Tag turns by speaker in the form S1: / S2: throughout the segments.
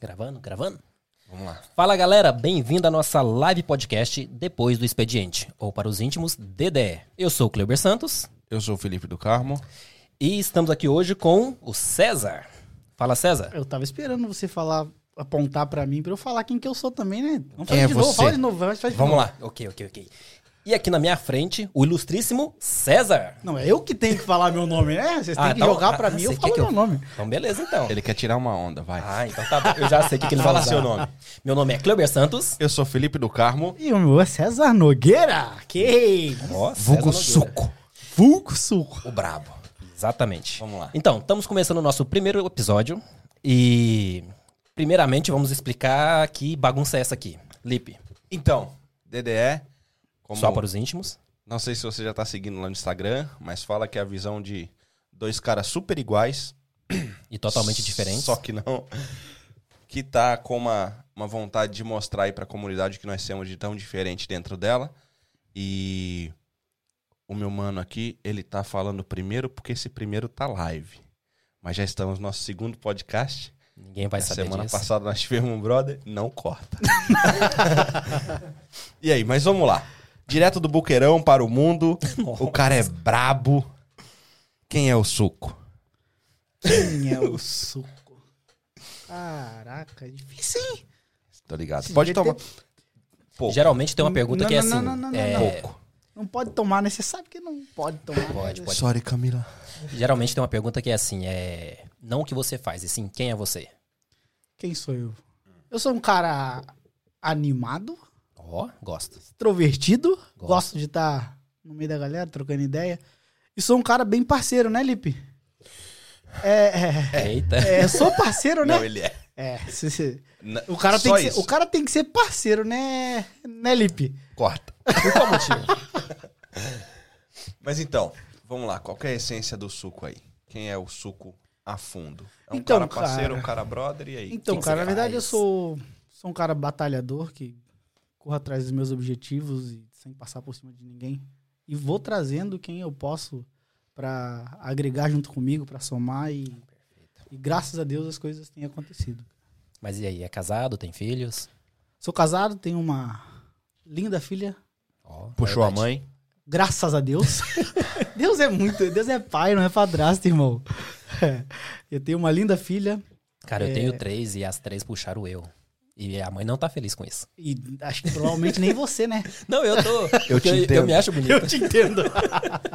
S1: Gravando, gravando.
S2: Vamos lá.
S1: Fala galera, bem-vindo à nossa live podcast Depois do Expediente, ou para os íntimos, DDE. Eu sou o Cleber Santos
S2: Eu sou o Felipe do Carmo.
S1: e estamos aqui hoje com o César. Fala César.
S3: Eu tava esperando você falar, apontar pra mim, pra eu falar quem que eu sou também, né? Vamos
S2: Quem
S3: fazer
S2: é
S3: de novo,
S2: você?
S3: fala de novo, faz faz de
S1: Vamos
S3: novo.
S1: lá. Ok, ok, ok. E aqui na minha frente, o ilustríssimo César.
S3: Não, é eu que tenho que falar meu nome, né? Vocês têm
S1: Ah,
S3: que
S1: então-
S3: jogar pra
S1: ah,
S3: mim,
S1: você
S3: eu
S1: quer
S3: falo
S1: que
S3: meu
S1: eu-
S3: nome.
S1: Então, beleza então.
S2: Ele quer tirar uma onda, vai.
S1: Ah, então tá bom. Eu já sei o que, que ele vai
S2: Fala
S1: usar.
S2: seu nome.
S1: Meu nome é Cleber Santos.
S2: Eu sou o Felipe do Carmo.
S3: E o meu é César Nogueira. Que
S1: Ó, César
S2: Vulgo
S1: Nogueira.
S2: Suco.
S3: vulgo suco.
S2: O Brabo.
S1: Exatamente.
S2: Vamos lá.
S1: Então, estamos começando o nosso primeiro episódio e primeiramente vamos explicar que bagunça é essa aqui. Lipe,
S2: Então, DDE, como
S1: só para os íntimos.
S2: não sei se você já tá seguindo lá no Instagram, mas fala que é a visão de dois caras super iguais,
S1: E totalmente diferentes.
S2: Só que não. Que tá com uma, uma vontade de mostrar aí pra comunidade que nós somos de tão diferente dentro dela. E o meu mano aqui, ele tá falando primeiro porque esse primeiro tá live. Mas já estamos no nosso segundo podcast.
S1: Ninguém vai saber
S2: É Semana
S1: disso.
S2: passada nós tivemos um brother, não corta. e aí, mas vamos lá. Direto do Buqueirão para o mundo. O cara é brabo. Quem é o suco?
S3: Quem é o suco? Caraca, é difícil, hein?
S2: Tô Tá ligado.
S3: Esse
S2: Pode
S3: devia
S2: tomar. Pouco.
S1: Geralmente tem uma pergunta
S3: Não,
S1: que é assim.
S3: não, não, não, não, não,
S1: é,
S3: não. Não pode tomar, né? Você sabe que não pode tomar.
S1: Pode,
S3: né?
S1: pode.
S2: Sorry, Camila.
S1: Geralmente tem uma pergunta que é assim, é não o que você faz, e sim quem é você.
S3: Quem sou eu? Eu sou um cara animado,
S1: Ó, gosto.
S3: extrovertido,
S1: Gosto.
S3: gosto, de estar no meio da galera, trocando ideia. E sou um cara bem parceiro, né, Lipe? É, é,
S1: Eita.
S3: é, sou parceiro, né?
S2: Não, ele é.
S3: É, se- se-
S2: Na-
S3: o cara, tem
S2: Só
S3: que ser,
S2: isso.
S3: o cara tem que ser parceiro, né, né, Lipe?
S2: Corta.
S1: Por qual motivo?
S2: Mas então, vamos lá. Qual que é a essência do suco aí? Quem é o suco a fundo? É um
S3: Então,
S2: cara parceiro,
S3: cara.
S2: um cara brother e aí?
S3: Então,
S1: que você
S3: cara, na verdade eu
S1: faz?
S3: sou, sou um cara batalhador que corro atrás dos meus objetivos e sem passar por cima de ninguém. E vou trazendo quem eu posso pra agregar junto comigo, pra somar e, e graças a Deus as coisas têm acontecido.
S1: Mas e aí, é casado, tem filhos?
S3: Sou casado, tenho uma linda filha,
S1: Ó,
S2: Puxou a
S1: verdade.
S2: mãe.
S3: graças a Deus. Deus é muito, Deus é pai, não é padrasto, irmão. É. Eu tenho uma linda filha
S1: Cara, eu
S3: É.
S1: tenho três e as três puxaram eu. E a mãe não tá feliz com isso.
S3: e acho que provavelmente nem você, né?
S1: Não, eu tô.
S2: Eu te
S1: eu,
S2: entendo.
S1: me acho bonito.
S3: te entendo.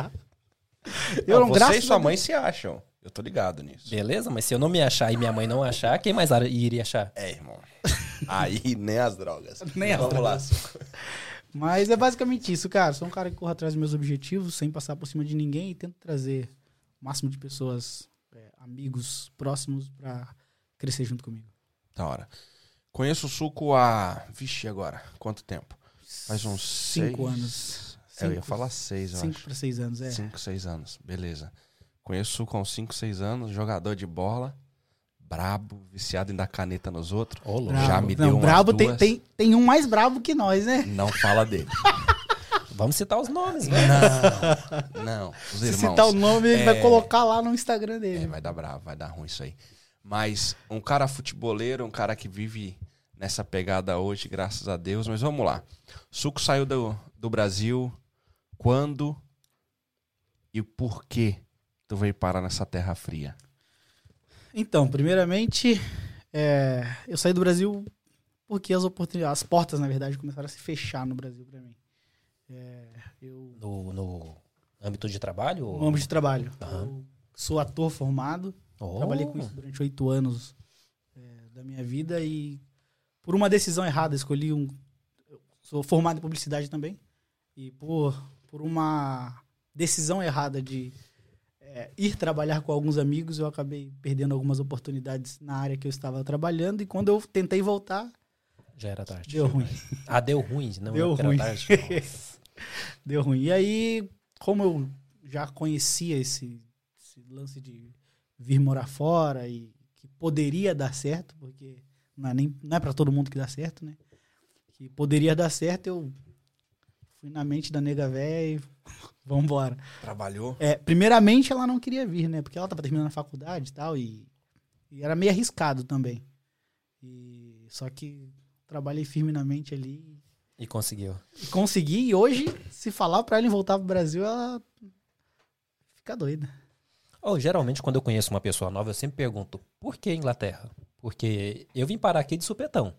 S3: Eu não,
S2: você
S3: graças
S2: e
S3: a
S2: sua
S3: Deus.
S2: mãe se acham. Eu tô ligado nisso.
S1: Beleza, mas se eu não me achar e minha mãe não achar, quem mais ar- iria achar?
S2: É, irmão. Aí nem as drogas.
S3: Nem as
S2: Vamos lá, suco.
S3: Mas é basicamente isso, cara. Sou um cara que corre atrás dos meus objetivos sem passar por cima de ninguém e tento trazer o máximo de pessoas, é, amigos próximos pra crescer junto comigo.
S2: Da hora. Conheço o suco há. Vixe, agora. Quanto tempo? Faz uns
S3: Cinco
S2: seis-
S3: anos.
S2: É, eu ia
S3: Cinco-
S2: falar seis, eu
S3: Cinco
S2: acho.
S3: pra seis anos, é.
S2: 5, 6 anos, beleza. Conheço com 5, 6 anos, jogador de bola, brabo, viciado em dar caneta nos outros.
S1: Ô, louco.
S2: Já me deu
S3: não,
S2: umas
S3: brabo tem,
S2: duas.
S3: tem, tem um mais brabo que nós, né?
S2: Não fala dele.
S1: Vamos citar os nomes, né?
S2: não, não. Os
S3: Se
S2: irmãos.
S3: citar o nome, ele
S2: É.
S3: vai colocar lá no Instagram
S2: É,
S3: dele.
S2: vai dar bravo, vai dar ruim isso aí. Mas um cara futeboleiro, um cara que vive nessa pegada hoje, graças a Deus. Mas vamos lá. Suco saiu do, do Brasil quando e por que tu veio parar nessa terra fria?
S3: Então, primeiramente, é, eu saí do Brasil porque as oportunidades, as portas, na verdade, começaram a se fechar no Brasil pra mim. É, eu,
S1: No, no âmbito de trabalho?
S3: no âmbito de trabalho.
S1: Aham.
S3: Eu sou ator formado,
S1: Oh,
S3: trabalhei com isso durante oito anos é, da minha vida e por uma decisão errada escolhi um. eu sou formado em publicidade também e por por uma decisão errada de é, ir trabalhar com alguns amigos eu acabei perdendo algumas oportunidades na área que eu estava trabalhando e quando eu tentei voltar
S1: Já era tarde.
S3: deu ruim.
S1: Ah, deu ruim. Não,
S3: Deu
S1: era
S3: ruim.
S1: tarde. então. Nossa.
S3: Deu ruim. E aí, como eu já conhecia esse, esse lance de vir morar fora e que poderia dar certo, porque não é, nem, não é para todo mundo que dá certo, né? Que poderia dar certo, eu fui na mente da nega véia e vambora.
S2: Trabalhou?
S3: É, primeiramente, ela não queria vir, né? Porque ela tava terminando a faculdade e tal, e, e era meio arriscado também. E só que trabalhei firmemente ali
S1: E conseguiu.
S3: e consegui. E hoje, se falar pra ela em voltar pro Brasil, ela fica doida.
S1: Oh, geralmente, quando eu conheço uma pessoa nova, eu sempre pergunto, por que Inglaterra? Porque eu vim parar aqui de supetão.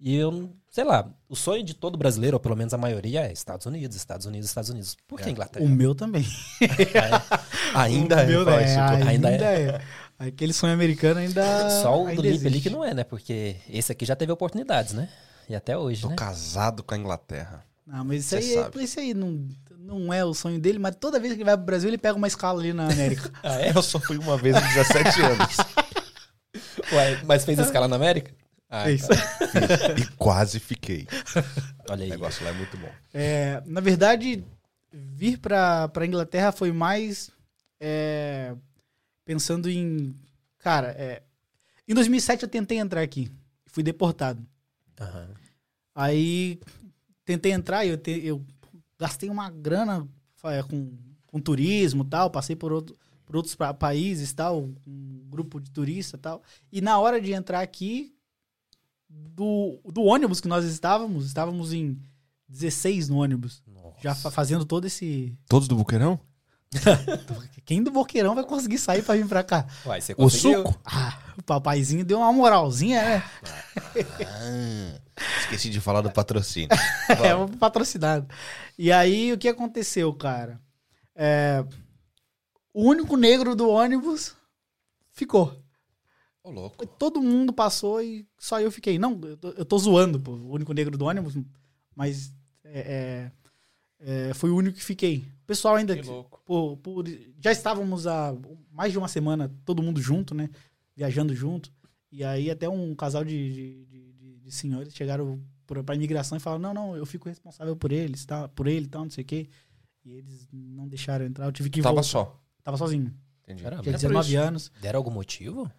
S1: E eu, não- sei lá, o sonho de todo brasileiro, ou pelo menos a maioria, é Estados Unidos, Estados Unidos, Estados Unidos. Por que
S2: É.
S1: Inglaterra?
S3: O meu também.
S1: Tá. Ainda é,
S3: o meu,
S1: fala
S3: né?
S1: isso, pô.
S3: ainda,
S1: Ainda é.
S3: é. Aquele sonho americano ainda.
S1: Só o
S3: ainda
S1: do Lip ali
S3: existe.
S1: que não é, né? Porque esse aqui já teve oportunidades, né? E até hoje,
S2: Tô
S1: né?
S2: casado com a Inglaterra.
S3: Não, mas isso
S2: Cê
S3: aí,
S2: sabe.
S3: isso aí não, não é o sonho dele, mas toda vez que ele vai pro Brasil, ele pega uma escala ali na América.
S1: Ah,
S2: Eu só fui uma vez em 17 anos.
S1: Ué, mas fez escala na América? Ah,
S3: é isso.
S2: E quase fiquei.
S1: Olha
S2: O
S1: aí.
S2: negócio lá é muito bom.
S3: É, na verdade, vir pra, pra Inglaterra foi mais é, pensando em. Cara, é, em 2007 eu tentei entrar aqui. Fui deportado.
S1: Aham.
S3: Aí tentei entrar e eu, te- eu gastei uma grana fa- é, com, com turismo e tal, passei por, outro- por outros pa- países e tal, um grupo de turista e tal. E na hora de entrar aqui, do, do ônibus que nós estávamos, estávamos em 16 no ônibus.
S1: Nossa.
S3: Já fa- fazendo todo esse.
S2: Todos do Buqueirão?
S3: Quem do Boqueirão vai conseguir sair pra vir pra cá?
S1: Uai, você
S2: O
S1: conseguiu?
S2: suco?
S3: Ah, o papaizinho deu uma moralzinha, né?
S2: Ah, esqueci de falar do patrocínio.
S3: É, um patrocinado. E aí, o que aconteceu, cara? É, o único negro do ônibus ficou.
S2: Ô, louco.
S3: Todo mundo passou e só eu fiquei. Não, eu tô, eu tô zoando, pô. O único negro do ônibus, mas é, é, é, foi o único que fiquei. O pessoal ainda...
S2: Que louco.
S3: Por, por- já estávamos há mais de uma semana, todo mundo junto, né? Viajando junto. E aí até um casal de, de, de- de- de senhores chegaram pra, pra imigração e falaram, não, não, eu fico responsável por eles, tá? Por ele e tal, não sei o quê. E eles não deixaram eu entrar, eu tive que
S2: Tava
S3: voltar.
S2: só.
S3: Tava sozinho.
S2: Entendi.
S1: Caramba.
S3: Tinha
S1: É por
S3: 19
S1: isso.
S3: anos.
S1: Deram algum motivo?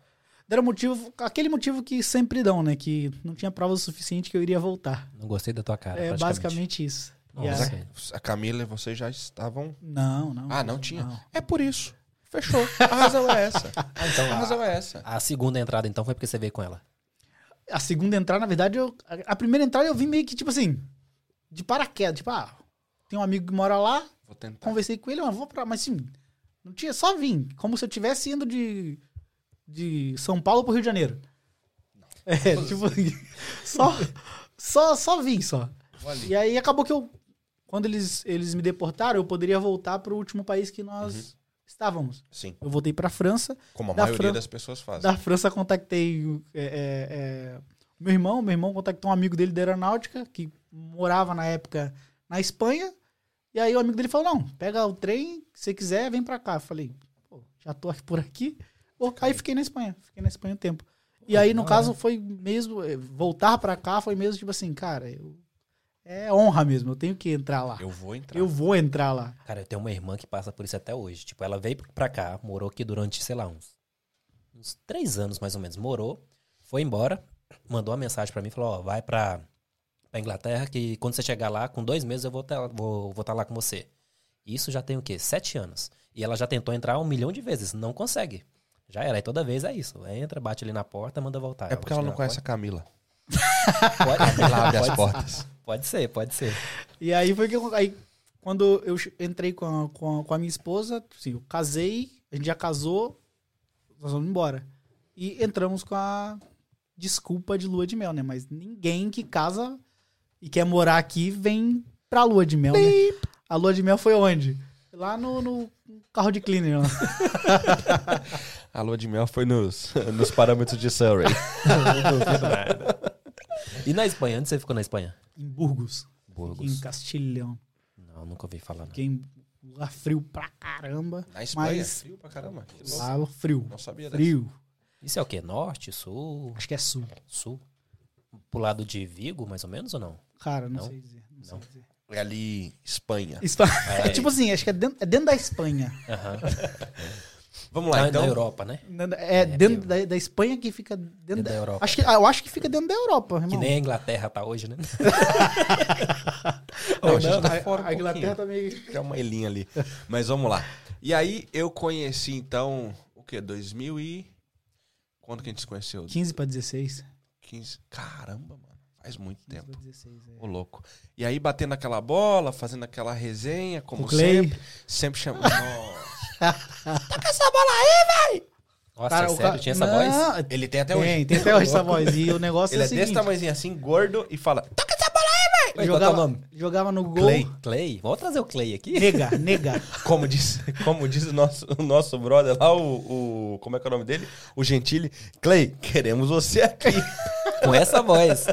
S3: Deram motivo, aquele motivo que sempre dão, né? Que não tinha prova o suficiente que eu iria voltar.
S1: Não gostei da tua cara,
S3: é
S1: praticamente.
S3: basicamente isso. E
S1: Nossa.
S3: aí-
S2: A Camila e você já estavam.
S3: Não, não.
S2: Ah, não tinha? É por isso. Fechou. A razão é essa.
S1: Ah, então,
S2: A
S1: a,
S2: razão é essa.
S1: a segunda entrada, então, foi porque você veio com ela.
S3: A segunda entrada, na verdade, eu, a a primeira entrada eu vim meio que, tipo assim, de paraquedas. Tipo, ah, tem um amigo que mora lá,
S2: Vou tentar.
S3: conversei com ele, mas vou pra. Mas assim, não tinha, só vim. Como se eu estivesse indo de, de São Paulo pro Rio de Janeiro. É, tipo, só, só, só vim, só.
S2: Vou ali.
S3: E aí acabou que eu. Quando eles, eles me deportaram, eu poderia voltar pro último país que nós estávamos.
S2: Sim.
S3: Eu voltei pra França,
S2: Como a
S3: Da
S2: maioria
S3: Fran-
S2: das pessoas faz.
S3: da França contatei o- é, é, é, meu irmão, meu irmão contactou um amigo dele da aeronáutica que morava na época na Espanha. E aí o amigo dele falou: "Não, pega o trem, se você quiser, vem pra cá". Eu falei: Pô, já tô aqui por aqui. Pô, aí fiquei na Espanha, fiquei na Espanha um tempo. E aí no
S1: legal,
S3: caso foi mesmo é, voltar pra cá foi mesmo tipo assim, cara, eu- é honra mesmo, eu tenho que entrar lá.
S2: Eu vou entrar.
S3: Eu vou entrar lá.
S1: Cara, eu tenho uma irmã que passa por isso até hoje. Tipo, ela veio pra cá, morou aqui durante, sei lá, uns, uns três anos mais ou menos. Morou, foi embora, mandou uma mensagem pra mim, falou, ó, vai pra, pra Inglaterra que quando você chegar lá, com dois meses eu vou estar vou, vou tá lá com você. Isso já tem o quê? Sete anos. E ela já tentou entrar um milhão de vezes, não consegue. Já era, e toda vez é isso. Entra, bate ali na porta, manda voltar.
S2: É porque ela não
S1: Pode-
S2: conhece a Camila.
S1: Pode,
S2: Ela abre as
S1: pode-
S2: portas.
S1: pode ser, pode ser.
S3: E aí foi que eu, aí, quando eu che- entrei com a, com a, com a minha esposa, assim, eu casei, a gente já casou, nós vamos embora. E entramos com a desculpa de lua de mel, né? Mas ninguém que casa e quer morar aqui vem pra lua de mel, né? A lua de mel foi onde? Lá no, no carro de cleaner. Lá.
S2: A lua de mel foi nos, nos parâmetros de Surrey.
S1: E na Espanha? Onde você ficou na Espanha?
S3: Em Burgos. Em
S1: Burgos.
S3: Castilhão.
S1: Não, nunca ouvi falar. Não.
S3: Fiquei em lugar frio pra caramba.
S2: Na Espanha,
S3: Mas-
S2: frio pra caramba. Que louco.
S3: Lá é frio.
S2: Não sabia dessa.
S3: Ah, Frio.
S1: Isso é o quê? Norte, sul,
S3: Acho que é sul.
S1: sul? Pro lado de Vigo, mais ou menos, ou não?
S3: Cara, não,
S1: Não?
S3: sei dizer. Não, sei
S1: Não.
S3: dizer.
S2: É ali, Espanha.
S3: Espa-
S1: É.
S3: É, tipo assim, acho que é dentro, é dentro da Espanha.
S1: Aham.
S2: Vamos lá,
S1: Na,
S2: então.
S1: na Europa, né?
S3: Na- É, dentro da, da Espanha que fica dentro,
S1: Dentro
S3: da,
S1: da Europa.
S3: Acho que, ah, eu acho que é fica dentro da Europa,
S1: Que
S3: irmão.
S1: nem a Inglaterra tá hoje, né?
S2: Não, a gente
S3: Não,
S2: tá fora um
S3: a Inglaterra
S2: pouquinho.
S3: também.
S2: É uma ilhinha ali. Mas vamos lá. E aí eu conheci, então, o quê? 2000 e... Quando que a gente se conheceu?
S3: 15 pra 16.
S2: 15. Caramba, mano. Faz muito tempo.
S3: 16, é.
S2: Ô, louco. E aí, batendo aquela bola, fazendo aquela resenha, como
S3: O Clay.
S2: sempre. Sempre chamando.
S1: Nossa, é
S3: Cara, o
S1: sério,
S3: cara-
S1: tinha essa
S3: Não, é
S1: voz?
S2: Ele tem até hoje.
S3: Tem, tem até hoje essa voz. E o negócio
S2: Ele é
S3: é o seguinte.
S2: desse tamanhozinho assim, gordo, e fala.
S1: Ué, qual que é o
S3: jogava,
S1: nome?
S3: jogava no gol.
S2: Clay.
S1: Clay? Vamos trazer o Clay aqui?
S3: Nega, nega.
S2: Como diz, como diz o, nosso, o nosso brother lá, o, o- Como é que é o nome dele? O Gentili. Clay, queremos você aqui.
S1: Com essa voz.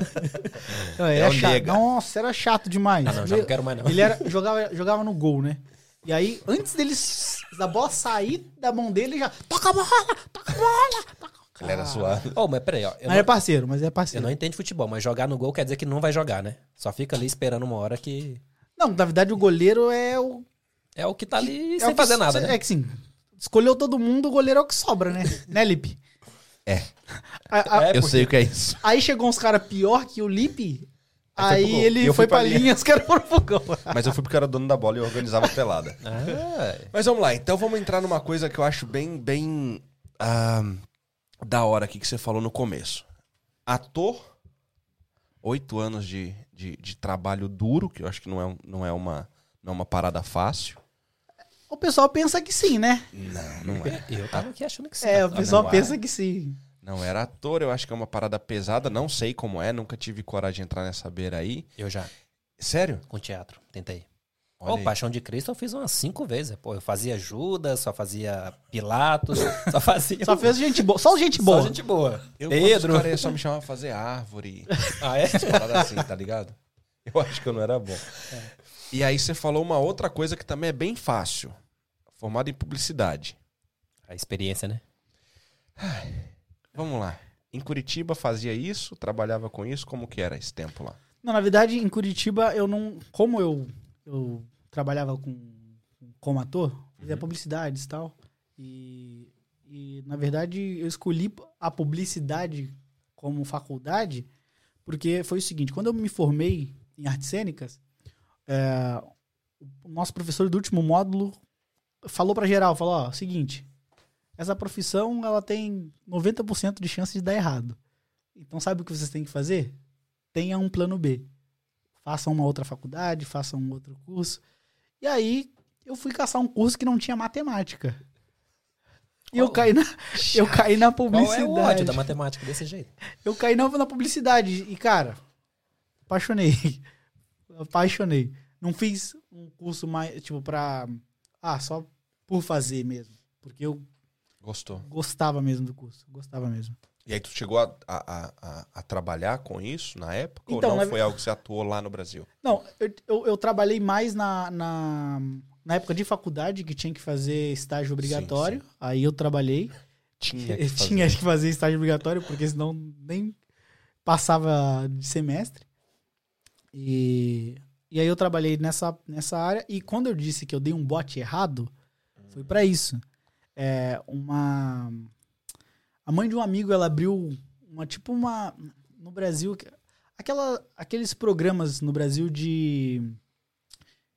S3: Não, era
S2: É o
S3: chato.
S2: nega.
S3: Nossa, era chato demais.
S1: um Ah, não, já não quero mais não.
S3: Ele era, jogava, jogava no gol, né? E aí, antes dele s- da bola sair da mão dele, ele já. Toca a bola! Toca a bola! Toca...
S2: Ele era suado.
S1: Ô, mas peraí, ó. Eu
S3: Ah. Mas
S1: não,
S3: é parceiro, mas é
S1: eu
S3: parceiro.
S1: não entendo futebol, mas jogar no gol quer dizer que não vai jogar, né? Só fica ali esperando uma hora que...
S3: Não, na verdade, o goleiro é o.
S1: É o que tá ali
S3: é o
S1: sem
S3: que
S1: fazer
S3: s-
S1: nada, né?
S3: É que sim. Escolheu todo mundo, o goleiro é o que sobra, né? né, Lipe?
S2: É.
S3: A- a-
S1: É,
S2: Eu
S1: porque-
S2: sei o que é isso.
S3: Aí chegou uns caras pior que o Lipe.
S2: Aí foi
S3: Aí,
S2: pro gol.
S3: ele
S2: E eu
S3: foi
S2: fui pra
S3: pra linha, os caras foram pro gol.
S2: Mas eu fui porque eu era dono da bola e eu organizava a pelada.
S1: Ah,
S2: Mas vamos lá, então vamos entrar numa coisa que eu acho bem, bem ah, da hora aqui que você falou no começo. Ator, oito anos de, de, de trabalho duro, que eu acho que não é, um- não é, uma, não é uma parada fácil.
S3: O pessoal pensa que sim, né?
S2: Não, não é.
S1: eu tava aqui achando que sim. Tá
S3: É, o
S2: não,
S3: pessoal
S2: não é.
S3: pensa que sim.
S2: Não era ator, eu acho que é uma parada pesada, não sei como é, nunca tive coragem de entrar nessa beira aí.
S1: Eu já,
S2: Sério?
S1: com teatro, tentei.
S2: Olha
S1: Ô,
S2: aí.
S1: Paixão de Cristo eu fiz umas cinco vezes. Pô, eu fazia Judas, só fazia Pilatos, só fazia...
S3: Só fez gente boa. Só gente
S1: só
S3: boa.
S1: gente boa.
S2: Eu, Pedro.
S1: Pedro.
S2: Os caras só me chamavam pra fazer árvore.
S1: Ah, é?
S2: Essas paradas assim, tá ligado? Eu acho que eu não era bom. E aí você falou uma outra coisa que também é bem fácil. Formado em publicidade.
S1: A experiência, né?
S2: Vamos lá. Em Curitiba fazia isso, trabalhava com isso, como que era esse tempo lá?
S3: Não, na verdade, em Curitiba, eu não. Como eu, eu trabalhava com, como ator, fazia publicidades e tal. E, e, na verdade, eu escolhi a publicidade como faculdade, porque foi o seguinte: quando eu me formei em artes cênicas, é, o nosso professor do último módulo falou pra geral: falou, ó, seguinte, essa profissão ela tem 90% de chance de dar errado. Então, sabe o que vocês têm que fazer? tenha um plano B. Faça uma outra faculdade, faça um outro curso. E aí eu fui caçar um curso que não tinha matemática. E eu
S1: Qual-
S3: caí na, eu caí
S1: Qual
S3: na
S1: é
S3: publicidade.
S1: o ódio da matemática desse jeito?
S3: Eu caí na, na publicidade e, cara, apaixonei. apaixonei. Não fiz um curso mais, tipo, pra. Ah, só por fazer mesmo. Porque eu
S2: Gostou.
S3: gostava mesmo do curso. Gostava mesmo.
S2: E aí tu chegou a, a- a- a- a trabalhar com isso na época?
S3: Então,
S2: ou não
S3: na-
S2: foi algo que você atuou lá no Brasil?
S3: Não, eu, eu, eu trabalhei mais na, na, na época de faculdade, que tinha que fazer estágio obrigatório. Aí eu trabalhei.
S2: Tinha que
S3: Eu
S2: fazer.
S3: tinha é que fazer estágio obrigatório, porque senão nem passava de semestre. E, e aí eu trabalhei nessa, nessa área. E quando eu disse que eu dei um bote errado, foi pra isso. É, uma... A mãe de um amigo, ela abriu uma, tipo uma... No Brasil... que- Aquela, aqueles programas no Brasil de...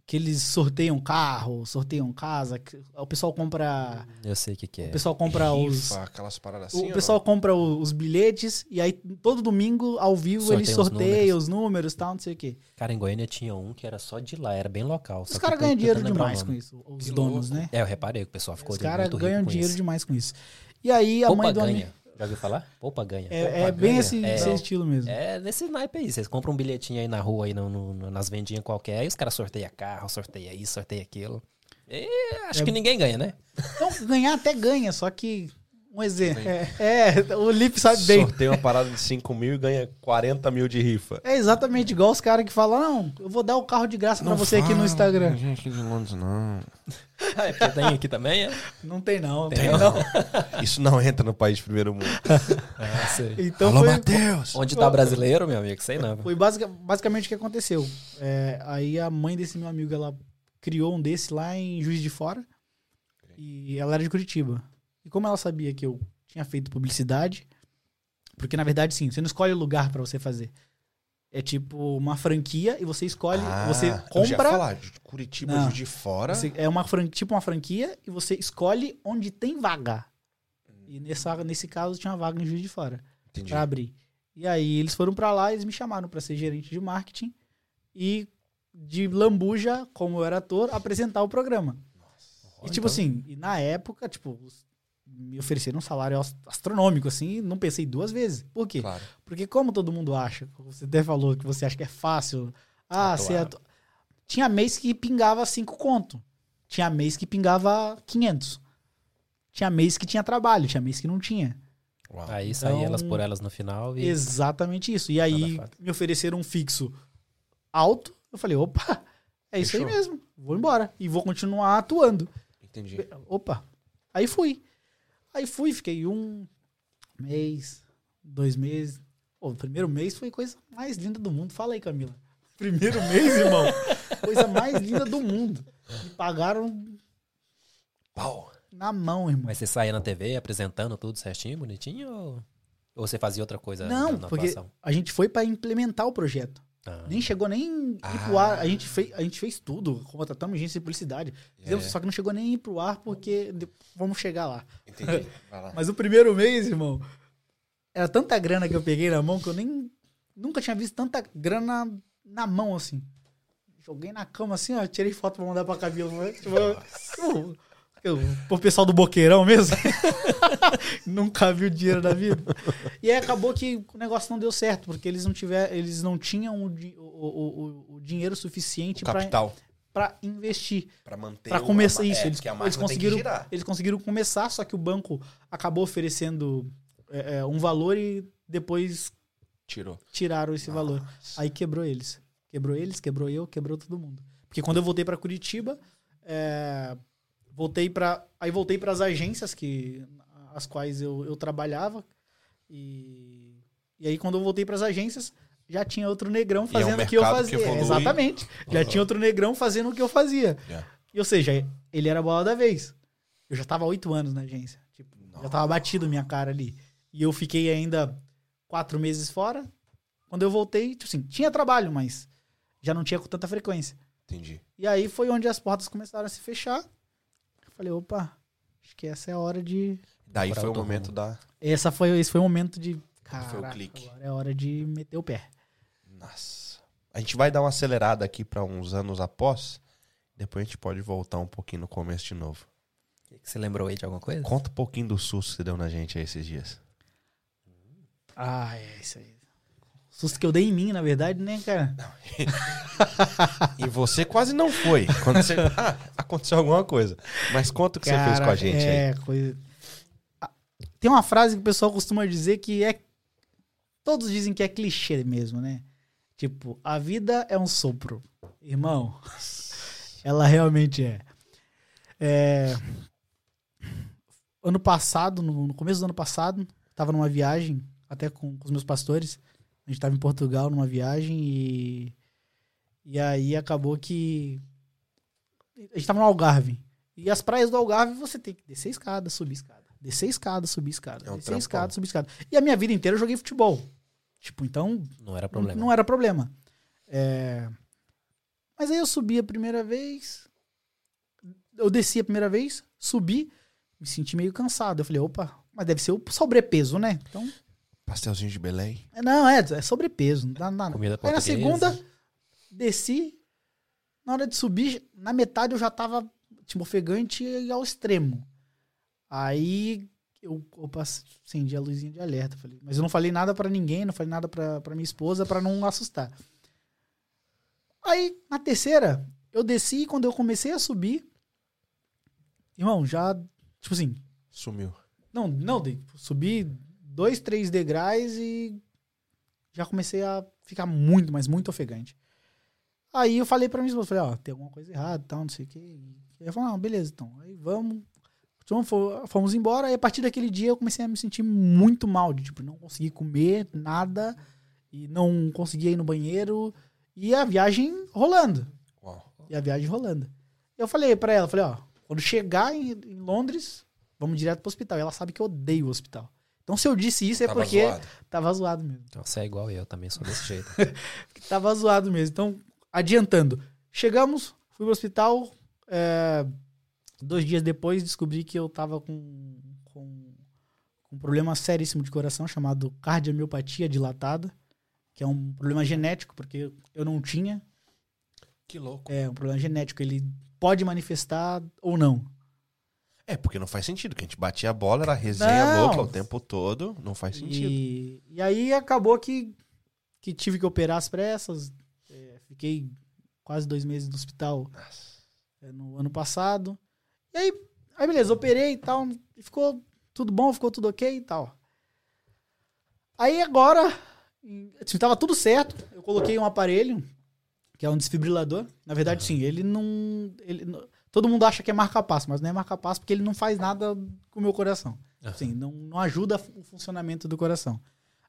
S3: Que eles sorteiam carro, sorteiam casa. que o pessoal compra...
S1: Eu sei o que, que é.
S3: O pessoal compra os...
S2: Rifa, aquelas paradas
S3: O
S2: assim. ou
S3: pessoal compra o- os bilhetes e aí todo domingo, ao vivo,
S1: Sorteia
S3: eles
S1: os
S3: sorteiam
S1: números.
S3: os números e tal, não sei o quê.
S1: Cara, em Goiânia tinha um que era só de lá, era bem local.
S3: Os caras ganham dinheiro demais com isso, os
S2: Que
S3: donos, né?
S1: É, eu reparei que o pessoal ficou
S3: Os caras
S1: muito rico
S3: ganham
S1: com
S3: dinheiro
S1: isso.
S3: demais com isso. E aí a
S1: Poupa
S3: mãe do amigo.
S1: ganha. Já ouviu falar? Poupa ganha.
S3: É,
S2: Poupa
S3: é bem
S2: ganha.
S3: esse,
S1: É.
S3: esse estilo mesmo.
S1: É nesse naipe aí. Vocês compram um bilhetinho aí na rua, aí no- no- no- nas vendinhas qualquer, aí os caras sorteiam carro, sorteia isso, sorteia aquilo. E acho
S3: É.
S1: que ninguém ganha, né?
S3: Então, ganhar até ganha, só que. Um exemplo.
S2: Bem.
S3: É, é, o Lip sabe bem.
S2: Sorteia uma parada de 5 mil e ganha 40 mil de rifa.
S3: É exatamente igual os caras que falam: não, eu vou dar o carro de graça pra você aqui no Instagram.
S2: Não aqui de Londres, não.
S1: Ah, é porque tem aqui também, é?
S3: Não tem não, não
S1: Tem
S3: tem
S1: não.
S3: não.
S2: Isso não entra no país de primeiro mundo.
S1: Ah, sei.
S3: Então foi,
S2: Matheus!
S1: Onde tá brasileiro, meu amigo? Sei não.
S3: Foi basica- basicamente o que aconteceu. É, aí a mãe desse meu amigo, ela criou um desse lá em Juiz de Fora. E ela era de Curitiba. E como ela sabia que eu tinha feito publicidade, porque na verdade sim, você não escolhe o lugar pra você fazer. É tipo uma franquia e você escolhe,
S2: Ah,
S3: você compra,
S2: falar, né? de Curitiba,
S3: Não.
S2: Juiz de Fora.
S3: você- é uma fran- tipo uma franquia e você escolhe onde tem vaga. E nessa, nesse caso tinha uma vaga em Juiz de Fora
S2: Entendi.
S3: pra abrir. E aí eles foram pra lá, eles me chamaram pra ser gerente de marketing e de lambuja, como eu era ator, apresentar o programa.
S1: Ó,
S3: E
S1: então,
S3: tipo assim, e na época, tipo, os- me ofereceram um salário ast- astronômico, assim, e não pensei duas vezes. Por quê?
S2: Claro.
S3: Porque como todo mundo acha, como você até falou que você acha que é fácil, ah,
S1: Atuar.
S3: você atu- tinha mês que pingava cinco conto, tinha mês que pingava 500. Tinha mês que tinha trabalho, tinha mês que não tinha.
S2: Uau.
S1: Aí saí
S3: Então-
S1: elas por elas no final e.
S3: Exatamente isso. E aí
S1: Nada fácil.
S3: me ofereceram um fixo alto. Eu falei, opa, é isso aí
S2: Fechou.
S3: mesmo. Vou embora e vou continuar atuando.
S2: Entendi.
S3: Opa. Aí fui. Aí fui, fiquei um mês, dois meses. Pô, o primeiro mês foi a coisa mais linda do mundo. Fala aí, Camila. Primeiro mês, irmão. coisa mais linda do mundo. Me pagaram
S2: Pau.
S3: na mão, irmão.
S1: Mas você saía na TV apresentando tudo certinho, bonitinho? Ou, ou você fazia outra coisa
S3: Não,
S1: na- na
S3: porque-
S1: atuação?
S3: A gente foi pra implementar o projeto.
S1: Ah,
S3: Nem chegou nem ir pro
S2: Ah.
S3: ar. A gente, fez, a gente fez tudo. Contratamos agência de publicidade. Fizemos- Só que não chegou nem ir pro ar porque de- vamos chegar lá.
S2: Entendi. Vai lá.
S3: Mas o primeiro mês, irmão, era tanta grana que eu peguei na mão que eu nem. Nunca tinha visto tanta grana na mão assim. Joguei na cama assim, ó, tirei foto pra mandar pra Camila. né? Tipo, eu- eu- pro pessoal do boqueirão mesmo. Nunca viu dinheiro na vida. E aí acabou que o negócio não deu certo, porque eles não tiver, eles não tinham o, di- o- o- o- o dinheiro suficiente
S2: O
S3: tipo, pra,
S2: capital.
S3: pra investir.
S2: Pra manter.
S3: Pra
S2: o-
S3: começar
S2: é,
S3: isso, eles,
S2: que a
S3: eles
S2: máquina tem que
S3: conseguiram,
S2: girar.
S3: eles conseguiram começar, só que o banco acabou oferecendo é, é, um valor e depois
S2: Tirou.
S3: tiraram
S2: Ah,
S3: esse valor.
S2: Nossa.
S3: Aí quebrou eles. Quebrou eles, quebrou eu, quebrou todo mundo. Porque quando eu voltei pra Curitiba, é, voltei para aí voltei para as agências que as quais eu, eu trabalhava e e aí quando eu voltei para as agências já tinha outro negrão
S2: E é um
S3: fazendo o que eu
S2: mercado que
S3: fazia.
S2: evolui. É.
S3: Exatamente. Já tinha outro negrão fazendo o que eu fazia.
S2: Yeah.
S3: E, ou seja, ele era a bola da vez. Eu já tava há oito anos na agência. Tipo, já tava batido minha cara ali. E eu fiquei ainda quatro meses fora. Quando eu voltei, tipo assim, tinha trabalho, mas já não tinha com tanta frequência.
S2: Entendi.
S3: E aí foi onde as portas começaram a se fechar. Eu falei, opa, acho que essa é a hora de.
S2: Daí
S1: Agora
S2: foi o
S1: eu tô
S2: momento da.
S3: Essa foi, esse foi o momento de. Caraca,
S2: Foi o clique.
S3: Agora é hora de meter o pé.
S2: Nossa. A gente vai dar uma acelerada aqui pra uns anos após. Depois a gente pode voltar um pouquinho no começo de novo.
S1: que- que Você lembrou aí de alguma coisa?
S2: Conta um pouquinho do susto que você deu na gente aí esses dias.
S3: Ah, é isso aí. Susto que eu dei em mim, na verdade, né, cara?
S2: E você quase não foi. Quando você... Ah, aconteceu alguma coisa. Mas conta o que você fez com a gente aí.
S3: é, coisa. Ah, Tem uma frase que o pessoal costuma dizer que é. Todos dizem que é clichê mesmo, né? Tipo, a vida é um sopro. Irmão, ela realmente é. É, Ano passado, no no começo do ano passado, tava numa viagem, até com, com os meus pastores. A gente tava em Portugal numa viagem e. E aí acabou que. A gente tava no Algarve. E as praias do Algarve, você tem que descer escada, subir escada. Descer escada, subir escada.
S2: É um
S3: descer
S2: trampão.
S3: escada, subir escada. E a minha vida inteira eu joguei futebol. Tipo, então
S1: Não era problema.
S3: não era problema. É, Mas aí eu subi a primeira vez. Eu desci a primeira vez, subi, me senti meio cansado. Eu falei, opa, mas deve ser o sobrepeso, né? Então,
S2: Pastelzinho de Belém.
S3: é, não, é, é sobrepeso. Não dá nada.
S1: Comida
S3: Aí na
S1: portuguesa.
S3: segunda, desci. Na hora de subir, na metade eu já tava tipo, ofegante e ao extremo. Aí eu, eu passe- acendi a luzinha de alerta. Falei, mas eu não falei nada pra ninguém, não falei nada pra, pra minha esposa pra não assustar. Aí, na terceira, eu desci e quando eu comecei a subir, irmão, já, tipo assim,
S2: Sumiu.
S3: não, não, dei- subi dois, três degraus e já comecei a ficar muito, mas muito ofegante. Aí eu falei pra minha esposa, falei, ó, tem alguma coisa errada, tal, não sei o quê. E ela falou, ah, beleza, então, aí vamos. Então, fo- fomos embora, e a partir daquele dia eu comecei a me sentir muito mal, de, tipo, não consegui comer nada, e não conseguia ir no banheiro, e a viagem rolando.
S2: Uau.
S3: E a viagem rolando. Eu falei pra ela, falei, ó, quando chegar em, em Londres, vamos direto pro hospital. E ela sabe que eu odeio o hospital. Então se eu disse isso é
S2: Tava
S3: porque
S2: zoado.
S3: tava zoado mesmo.
S1: Você é igual eu, também sou desse jeito.
S3: Tava zoado mesmo. Então, adiantando. Chegamos, fui pro hospital. é, dois dias depois descobri que eu tava com, com, com um problema seríssimo de coração chamado cardiomiopatia dilatada, que é um problema genético, porque eu não tinha.
S2: Que louco.
S3: É um problema genético. Ele pode manifestar ou não.
S2: É, porque não faz sentido, que a gente batia a bola, era resenha
S3: Não.
S2: louca o tempo todo, não faz sentido.
S3: E, e aí acabou que, que tive que operar às pressas. é, fiquei quase dois meses no hospital
S2: Nossa.
S3: é, no ano passado. E aí, aí beleza, operei e tal. e Ficou tudo bom, ficou tudo ok e tal. Aí agora, em- assim, tava tudo certo. Eu coloquei um aparelho, que é um desfibrilador. Na verdade, sim, ele não. Ele, não- todo mundo acha que é marca-passo, mas não é marca-passo porque ele não faz nada com o meu coração.
S1: Aham.
S3: Sim, Assim, não, não ajuda o funcionamento do coração.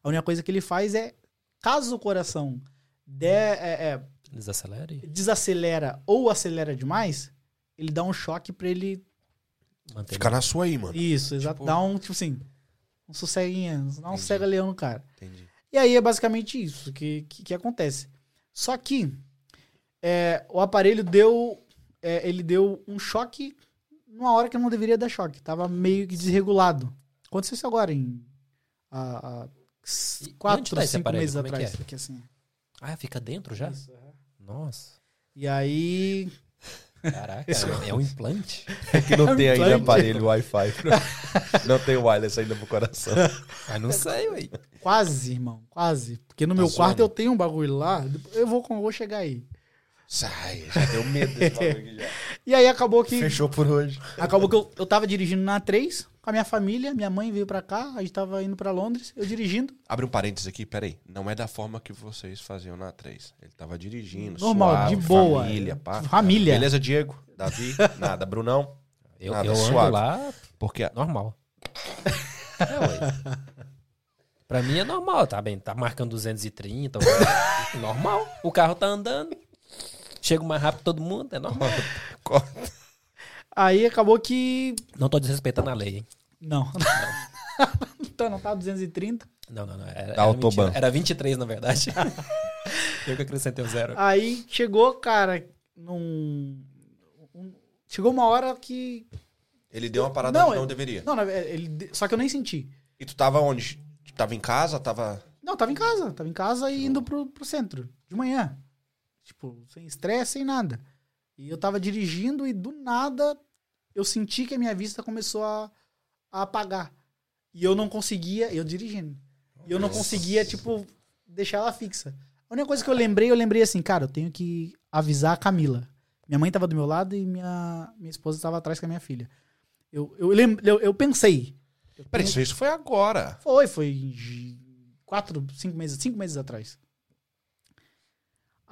S3: A única coisa que ele faz é, caso o coração der, é- é,
S1: Desacelere?
S3: desacelera ou acelera demais, ele dá um choque pra ele.
S1: Mantém.
S2: Fica na sua aí, mano.
S3: Isso, exato.
S2: Tipo-
S3: Dá um, tipo assim, um sosseguinha, dá um
S2: Entendi.
S3: cega-leão no cara.
S2: Entendi.
S3: E aí é basicamente isso que, que, que acontece. Só que é, o aparelho deu. é, ele deu um choque numa hora que não deveria dar choque. Tava meio que desregulado. Aconteceu isso agora, em. Há,
S1: E-
S3: há
S1: e onde
S3: quatro,
S1: tá esse
S3: cinco
S1: aparelho?
S3: meses
S1: Como é que
S3: atrás.
S1: é?
S3: Aqui, assim.
S1: Ah, fica dentro já?
S3: Isso, é.
S1: Nossa.
S3: E aí.
S1: Caraca, é- é um implante?
S2: É que não tem ainda
S3: Implante.
S2: aparelho Wi-Fi. pro- Não tem wireless ainda pro coração.
S1: Ah, não sei, ué.
S3: Quase, irmão, quase. Porque
S1: Tá
S3: no meu
S2: zoando?
S3: quarto eu tenho um bagulho lá, eu vou, eu vou chegar aí.
S2: Sai, já deu medo desse bagulho aqui já.
S3: E aí acabou que
S2: Fechou por hoje.
S3: acabou que eu, eu tava dirigindo na A3 com a minha família, minha mãe veio pra cá, a gente tava indo pra Londres, eu dirigindo,
S2: Abre um parênteses aqui, peraí. Não é da forma que vocês faziam na 3. Ele tava dirigindo,
S3: normal,
S2: suave,
S3: de boa.
S2: família, pá.
S3: Família.
S2: Beleza, Diego? Davi? Nada. Brunão?
S1: Eu,
S2: Nada,
S1: eu ando
S2: suave.
S1: lá
S2: Porque a-
S1: normal. É, ué. Pra mim é normal, tá bem? Tá marcando 230. ué. assim. normal. O carro tá andando. Chego mais rápido que todo mundo, é normal.
S3: Aí acabou que
S1: Não tô desrespeitando a lei, hein?
S3: não. então não tava 230.
S1: Não, não, não. Era,
S2: Da
S1: era,
S2: Autobahn.
S1: 20 era 23, na verdade. eu que acrescentei o zero.
S3: Aí chegou, cara, num um- chegou uma hora que
S2: ele deu uma parada
S3: Não,
S2: que não
S3: é-
S2: deveria.
S3: não, na verdade, ele, só que eu nem senti.
S2: E tu tava onde? Tu tava em casa? Tava...
S3: Não, tava em casa. Tava em casa e indo pro, pro centro, de manhã. Tipo, sem estresse, sem nada. E eu tava dirigindo e do nada eu senti que a minha vista começou a, a apagar. E eu não conseguia, eu dirigindo. E eu não
S2: Nossa.
S3: conseguia, tipo, deixar ela fixa. A única coisa que eu lembrei, eu lembrei assim, cara, eu tenho que avisar a Camila. Minha mãe tava do meu lado e minha, minha esposa tava atrás com a minha filha. Eu, eu, lem, eu, eu pensei. eu
S2: Peraí,
S3: tenho-
S2: isso, isso foi agora.
S3: foi, foi em j- quatro, cinco meses, cinco meses atrás.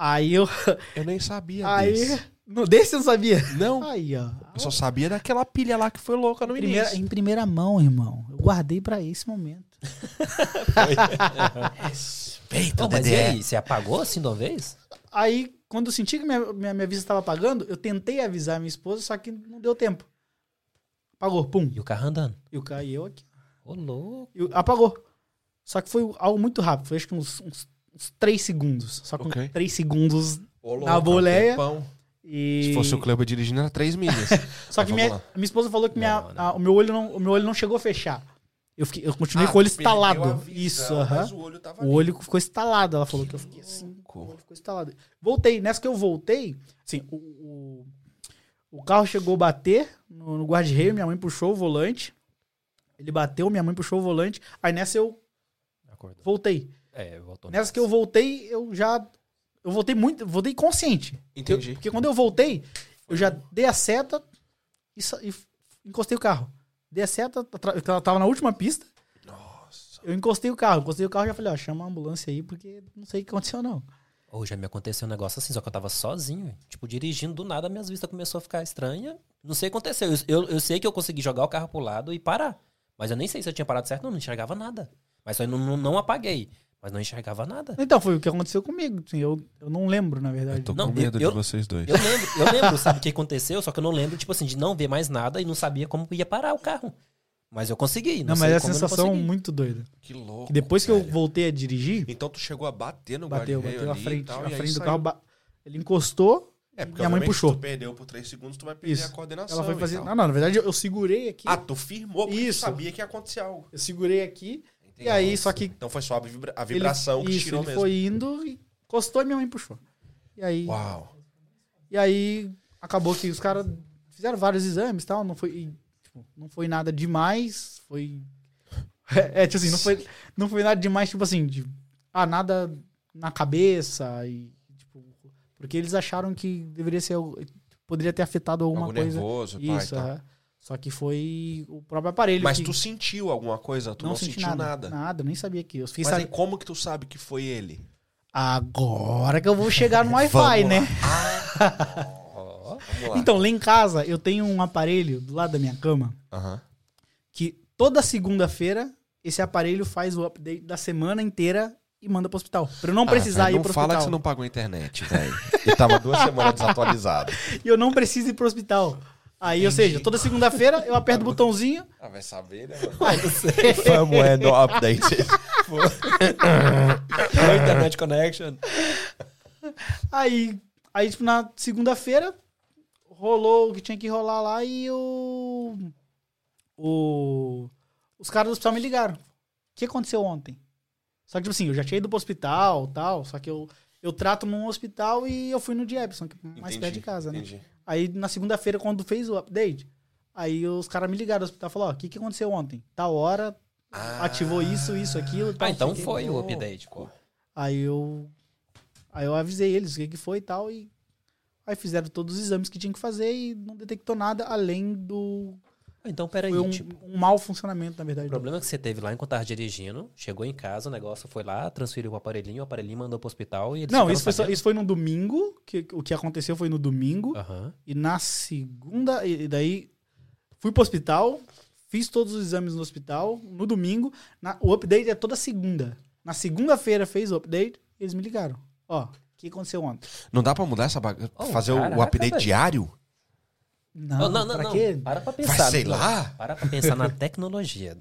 S3: Aí eu.
S2: Eu nem sabia
S3: Aí.
S2: desse.
S3: No, desse eu não sabia.
S2: Não,
S3: Aí, ó.
S2: eu só sabia daquela pilha lá que foi louca no
S3: Primeira-
S2: início.
S3: em primeira mão, irmão. Eu guardei pra esse momento.
S2: Respeita,
S1: Não, mas e aí? Você apagou assim de uma vez?
S3: Aí, quando eu senti que minha, minha, minha vista estava apagando, eu tentei avisar minha esposa, só que não deu tempo. Apagou, pum.
S1: E o carro andando?
S3: E o cara e eu aqui.
S1: Ô, louco.
S3: E o- apagou. Só que foi algo muito rápido. Foi acho que uns, uns, uns três segundos. Só com
S2: Ok.
S3: três segundos.
S2: Ô,
S3: Na
S2: louco,
S3: boleia.
S2: um tempão.
S3: é E...
S2: Se fosse o Kleber dirigindo, era três milhas.
S3: Só que
S2: Mas
S3: minha,
S2: vamos
S3: minha esposa falou que minha,
S1: Não, não.
S3: ah, o, meu olho não, o meu olho não chegou a fechar. Eu, fiquei- eu continuei
S2: Ah,
S3: com o olho estalado. Tipo, Isso, aham.
S2: o olho tava
S3: O olho ficou estalado. Ela falou que eu fiquei assim. O olho ficou estalado. Voltei. Nessa que eu voltei, assim, o, o, o carro chegou a bater no, no guarda-reio. Minha mãe puxou o volante. Ele bateu, minha mãe puxou o volante. Aí nessa eu
S1: Acordou.
S3: voltei.
S1: É, voltou.
S3: Nessa que eu voltei, eu já. Eu voltei muito. Voltei consciente. Eu-
S2: Entendi.
S3: porque quando eu voltei, eu já dei a seta e, sa- e f- encostei o carro. Dei a seta, tra- eu tava na última pista,
S2: Nossa.
S3: eu encostei o carro. Encostei o carro e já falei, ó, chama a ambulância aí, porque não sei o que aconteceu, não.
S1: Ou já me aconteceu um negócio assim, só que eu tava sozinho, velho. tipo, dirigindo do nada, minhas vistas começou a ficar estranha. Não sei o que aconteceu. Eu, eu, eu sei que eu consegui jogar o carro pro lado e parar. Mas eu nem sei se eu tinha parado certo, não, não enxergava nada. Mas só eu não, não, não apaguei. Mas não enxergava nada.
S3: Então, foi o que aconteceu comigo. assim, eu, eu não lembro, na verdade.
S2: Eu tô
S1: Não,
S2: com medo
S1: eu-
S2: de vocês dois.
S1: Eu lembro, eu lembro, sabe, o que aconteceu, só que eu não lembro, tipo assim, de não ver mais nada e não sabia como ia parar o carro. Mas eu consegui. Não,
S3: Não, mas
S1: sei
S3: é a
S1: como eu não
S3: sensação
S1: consegui.
S3: muito doida.
S2: Que louco.
S3: Que depois que eu
S2: velho.
S3: voltei a dirigir,
S2: Então tu chegou a bater no
S3: bateu,
S2: guarda-reio
S3: bateu a
S2: ali e
S3: frente.
S2: tal,
S3: a
S2: e aí
S3: frente do
S2: saiu.
S3: carro, ba- ele encostou,
S2: É, porque
S3: Minha mãe
S2: obviamente,
S3: puxou.
S2: se tu perdeu por 3 segundos, tu vai perder
S3: Isso.
S2: a coordenação.
S3: Ela foi
S2: e
S3: fazer.
S2: tal.
S3: Não, não, na verdade eu, eu segurei aqui.
S2: Ah, tu firmou porque tu
S3: Isso.
S2: sabia que ia acontecer algo.
S3: Eu segurei aqui. E aí, só que.
S2: Então foi só a, vibra- a
S3: ele-
S2: vibração que
S3: isso,
S2: tirou
S3: ele
S2: mesmo.
S3: foi indo, e encostou e minha mãe puxou. E aí.
S2: Uau.
S3: E aí acabou que os caras fizeram vários exames e tal, não foi, e, tipo, não foi nada demais, foi é, é, tipo assim, não foi, não foi nada demais, tipo assim, de ah, nada na cabeça e tipo, porque eles acharam que deveria ser o- poderia ter afetado alguma
S2: Algo
S3: coisa.
S2: nervoso, pá,
S3: Isso,
S2: e tal.
S3: aham. Só que foi o próprio aparelho
S2: Mas
S3: que
S2: tu sentiu alguma coisa? Tu não,
S3: senti
S2: sentiu nada.
S3: Nada, nem sabia que eu fiquei
S2: Mas é
S3: sabe,
S2: aí como que tu sabe que foi ele?
S3: agora que eu vou chegar no Wi-Fi,
S2: Vamos
S3: né?
S2: lá.
S3: um.
S2: Ah,
S1: Ó,
S2: vamos lá.
S3: Então, lá em casa eu tenho um aparelho do lado da minha cama
S2: Aham.
S3: que toda segunda-feira esse aparelho faz o update da semana inteira e manda pro hospital. Pra eu não precisar ir pro
S2: Ah, é, Não fala que
S3: hospital.
S2: você não pagou a internet, velho. E tava duas semanas desatualizado.
S3: E eu não preciso ir pro hospital. Aí, ou
S2: Entendi.
S3: seja, toda segunda-feira eu aperto o botãozinho.
S2: Ah, vai saber, né?
S1: Vamos,
S2: é no update.
S1: Internet Connection.
S3: Aí, aí tipo, na segunda-feira rolou o que tinha que rolar lá e o. o os caras do hospital me ligaram. O que aconteceu ontem? Só que, tipo assim, eu já tinha ido pro hospital tal, só que eu, eu trato num hospital e eu fui no Jepson, que é mais perto de casa, né?
S2: Entendi.
S3: Aí na segunda-feira, quando fez o update, aí os caras me ligaram do hospital e falaram, ó, o que, que aconteceu ontem? Tal hora,
S2: Ah.
S3: ativou isso, isso, aquilo.
S1: Ah,
S3: tal,
S1: então
S3: fiquei,
S1: foi o
S3: pô.
S1: update, pô.
S3: Aí eu. Aí eu avisei eles o que, que foi e tal. E aí fizeram todos os exames que tinham que fazer e não detectou nada além do.
S1: Ah, Então, peraí,
S3: Foi um,
S1: tipo,
S3: um mau funcionamento, na verdade.
S1: o problema que você teve lá enquanto tava dirigindo, chegou em casa, o negócio foi lá, transferiu o aparelhinho, o aparelhinho mandou pro hospital e eles
S3: Não,
S1: ficaram
S3: isso foi, só-
S1: sabendo.
S3: isso foi no domingo. Que, o que aconteceu foi no domingo.
S1: Aham.
S3: E na segunda. E e daí fui pro hospital, fiz todos os exames no hospital, no domingo. na- o update é toda segunda. Na segunda-feira fez o update, eles me ligaram. Ó, o que aconteceu ontem?
S2: Não dá pra mudar essa bagunça?
S1: Oh,
S2: Fazer o- o
S1: caraca,
S2: update
S1: velho.
S2: diário?
S3: Não,
S1: não, não, não,
S3: pra
S1: não.
S3: quê?
S1: Para pra pensar.
S2: Vai, sei
S1: não.
S2: lá.
S1: Para pra pensar na tecnologia.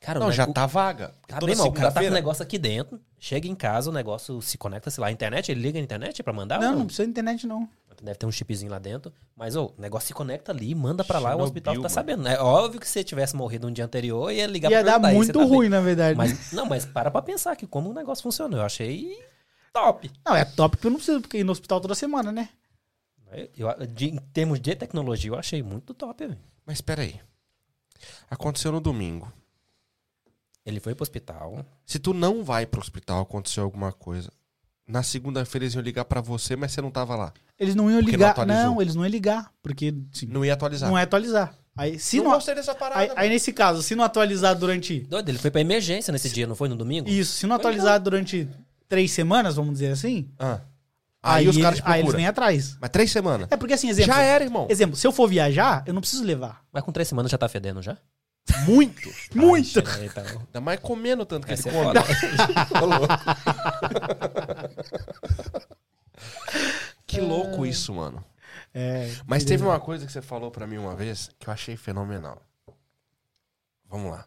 S1: Cara, o
S2: Não, já
S1: nego-
S2: tá vaga.
S1: Tá
S2: Toda
S1: bem, mal, o cara tá com o
S2: segunda-feira.
S1: negócio aqui dentro, chega em casa, o negócio se conecta, sei lá, a internet, ele liga a internet pra mandar?
S3: Não,
S1: ou
S3: não precisa de internet, não.
S1: Deve ter um chipzinho lá dentro. Mas, ô, o negócio se conecta ali, manda pra lá, o
S2: Chernobyl,
S1: hospital fica
S2: mano.
S1: sabendo. É óbvio que se você tivesse morrido um dia anterior, ia ligar
S3: Ia
S1: pra
S3: dar
S1: perguntar, "E aí,
S3: muito
S1: você tá bem?"
S3: ruim, na verdade.
S1: Mas, não, mas para pra pensar que como o negócio funciona. Eu achei top.
S3: Não, é top porque eu não preciso porque ir no hospital toda semana, né?
S1: Eu, de- em termos de tecnologia, eu achei muito top. velho.
S2: Mas peraí. Aconteceu no domingo.
S1: Ele foi pro hospital.
S2: Se tu não vai pro hospital, aconteceu alguma coisa. Na segunda-feira eles iam ligar pra você, mas você não tava lá.
S3: Eles não iam
S2: Porque não
S3: ligar. Não,
S2: atualizou.
S3: eles não iam ligar, porque assim,
S2: Não ia
S3: não,
S2: atualizar.
S3: é atualizar. Aí, se
S2: não,
S3: não,
S2: gostei dessa parada.
S3: aí, aí, nesse caso, se não atualizar durante.
S1: Doido, ele foi pra emergência nesse dia, não foi no domingo?
S3: Isso, se não
S1: Foi
S3: atualizar durante três semanas, vamos dizer assim,
S2: velho. Ah. Aí, os caras te
S3: eles, aí eles
S2: procuram.
S3: vêm atrás.
S2: Mas três semanas.
S3: É porque assim, exemplo.
S2: Já era, irmão.
S3: Exemplo, se eu for viajar, eu não preciso levar.
S1: Mas com três semanas já tá fedendo já?
S2: Muito. Ah,
S3: Muito!
S1: Ai, então,
S2: Ainda mais comendo tanto que
S1: essa
S2: ele
S1: é
S2: come.
S1: foda.
S2: Ô, louco. que louco isso, mano.
S3: Ah. É,
S2: Mas teve uma coisa que você falou pra mim uma vez que eu achei fenomenal. Vamos lá.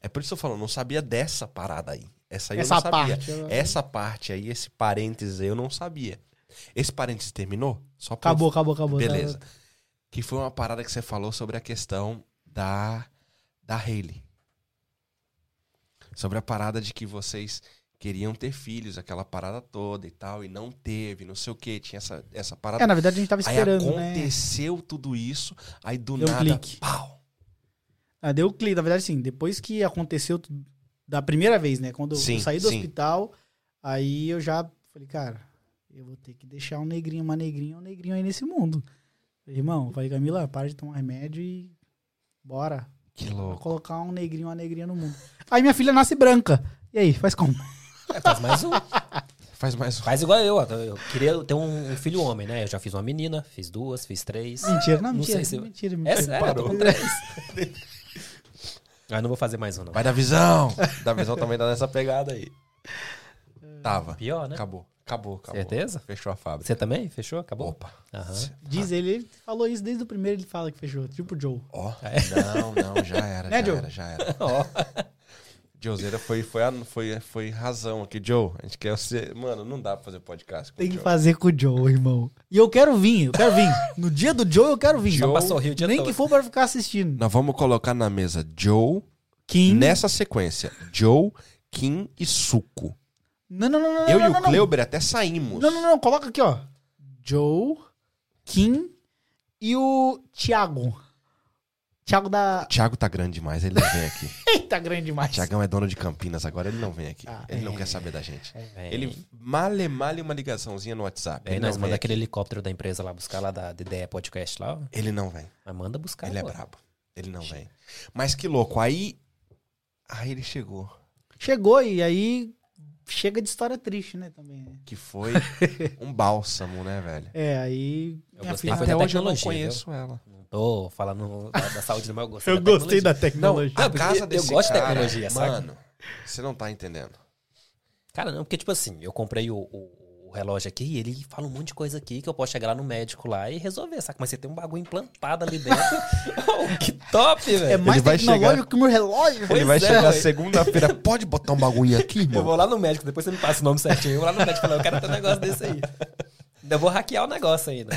S2: É por isso que eu falo, eu não sabia dessa parada aí. Essa aí eu
S3: essa
S2: não sabia. É,
S3: parte. ela-
S2: Essa parte aí, esse parênteses aí, eu não sabia. Esse parênteses terminou? Só pra eu
S3: Acabou, acabou, acabou. tá?
S2: Beleza. Que foi uma parada que você falou sobre a questão da da Hailey. Sobre a parada de que vocês queriam ter filhos, aquela parada toda e tal, e não teve, não sei o que, tinha essa, essa parada.
S3: É, na verdade a gente tava
S2: aí
S3: esperando, né?
S2: aconteceu tudo isso, aí do
S3: Deu um
S2: nada,
S3: clique.
S2: pau.
S3: Ah, deu clique, na verdade, sim. Depois que aconteceu tu- da primeira vez, né? Quando eu-
S2: Sim,
S3: eu saí do
S2: sim.
S3: hospital, aí eu já falei, cara, eu vou ter que deixar um negrinho, uma negrinha, um negrinho aí nesse mundo. Irmão, eu falei, Camila, para de tomar remédio e bora.
S2: Que
S3: Vou
S2: louco.
S3: colocar um negrinho, uma negrinha no mundo. Aí minha filha nasce branca. E aí, faz como?
S1: É, faz mais um.
S2: Faz mais um.
S1: Faz igual eu, ó. Eu queria ter um um filho homem, né? Eu já fiz uma menina, fiz duas, fiz três.
S3: Mentira, não,
S1: Não
S3: mentira,
S1: sei se-
S3: mentira,
S1: É
S3: mentira.
S1: sério, eu tô com três. Ah, eu não vou fazer mais um, não.
S2: Vai da visão. Da visão também dá nessa pegada aí. Tava.
S1: Pior, né?
S2: Acabou. Acabou, acabou.
S1: Certeza?
S2: Fechou a fábrica.
S1: Você é também? Fechou? Acabou?
S2: Opa.
S1: Aham.
S3: Diz ele, ele falou isso desde o primeiro, ele fala que fechou. Tipo o Joe.
S2: Ó,
S1: É.
S2: não, não, já era,
S3: Né,
S2: já
S3: Joe?
S2: era, já era.
S1: Ó,
S2: Joseira foi, foi, a- foi, foi razão aqui. Joe, a gente quer ser. Mano, não dá pra fazer podcast com
S3: Tem
S2: o
S3: que
S2: Joe.
S3: fazer com o Joe, irmão. E eu quero vir, eu quero vir. No dia do Joe, eu quero vir.
S1: Só pra sorrir o dia
S3: Nem
S1: todo.
S3: que for pra ficar assistindo.
S2: Nós vamos colocar na mesa Joe,
S3: Kim.
S2: nessa sequência: Joe, Kim e Suco.
S3: Não, não, não, não.
S2: Eu
S3: não,
S2: e
S3: não,
S2: o
S3: não.
S2: Cleuber até saímos.
S3: Não, não, não. Coloca aqui, ó. Joe, Kim e o Thiago. Thiago da.
S2: Thiago tá grande demais, ele não vem aqui.
S3: Eita, grande demais.
S2: Tiagão é dono de Campinas, agora ele não vem aqui.
S3: Ah,
S2: ele não
S3: é.
S2: quer saber da gente.
S1: Vem.
S2: Ele male male uma ligaçãozinha no
S3: É,
S2: WhatsApp.
S1: Vem,
S2: ele,
S1: nós
S2: não
S1: É,
S2: vem
S1: manda aquele
S2: aqui.
S1: helicóptero da empresa lá buscar lá da DDE Podcast lá, ó.
S2: ele não vem.
S1: Mas manda buscar.
S2: ele é
S1: pô.
S2: brabo. Ele não vem. Mas que louco. Aí. Aí ele chegou.
S3: Chegou e aí chega de história triste, né? Também. né?
S2: Que foi um bálsamo, né, velho?
S3: É, aí.
S1: Eu
S3: minha
S1: gostei
S3: filha-
S1: foi da
S2: Até hoje eu não
S1: tecnologia,
S2: conheço ela.
S1: Não tô falando da, da saúde do meu gosto.
S3: Eu gostei da tecnologia.
S1: Não, porque eu gosto de tecnologia, saca?
S2: Mano, você não tá entendendo.
S1: Cara, não, porque tipo assim, eu comprei o, o- o relógio aqui e ele fala um monte de coisa aqui que eu posso chegar lá no médico lá e resolver, saca? Mas você tem um bagulho implantado ali dentro. oh, que top,
S3: É
S1: velho.
S3: mais
S2: vai
S3: tecnológico
S2: chegar-
S3: que o meu relógio.
S1: Pois
S2: ele vai
S1: é,
S2: chegar
S1: velho.
S2: segunda-feira. Pode botar um bagulho aqui,
S1: Eu
S2: irmão?
S1: vou lá no médico, depois você me passa o nome certinho. Eu vou lá no médico e falo, eu quero ter um negócio desse aí. Ainda vou hackear o negócio ainda.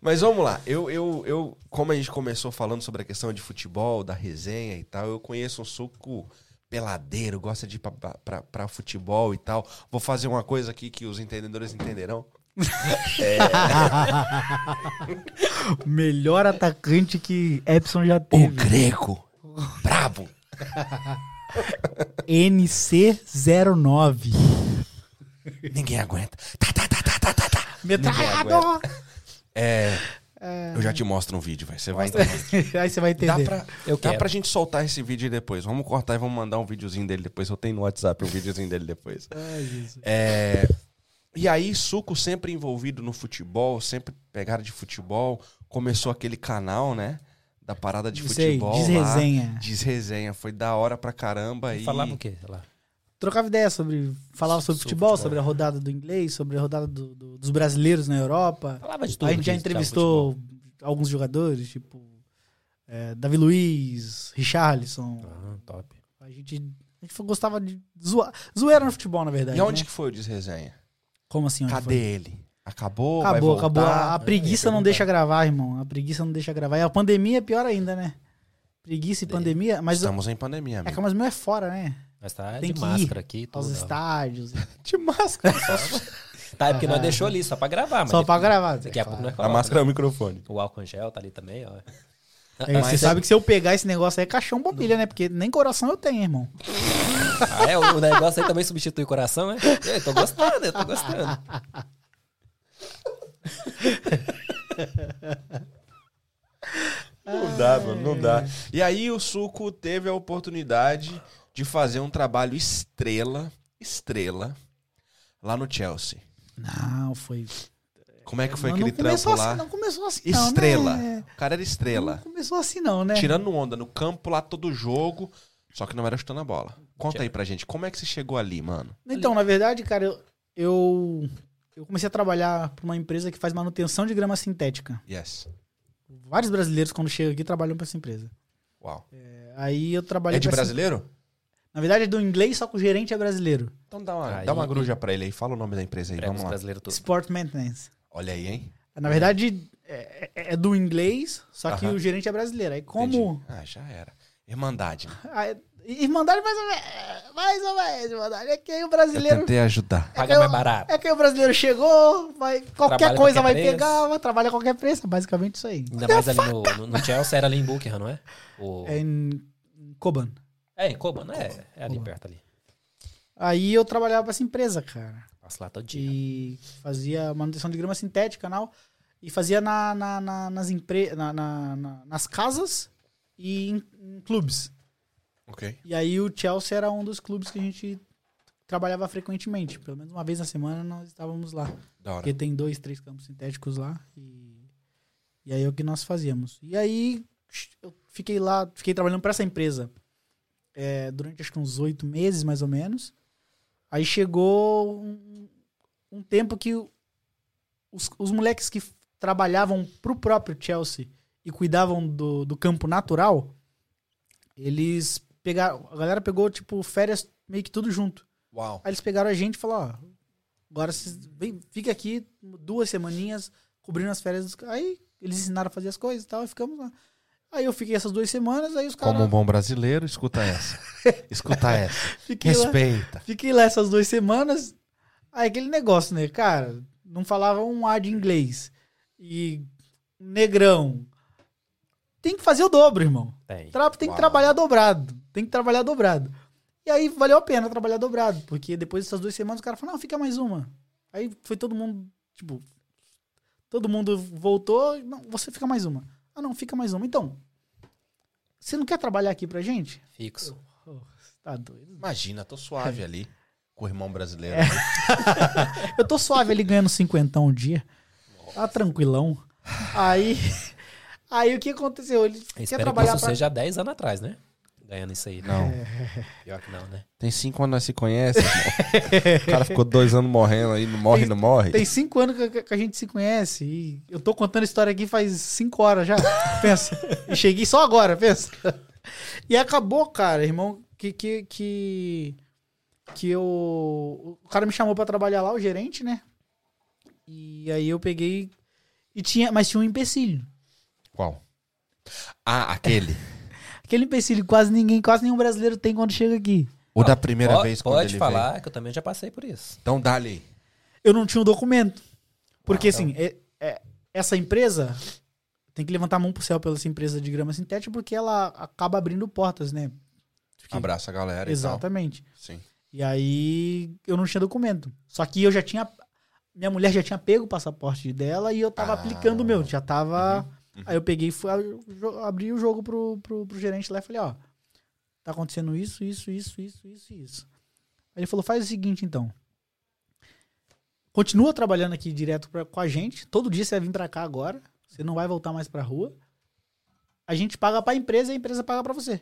S2: Mas vamos lá, eu, eu, eu, como a gente começou falando sobre a questão de futebol, da resenha e tal, eu conheço um suco peladeiro, gosta de ir pra, pra- pra, pra futebol e tal. Vou fazer uma coisa aqui que os entendedores entenderão.
S3: Melhor atacante que Epson já
S2: O
S3: teve.
S2: grego, brabo.
S3: NC09.
S2: Ninguém aguenta. Tá, tá, tá, tá, tá, tá, tá.
S3: Metralhador!
S2: É, eu já te mostro um vídeo, vai. Você vai entender.
S3: aí você vai
S2: Dá
S3: entender.
S2: pra,
S1: Eu
S2: dá
S1: quero.
S2: pra gente soltar esse vídeo aí depois. Vamos cortar e vamos mandar um videozinho dele depois. Eu tenho no WhatsApp o videozinho dele depois.
S3: Ai, Jesus.
S2: É, e aí, Suco sempre envolvido no futebol, sempre pegado de futebol. Começou aquele canal, né? Da parada de
S3: Isso aí,
S2: futebol.
S3: diz
S2: lá.
S3: resenha.
S2: Diz resenha. Foi da hora pra caramba. E...
S1: Falava o quê lá?
S3: Trocava ideia sobre. Falava sobre
S1: Sobre
S3: futebol,
S1: futebol.
S3: sobre a rodada do inglês, sobre a rodada do- do- dos brasileiros na Europa.
S1: Falava de tudo. tá,
S3: A gente já
S1: que-
S3: entrevistou alguns jogadores, tipo. é, Davi Luiz, Richarlison.
S1: Ah, top.
S3: A gente, a gente gostava de zoar. Zoeira no futebol, na verdade.
S2: E onde
S3: né?
S2: que foi o diz resenha?
S3: Como assim? Onde
S2: Cadê
S3: foi?
S2: ele? Acabou? vai
S3: Acabou, acabou. Ah,
S2: voltar?
S3: A, a preguiça não
S1: perguntar.
S3: deixa gravar, irmão. A preguiça não deixa gravar. E a pandemia é pior ainda, né?
S2: É,
S3: Preguiça e pandemia. Mas o-
S2: Estamos em pandemia,
S3: é
S2: amigo.
S3: que mas meu é fora, né?
S1: Mas tá
S3: Tem
S1: de
S3: que
S1: máscara aqui e tudo. né?
S3: Aos
S1: ó.
S3: estádios.
S2: De máscara.
S1: Tá, é porque nós deixou ali só pra gravar. Mas
S3: Só pra
S1: depois-
S3: gravar. tá
S1: Daqui a pouco nós
S2: é A
S1: coloca,
S2: máscara é o microfone.
S1: né? O álcool em gel tá ali também, ó.
S3: É, você
S2: Mas-
S3: sabe que se eu pegar esse negócio aí é caixão bombilha, né? Porque nem coração eu tenho, irmão.
S1: Ah, é, o negócio aí também substitui o coração, é? Eu tô gostando, eu tô gostando.
S2: Não dá, mano, não dá. E aí o Suco teve a oportunidade de fazer um trabalho estrela, estrela, lá no Chelsea.
S3: Não, foi.
S2: Como é que foi
S3: Mas
S2: aquele
S3: não começou
S2: trampo lá?
S3: assim, não começou assim, não.
S2: estrela.
S3: Né?
S2: O cara era
S3: Não
S2: estrela.
S3: começou assim, não, né?
S2: Tirando onda no campo lá todo jogo, só que não era chutando a bola. Conta aí pra gente, como é que você chegou ali, mano?
S3: Então, na verdade, cara, eu, eu, eu comecei a trabalhar pra uma empresa que faz manutenção de grama sintética.
S2: Yes.
S3: Vários brasileiros, quando chegam aqui, trabalham pra essa empresa.
S2: Uau.
S3: Aí eu trabalhei.
S2: É de
S3: pra essa-
S2: brasileiro?
S3: Na verdade, é do inglês, só que o gerente é brasileiro.
S2: Então dá uma,
S1: Aí-
S2: dá uma gruja pra ele aí. Fala o nome da empresa aí,
S1: Prego
S2: vamos
S1: os
S2: lá.
S1: brasileiros todos.
S3: Sport Maintenance.
S2: Olha aí, hein?
S3: Na verdade, é, é- é do inglês, só que
S2: Aham.
S3: o gerente é brasileiro. Aí como.
S2: Entendi. Ah, já era. Irmandade. né?
S3: Aí, Irmandade mais ou menos. Mais ou menos, Irmandade. É que aí o
S2: Eu
S3: brasileiro.
S2: tentei ajudar.
S1: Paga mais barato.
S3: É que aí o brasileiro chegou, vai, qualquer
S1: Trabalha
S3: coisa vai
S1: qualquer preço.
S3: pegar, vai trabalhar qualquer preço. É basicamente isso aí.
S1: Ainda mais ali no, no, no Chelsea, era ali em Buckingham, não é? O-
S3: É em Coban.
S1: É, em Coban, né? É, ali perto ali.
S3: Aí eu trabalhava pra essa empresa, cara.
S1: Passo lá todo dia.
S3: E fazia manutenção de grama sintética, canal. E fazia na, na- na- nas, empre... na- na- na- nas casas e em, em clubes.
S2: Ok.
S3: E aí o Chelsea era um dos clubes que a gente trabalhava frequentemente. Pelo menos uma vez na semana nós estávamos lá.
S2: Da hora.
S3: Porque tem dois, três campos sintéticos lá. E, e aí é o que nós fazíamos. E aí eu fiquei lá, fiquei trabalhando para essa empresa é, durante acho que uns oito meses, mais ou menos. Aí chegou um, um tempo que o- os, os moleques que f- trabalhavam pro próprio Chelsea e cuidavam do, do campo natural, eles pegaram, a galera pegou, tipo, férias meio que tudo junto.
S1: Uau.
S3: Aí eles pegaram a gente e falaram, ó, agora vocês vem, fica aqui duas semaninhas cobrindo as férias. Dos... ca- Aí eles ensinaram a fazer as coisas e tal, e ficamos lá. Aí eu fiquei essas duas semanas, aí os caras...
S2: Como um bom brasileiro, escuta essa. escuta essa.
S3: Fiquei lá,
S2: Respeita.
S3: fiquei lá essas duas semanas. Aí aquele negócio, né? Cara, não falava um ar de inglês. E negrão. Tem que fazer o dobro, irmão.
S1: Tem.
S3: Tra- tem que
S2: Uau.
S3: trabalhar dobrado. Tem que trabalhar dobrado. E aí valeu a pena trabalhar dobrado, porque depois dessas duas semanas o cara falou, não, fica mais uma. Aí foi todo mundo, tipo, todo mundo voltou, não, você fica mais uma. Ah, não, fica mais uma. Então, você não quer trabalhar aqui pra gente?
S1: Fixo.
S3: Oh, você tá doido.
S2: Imagina, tô suave ali com o irmão brasileiro.
S3: É. Eu tô suave ali ganhando cinquentão o dia. Tá tranquilão. Aí, aí o que aconteceu? Ele
S1: Eu
S3: quer
S1: espero que
S3: trabalhar
S1: isso
S3: pra...
S1: seja há 10 anos atrás, né? Ganhando isso aí.
S2: Não.
S1: Pior que não, né?
S2: Tem cinco anos nós se conhece, irmão. O cara ficou dois anos morrendo aí, não morre, não morre.
S3: Tem cinco anos que- que que a gente se conhece e eu tô contando a história aqui faz cinco horas já. pensa. E cheguei só agora, pensa. E acabou, cara, irmão, que que que, que eu, o cara me chamou pra trabalhar lá, o gerente, né? E aí eu peguei e tinha, mas tinha um empecilho.
S2: Qual? Ah, aquele.
S3: Aquele empecilho que quase ninguém, quase nenhum brasileiro tem quando chega aqui.
S2: O da primeira
S1: Po-
S2: vez quando
S1: Pode
S2: ele
S1: falar
S2: veio.
S1: que eu também já passei por isso.
S2: Então dá ali.
S3: eu não tinha o documento.
S2: Ah,
S3: Porque,
S2: tá.
S3: assim, é- é- essa empresa tem que levantar a mão pro céu pela essa empresa de grama sintética, porque ela acaba abrindo portas, né? Porque-
S2: Abraça a galera e
S3: Exatamente.
S2: tal. Sim.
S3: E aí eu não tinha documento. Só que eu já tinha. Minha mulher já tinha pego o passaporte dela e eu tava
S2: Ah.
S3: aplicando o meu. Já tava. Aí eu peguei e fui a- jo- abri o jogo pro, pro, pro gerente lá e falei, ó, tá acontecendo isso, isso, isso, isso, isso, e isso. Aí ele falou, faz o seguinte então. Continua trabalhando aqui direto pra, com a gente. Todo dia você vai vir pra cá agora. Você não vai voltar mais pra rua. A gente paga pra empresa e a empresa paga pra você.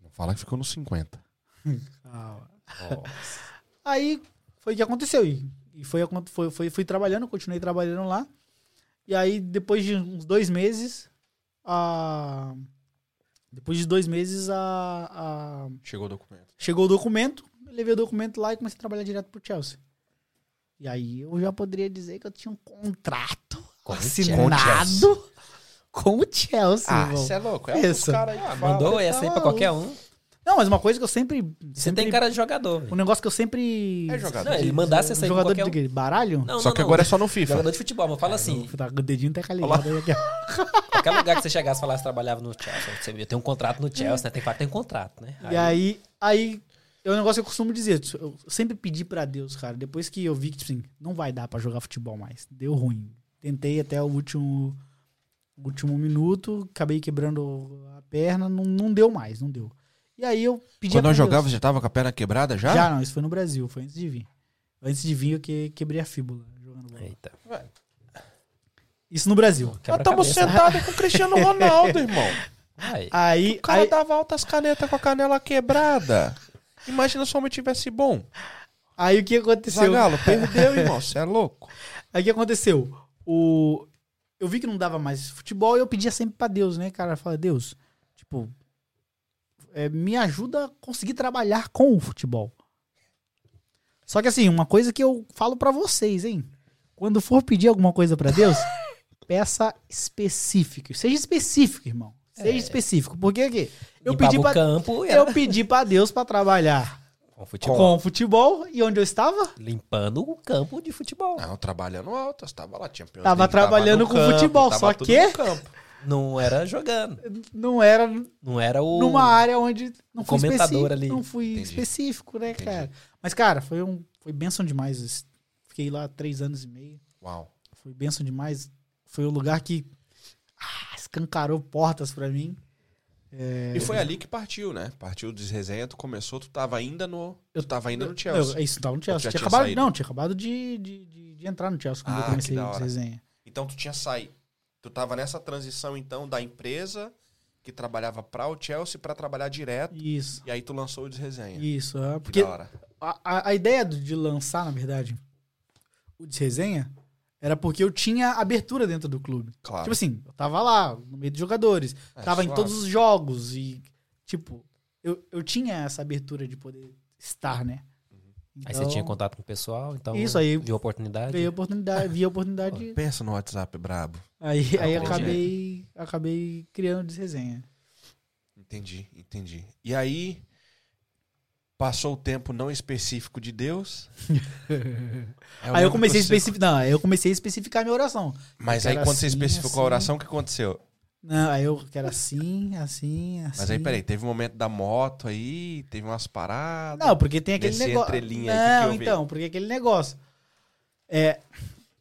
S2: Não fala que ficou nos 50.
S3: Aí foi o que aconteceu. E e foi, acon- foi, foi, fui trabalhando, continuei trabalhando lá. E aí, depois de uns dois meses, a... depois de dois meses, a... a-
S2: Chegou o documento.
S3: chegou o documento, eu levei o documento lá e comecei a trabalhar direto pro Chelsea. E aí eu já poderia dizer que eu tinha um contrato
S1: Com o
S3: assinado com o Chelsea.
S2: Ah,
S3: irmão.
S2: você é louco. É
S3: Isso. Ah,
S2: os caras aí. que falam.
S1: Mandou
S3: tá
S1: essa aí pra qualquer um.
S3: Não, mas uma coisa que eu sempre...
S1: Você
S3: sempre
S1: tem cara de jogador. velho.
S3: Um negócio que eu sempre...
S2: É jogador.
S1: Não, ele mandasse essa aí pra
S3: jogador de
S1: qualquer um.
S3: quê? baralho?
S1: Não,
S2: Só
S1: não,
S2: que
S1: não.
S2: agora é só no FIFA.
S1: Jogador de futebol, mas fala assim,
S3: Tá, o dedinho tá calejado aí aqui. ó.
S1: qualquer lugar que você chegasse e falasse que trabalhava no Chelsea, você ia ter um contrato no Chelsea, né? Tem que ter um contrato, né?
S3: E aí, aí é um negócio que eu costumo dizer. Eu sempre pedi pra Deus, cara. Depois que eu vi que, tipo assim, não vai dar pra jogar futebol mais. Deu ruim. Tentei até o último, último minuto, acabei quebrando a perna, não, não deu mais, não deu. E aí eu pedi
S2: Quando
S3: pra
S2: eu
S3: Deus.
S2: jogava, já tava com a perna quebrada já?
S3: Já não, isso foi no Brasil, foi antes de vir. Antes de vir eu que, quebrei a fíbula jogando bola.
S1: Eita.
S3: Isso no Brasil.
S2: Nós estamos
S1: Quebra-cabeça. né?
S2: sentados com o Cristiano Ronaldo, irmão.
S1: Ai,
S3: Aí,
S2: O cara
S3: aí,
S2: dava altas canetas com a canela quebrada. Imagina se o homem tivesse bom.
S3: aí o que aconteceu?
S2: Zagalo, perdeu, irmão. Você é louco.
S3: Aí o que aconteceu? O... Eu vi que não dava mais futebol e eu pedia sempre pra Deus, né, cara? Eu falava, Deus, tipo, é, me ajuda a conseguir trabalhar com o futebol. Só que assim, uma coisa que eu falo pra vocês, hein? Quando for pedir alguma coisa pra Deus, peça específico. Seja específico, irmão. Seja específico. Porque aqui, eu
S1: limpava
S3: pedi,
S1: o
S3: pra,
S1: campo e era
S3: eu pedi pra Deus pra trabalhar
S1: com
S3: com,
S1: futebol.
S3: com futebol e onde eu estava?
S1: Limpando o campo de futebol.
S2: Não, trabalhando altas. Tava lá, campeão.
S3: Tava trabalhando com futebol, só que-
S1: Não era jogando.
S3: Não era
S1: Não era o.
S3: numa área onde não
S1: o
S3: fui
S1: comentador
S3: específico,
S1: ali.
S3: não fui
S2: Entendi.
S3: específico, né,
S2: Entendi.
S3: cara? Mas cara, foi um foi benção demais. esse- Fiquei lá três anos e meio,
S2: Uau.
S3: foi benção demais. Foi um lugar que ah, escancarou portas pra mim.
S2: E foi ali que partiu, né? Partiu o desresenha, tu começou, tu tava ainda no. Eu tava ainda no Chelsea.
S3: Eu, isso tava no
S2: Ou tu já
S3: Chelsea. Tinha
S2: tinha
S3: acabado,
S2: saído?
S3: não, tinha acabado de, de, de- de entrar no Chelsea quando
S2: Ah,
S3: eu
S2: que
S3: comecei
S2: da
S3: a
S2: hora.
S3: resenha.
S2: Então tu tinha saído. Tu tava nessa transição, então, da empresa que trabalhava pra o Chelsea pra trabalhar direto.
S3: Isso.
S2: E aí tu lançou o desresenha.
S3: Isso, é,
S2: Que
S3: porque
S2: da hora.
S3: a, a- a ideia do- de lançar, na verdade, o de resenha era porque eu tinha abertura dentro do clube.
S2: Claro.
S3: Tipo assim, eu tava lá, no meio dos jogadores.
S2: É,
S3: tava em
S2: suave.
S3: todos os jogos e, tipo, eu eu, eu tinha essa abertura de poder estar, né?
S1: Aí
S3: Então,
S1: você tinha contato com o pessoal, então
S3: Isso aí.
S1: viu a oportunidade.
S3: Veio a oportunidade, vi a oportunidade.
S2: Pensa no WhatsApp brabo.
S3: aí aí
S1: acredito.
S3: acabei, acabei criando desresenha.
S2: Entendi, entendi. E aí, passou o tempo não específico de Deus. É
S1: É
S3: aí eu comecei
S2: especificar.
S3: a especificar. Não, aí eu comecei a especificar a minha oração.
S2: Mas
S3: Eu
S2: aí
S3: quero
S2: quando você
S3: assim,
S2: especificou
S3: assim.
S2: a oração, o que aconteceu?
S3: Não, aí eu quero assim, assim, assim.
S2: Mas aí, peraí, teve um momento da moto aí, teve umas paradas.
S3: Não, porque tem aquele
S2: Nesse
S3: negócio.
S2: entrelinha aí, que
S3: Não,
S2: que eu vi?
S3: então, porque aquele negócio. É,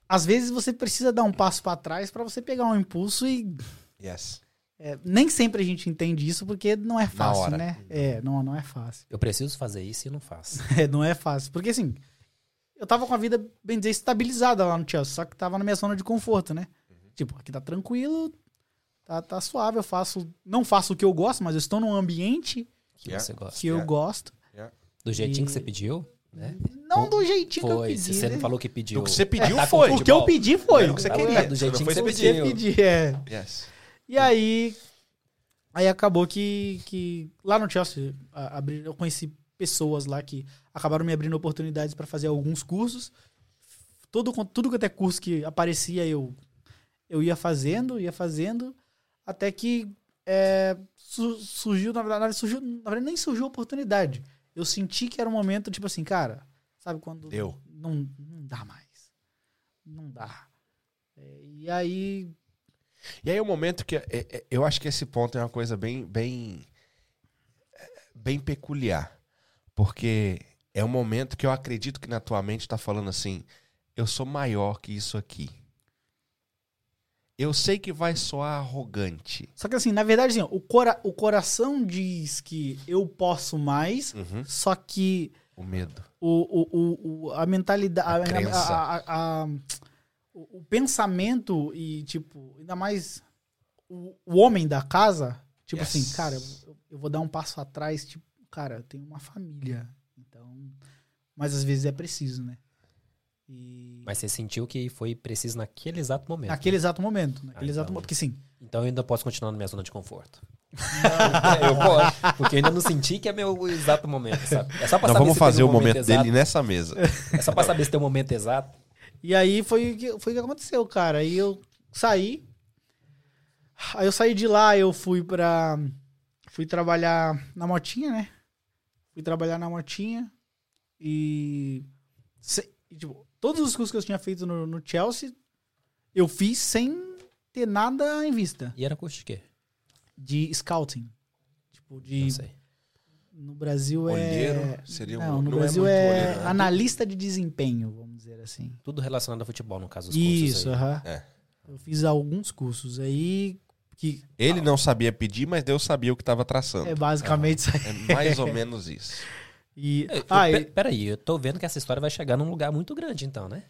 S3: às vezes você precisa dar um passo pra trás pra você pegar um impulso e
S2: Yes.
S3: é, nem sempre a gente entende isso porque não é fácil,
S2: hora. Uhum.
S3: né? É, não, não é fácil.
S1: Eu preciso fazer isso e não faço.
S3: É, não é fácil. Porque assim, eu tava com a vida, bem dizer, estabilizada lá no Chelsea, só que tava na minha zona de conforto, né?
S2: Uhum.
S3: Tipo, aqui tá tranquilo, tá, tá suave, eu faço, não faço o que eu gosto, mas eu estou num ambiente
S1: Que é?
S2: Yeah.
S1: você gosta.
S3: que eu
S2: Yeah.
S3: gosto.
S1: Do jeitinho que
S3: E-
S1: você pediu, né?
S3: Não do jeitinho que eu
S1: Foi.
S3: pedi.
S1: Se você
S3: né?
S1: não falou que pediu.
S2: O que você pediu
S1: tá com
S2: foi.
S1: futebol.
S3: O que eu pedi foi.
S2: Era o que você
S3: Tá
S2: queria.
S3: ligado?
S1: Do jeitinho
S2: Foi
S1: que você
S3: Eu
S1: pediu.
S3: pedi, é.
S2: Yes.
S3: E aí. Aí acabou que. que lá no Chelsea, a- abri- eu conheci pessoas lá que acabaram me abrindo oportunidades para fazer alguns cursos. Todo, con- tudo quanto é curso que aparecia, eu, eu ia fazendo, ia fazendo. Até que é, su- surgiu, na verdade, surgiu, na verdade, nem surgiu a oportunidade. Eu senti que era um momento, tipo assim, cara, sabe quando.
S2: Deu.
S3: Não, não dá mais. Não dá. É, e aí.
S2: E aí o momento que. é, é, Eu acho que esse ponto é uma coisa bem. bem é, bem peculiar. Porque é um momento que eu acredito que na tua mente tá falando assim: eu sou maior que isso aqui. Eu sei que vai soar arrogante.
S3: Só que assim, na verdade, assim, ó, o, cora o coração diz que eu posso mais,
S2: Uhum.
S3: só que
S2: O medo.
S3: o, o, o, o- a mentalidade.
S2: A
S3: A
S2: crença.
S3: a- a- a- o, o pensamento e, tipo, ainda mais o, o homem da casa, tipo
S2: Yes.
S3: assim, cara, eu, eu vou dar um passo atrás, tipo, cara, eu tenho uma família. Então. Mas às vezes é preciso, né? E.
S1: Mas você sentiu que foi preciso naquele exato momento.
S3: Naquele exato momento. Naquele
S1: Ah,
S3: exato
S1: então.
S3: momento. Porque assim, sim,
S1: Então eu ainda posso continuar na minha zona de conforto. eu posso. Porque eu ainda não senti que é meu exato momento, sabe? É só pra saber
S2: Nós vamos
S1: se teve
S2: fazer
S1: um
S2: o momento
S1: exato.
S2: dele nessa mesa.
S1: É só pra saber se tem um momento exato.
S3: E aí foi o que, foi o que aconteceu, cara. Aí eu saí. Aí eu saí de lá, eu fui pra. Fui trabalhar na motinha, né? Fui trabalhar na motinha. E. se- e, tipo, todos os cursos que eu tinha feito no, no Chelsea, eu fiz sem ter nada em vista.
S1: E era curso de quê?
S3: De scouting. Tipo,
S1: Não
S3: de.
S1: sei.
S3: No Brasil é.
S2: Olheiro seria um-
S3: Não, no
S2: não é
S3: Brasil
S2: muito
S3: é,
S2: olheiro, né?
S3: analista de desempenho, vamos dizer assim.
S1: Tudo relacionado ao futebol, no caso, os cursos
S3: Isso,
S1: aí.
S3: aham.
S2: É.
S3: Eu fiz alguns cursos aí que
S2: Ele não sabia pedir, mas Deus sabia o que estava traçando.
S3: é basicamente isso aí.
S2: É mais ou menos isso.
S3: E,
S1: Eu-
S3: ah,
S1: É, eu-
S3: e
S1: pe- Peraí, eu tô vendo que essa história vai chegar num lugar muito grande, então, né?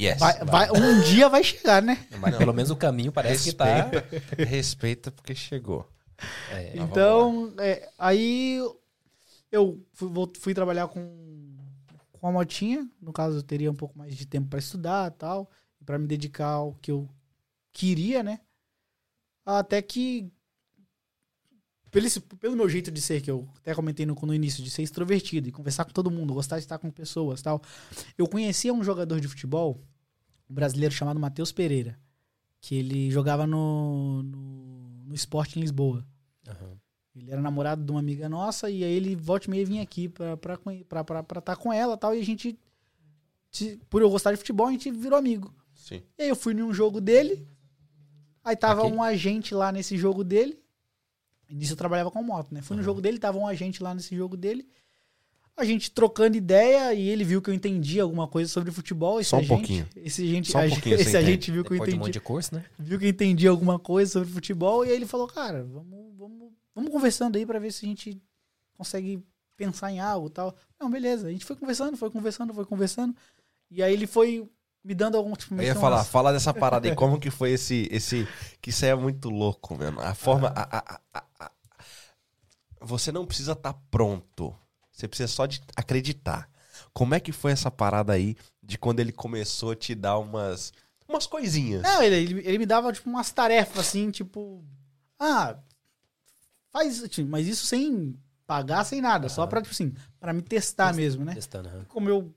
S2: Yes.
S3: vai, vai- um dia vai chegar, né?
S1: Mas pelo menos o caminho parece que tá.
S2: Respeita, respeita porque chegou.
S1: É,
S2: vamos
S3: Então, é, aí eu fui, vol- fui trabalhar com, com a motinha. No caso, eu teria um pouco mais de tempo para estudar e tal, para me dedicar ao que eu queria, né? Até que, pelo, esse- pelo meu jeito de ser, que eu até comentei no, no início, de ser extrovertido e conversar com todo mundo, gostar de estar com pessoas e tal, eu conhecia um jogador de futebol, um brasileiro chamado Matheus Pereira, que ele jogava no, no, no Sport em Lisboa.
S1: aham.
S3: Ele era namorado de uma amiga nossa e aí ele volta e meia vinha aqui pra estar pra, pra, pra tá com ela e tal. E a gente, se- por eu gostar de futebol, a gente virou amigo.
S2: Sim.
S3: E aí eu fui num jogo dele, aí tava
S1: Ok.
S3: um agente lá nesse jogo dele. Nisso eu trabalhava com moto, né? Fui
S2: Uhum.
S3: no jogo dele, tava um agente lá nesse jogo dele. A gente trocando ideia e ele viu que eu entendi alguma coisa sobre futebol. Esse
S2: Só um
S3: agente-
S2: pouquinho.
S3: Esse agente,
S2: Só um
S3: a-
S2: pouquinho você
S3: esse agente viu que eu
S1: Depois de um
S3: entendi
S1: monte de curso, né?
S3: viu que eu entendi alguma coisa sobre futebol e aí ele falou, cara, vamos, vamos, vamos conversando aí pra ver se a gente consegue pensar em algo e tal. Não, beleza. A gente foi conversando, foi conversando, foi conversando. E aí ele foi me dando algum tipo
S2: Eu ia
S3: meteu
S2: falar,
S3: umas-
S2: fala dessa parada aí, como que foi esse, esse, que isso aí é muito louco, mesmo. A forma, a- a- a- a- a- você não precisa estar pronto, você precisa só de acreditar. Como é que foi essa parada aí de quando ele começou a te dar umas, umas coisinhas?
S3: Não, ele, ele, ele me dava tipo umas tarefas assim, tipo, ah, Faz, tipo, mas isso sem pagar, sem nada. Só
S1: Aham.
S3: pra, tipo assim, pra me testar
S1: Testa-
S3: mesmo, né?
S1: Testando, aham.
S3: Como eu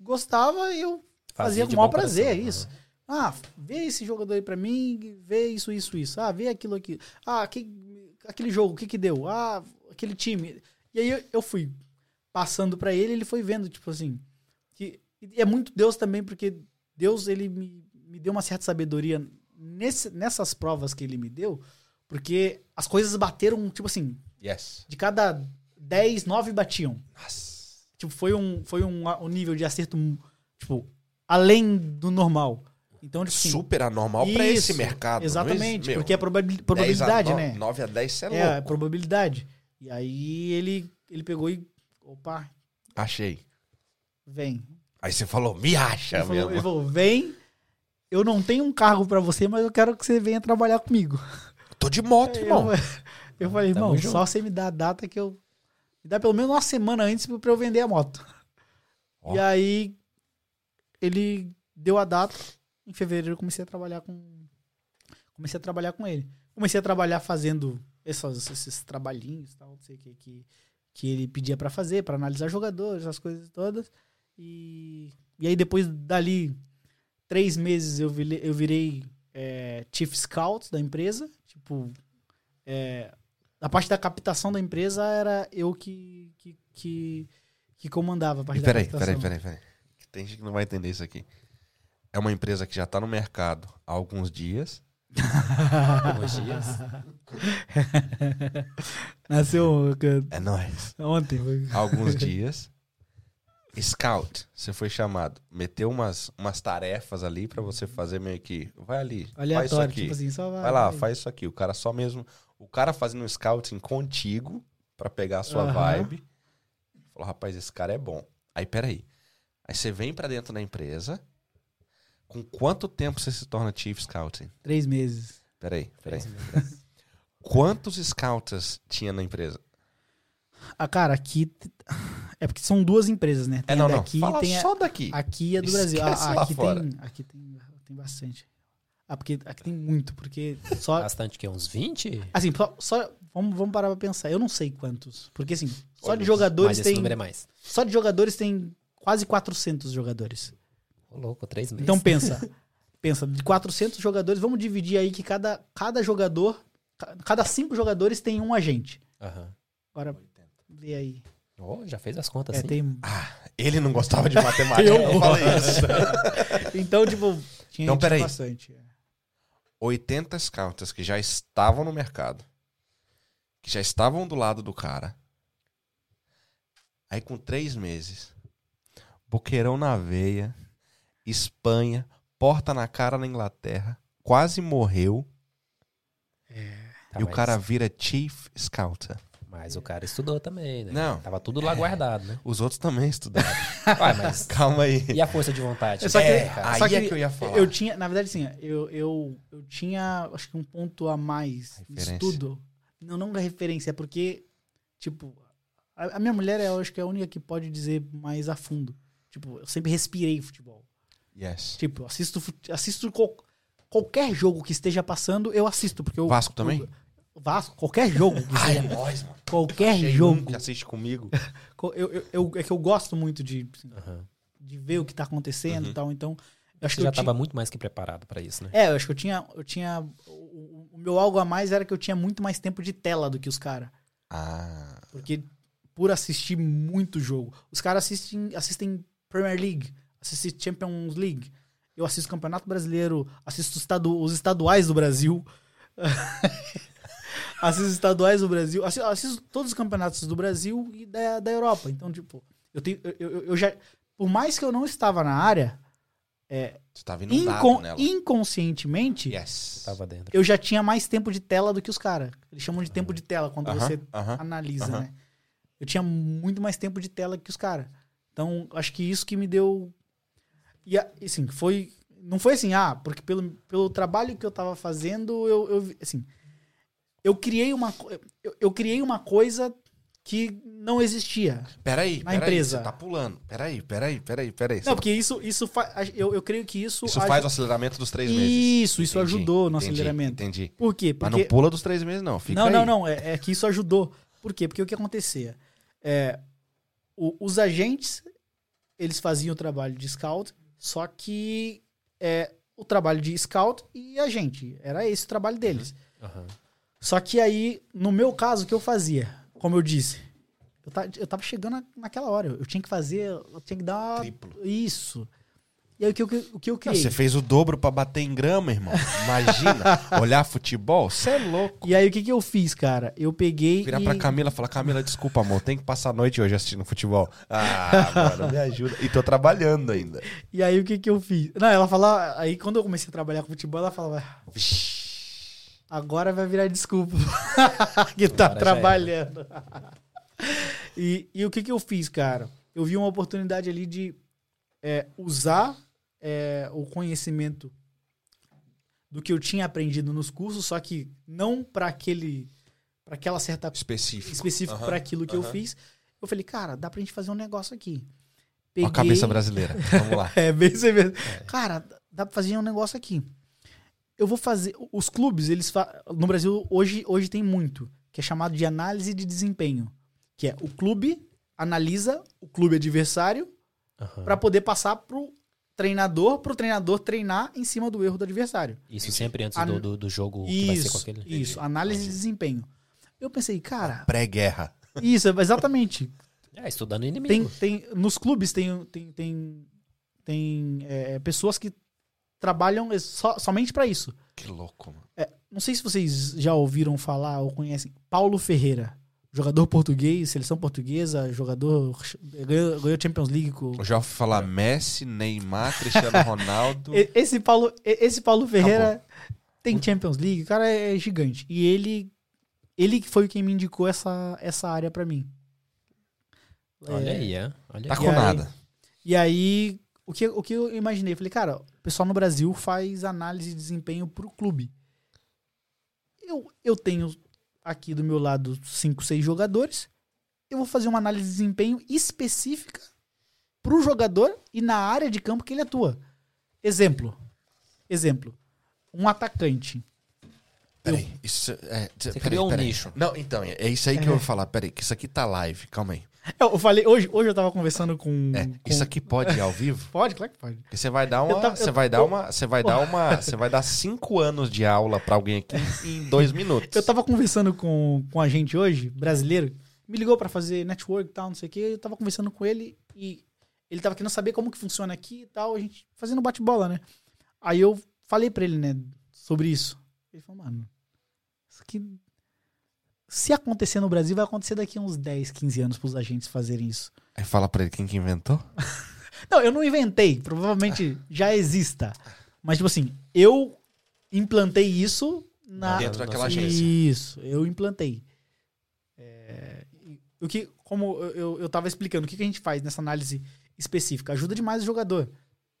S3: gostava, eu Fazia com
S1: de
S3: o maior
S1: bom né?
S3: prazer,
S1: coração,
S3: é isso.
S1: aham.
S3: Ah, vê esse jogador aí pra mim, vê isso, isso, isso. Ah, vê aquilo aqui. Ah, que- aquele jogo, o que que deu? Ah, aquele time. E aí eu, eu fui passando pra ele, ele foi vendo, tipo assim, que e é muito Deus também, porque Deus ele me, me deu uma certa sabedoria nesse- nessas provas que ele me deu, porque as coisas bateram, tipo assim,
S2: Yes.
S3: de cada 10, 9 batiam.
S2: Nossa.
S3: Tipo, foi um, foi um, a- um nível de acerto, tipo, além do normal. Então, tipo, assim,
S2: Super anormal pra esse
S3: isso,
S2: mercado. não
S3: Exatamente,
S2: existe- meu,
S3: porque é probabil-
S2: 10 a
S3: probabilidade,
S2: no-
S3: né?
S2: 9 a 10, você é
S3: é,
S2: louco.
S3: probabilidade. E aí ele, ele pegou e. Opa,
S2: Achei.
S3: vem.
S2: Aí você falou, me acha
S3: ele, falou, ele
S2: É mesmo.
S3: falou: vem, eu não tenho um cargo pra você, mas eu quero que você venha trabalhar comigo.
S2: Tô de moto,
S3: Aí
S2: irmão.
S3: "É, Eu, eu falei,
S1: Tamo
S3: irmão,
S1: junto."
S3: só você me dá a data que eu. Me dá pelo menos uma semana antes pra eu vender a moto.
S2: Ó.
S3: E aí, ele deu a data. Em fevereiro eu comecei a trabalhar com. Comecei a trabalhar com ele. Comecei a trabalhar fazendo esses, esses trabalhinhos, tal, não sei o que, que, que ele pedia pra fazer, pra analisar jogadores, essas coisas todas. E, e aí, depois dali, três meses, eu virei, eu virei é, chief scout da empresa. Tipo, é, a parte da captação da empresa era eu que, que, que, que comandava a parte
S2: E peraí,
S3: da
S2: peraí, peraí,
S3: captação.
S2: peraí. Que Tem gente que não vai entender isso aqui. É uma empresa que já tá no mercado há alguns dias.
S1: Uhum. Alguns dias.
S3: Nasceu
S2: É nóis.
S3: ontem. foi-
S2: Há alguns dias. Scout, você foi chamado. Meteu umas, umas tarefas ali pra você fazer meio que. Vai ali, faz isso
S3: Aleatório,
S2: aqui.
S3: tipo assim, só vai.
S2: Vai lá, faz isso aqui. O cara só mesmo. O cara fazendo um scouting contigo pra pegar a sua
S3: Aham.
S2: vibe. Falou, rapaz, esse cara é bom. Aí, peraí. Aí você vem pra dentro da empresa. Com quanto tempo você se torna Chief Scouting?
S3: Três meses.
S2: Peraí, peraí.
S1: Três
S3: é
S1: meses.
S2: Quantos scouts tinha na empresa?
S3: Ah, cara, aqui. t- É porque são duas empresas, né? Tem
S2: é, não,
S3: a
S2: não.
S3: daqui
S2: Fala
S3: e tem a,
S2: só daqui.
S3: aqui é do Brasil.
S2: Esquece
S3: Ah,
S2: lá
S3: aqui
S2: fora.
S3: tem, aqui tem, tem bastante. Ah, porque aqui tem muito, porque só
S1: Bastante que uns 20?
S3: assim, só, só- vamos, vamos parar pra pensar. Eu não sei quantos, porque assim, só
S2: Olha,
S3: de
S1: Mas
S3: jogadores
S1: esse
S3: tem
S1: número é mais.
S3: Só de jogadores tem quase 400 jogadores.
S1: Ô, louco, três meses.
S3: Então pensa, pensa, de 400 jogadores, vamos dividir aí que cada, cada jogador, ca- cada cinco jogadores tem um agente.
S1: Aham.
S3: Agora, vê aí.
S1: Ô, já fez as
S2: Tá
S1: contas, assim?
S3: É,
S2: assim?
S1: sim.
S3: tem-
S2: Ele não gostava de matemática.
S3: Eu
S2: não fala isso.
S3: Então, tipo, tinha
S2: Então,
S3: gente
S2: peraí.
S3: bastante. é.
S2: 80 scouts que já estavam no mercado, que já estavam do lado do cara. Aí com três meses, boqueirão na veia, Espanha, porta na cara na Inglaterra, quase morreu
S1: Tá,
S2: e o
S1: mas-
S2: cara vira chief scouter.
S1: Mas o cara estudou também, né?
S2: Não.
S1: Tava tudo lá guardado, né?
S2: Os outros também estudaram.
S1: Ué, mas.
S2: Calma aí.
S1: E a força de vontade?
S3: Eu só queria-
S1: É, cara.
S2: aí
S3: só
S2: é
S3: que
S2: que eu ia falar.
S3: Eu tinha, na verdade, assim, eu, eu, eu tinha, acho que um ponto a mais de
S2: Referência.
S3: estudo. Não, não da referência, é porque, tipo, a, a minha mulher, eu acho que é a única que pode dizer mais a fundo. Tipo, eu sempre respirei futebol.
S2: Yes.
S3: Tipo, eu assisto, fut- assisto qual- qualquer jogo que esteja passando, eu assisto. Porque eu,
S2: Vasco também?
S3: eu- Vasco, qualquer jogo. que
S2: Ai, é
S3: esteja-
S2: nóis, mano.
S3: qualquer
S2: Achei um
S3: jogo.
S2: que assiste comigo.
S3: Co- Eu, eu- eu- é que eu gosto muito de, assim,
S1: Aham. Uhum.
S3: de ver o que tá acontecendo e tal. Então, eu
S1: Você
S3: acho que
S1: já
S3: eu ti-
S1: tava muito mais que preparado pra isso, né?
S3: É, eu acho que eu tinha. Eu tinha o- o, o meu algo a mais era que eu tinha muito mais tempo de tela do que os caras.
S2: Ah,
S3: Porque por assistir muito jogo. Os caras assistem, assistem Premier League, assistem Champions League. Eu assisto Campeonato Brasileiro, assisto os estadu- os estaduais do Brasil. assisto os estaduais do Brasil. assi- Assisto, todos os campeonatos do Brasil e da, da Europa. Então, tipo, eu, tenho, eu, eu- eu já. Por mais que eu não estava na área,
S2: você tava inundado
S3: incon-
S2: um nela.
S3: inconscientemente,
S2: Yes.
S1: Tava dentro.
S3: eu já tinha mais tempo de tela do que os caras. Eles chamam de tempo de tela quando
S2: Aham,
S3: você
S2: aham.
S3: analisa,
S2: aham.
S3: né? Eu tinha muito mais tempo de tela que os caras. Então, acho que isso que me deu. E a- e, assim, foi. Não foi assim, ah, porque pelo, pelo trabalho que eu tava fazendo, eu. eu vi- assim, eu criei uma, co- eu, eu criei uma coisa que não existia.
S2: Peraí,
S3: Na
S2: peraí,
S3: empresa.
S2: você tá pulando. Peraí, peraí, peraí, peraí.
S3: Não, porque isso, isso faz. Eu, eu creio que isso.
S2: Isso
S3: aj-
S2: faz o aceleramento dos três meses.
S3: Isso, isso
S2: Entendi,
S3: ajudou no
S2: entendi,
S3: aceleramento.
S2: Entendi.
S3: Por quê?
S2: Mas
S3: Porque
S2: não pula dos três meses, não. Fica
S3: não,
S2: aí.
S3: não, não. É, é que isso ajudou. Por quê? Porque o que acontecia? É, o- os agentes, eles faziam o trabalho de scout, só que é, o trabalho de scout e agente. Era esse o trabalho deles.
S2: Uhum.
S1: Aham.
S3: Só que aí, no meu caso, o que eu fazia? Como eu disse, eu, ta- eu tava chegando na- naquela hora. Eu tinha que fazer, eu tinha que dar uma-
S2: Triplo.
S3: isso. E aí, o que eu, o que eu
S2: Não,
S3: criei?
S2: Você fez o dobro pra bater em grama, irmão. Imagina, olhar futebol, você é louco.
S3: E aí, o que, que eu fiz, cara? Eu peguei
S2: Virar
S3: e...
S2: pra Camila e falar, Camila, desculpa, amor, tem que passar a noite hoje assistindo futebol. Ah, mano, me ajuda. E tô trabalhando ainda.
S3: E aí o que que eu fiz? Não, ela falava. Aí quando eu comecei a trabalhar com futebol, ela falava. "Ah, Agora vai virar desculpa. que
S1: Agora já
S3: tá
S1: era.
S3: trabalhando. e, e o que que eu fiz, cara? Eu vi uma oportunidade ali de é, usar é, o conhecimento do que eu tinha aprendido nos cursos, só que não para aquele para aquela certa
S2: Específico.
S3: específico
S2: Aham,
S3: para aquilo que eu
S2: aham.
S3: fiz. Eu falei, cara, dá pra gente fazer um negócio aqui.
S2: Ó a cabeça brasileira. Vamos lá.
S3: É, bem isso aí mesmo. Cara, dá pra fazer um negócio aqui. Eu vou fazer. Os clubes, eles. fa- No Brasil, hoje, hoje tem muito, que é chamado de análise de desempenho. Que é o clube analisa o clube adversário
S1: aham.
S3: pra poder passar pro treinador, pro treinador treinar em cima do erro do adversário.
S1: Isso sempre antes
S3: An-
S1: do, do, do jogo que vai ser com
S3: Isso,
S1: aquele.
S3: isso, análise de desempenho. Eu pensei, cara,
S2: Pré-guerra.
S3: isso, exatamente.
S1: É, estudando inimigo.
S3: Tem, tem, nos clubes tem, tem, tem, tem é, pessoas que trabalham es- so- somente pra isso.
S2: Que louco, mano.
S3: Não sei se vocês já ouviram falar ou conhecem Paulo Ferreira, jogador português, seleção portuguesa, jogador ganhou, ganhou Champions League com
S2: Eu já ouvi falar Messi, Neymar, Cristiano Ronaldo.
S3: E- É. Esse Paulo, e- esse Paulo Ferreira tem Champions League, o cara é gigante. E ele ele que foi quem me indicou essa, essa área pra mim.
S1: Olha aí, é. Olha
S2: Tá
S1: aí.
S2: com
S3: E aí?
S2: nada.
S3: E aí, o que, o que eu imaginei? Falei, cara, o pessoal no Brasil faz análise de desempenho pro clube. Eu, eu tenho aqui do meu lado cinco seis jogadores. Eu vou fazer uma análise de desempenho específica pro jogador e na área de campo que ele atua. Exemplo. Exemplo. Um atacante.
S2: Peraí, isso é. peraí,
S1: criou um
S2: peraí.
S1: nicho.
S2: Não, então, é isso aí que eu vou falar. Peraí, que isso aqui tá live, calma aí.
S3: Eu falei, hoje, hoje eu tava conversando com.
S2: É,
S3: Hum, com-
S2: isso aqui pode ir ao vivo?
S3: Pode, claro que pode.
S2: Porque você vai dar
S3: Eu
S2: uma.
S3: tava-
S2: Você
S3: eu-
S2: vai dar
S3: eu-
S2: uma. Você vai dar uma. Você vai dar cinco anos de aula pra alguém aqui em dois minutos.
S3: Eu tava conversando com, com a gente hoje, brasileiro, me ligou pra fazer network e tal, não sei o quê. Eu tava conversando com ele e ele tava querendo saber como que funciona aqui e tal, a gente fazendo bate-bola, né? Aí eu falei pra ele, né, sobre isso. Ele falou, mano, isso aqui. Se acontecer no Brasil, vai acontecer daqui a uns 10, 15 anos pros agentes fazerem isso.
S2: Aí fala pra ele quem que inventou?
S3: Não, eu não inventei. Provavelmente já exista. Mas, tipo assim, eu implantei isso na,
S2: Dentro daquela
S1: Nossa,
S2: agência.
S3: isso, eu implantei. É, e o que, como eu- eu, eu tava explicando, o que, que a gente faz nessa análise específica? Ajuda demais o jogador.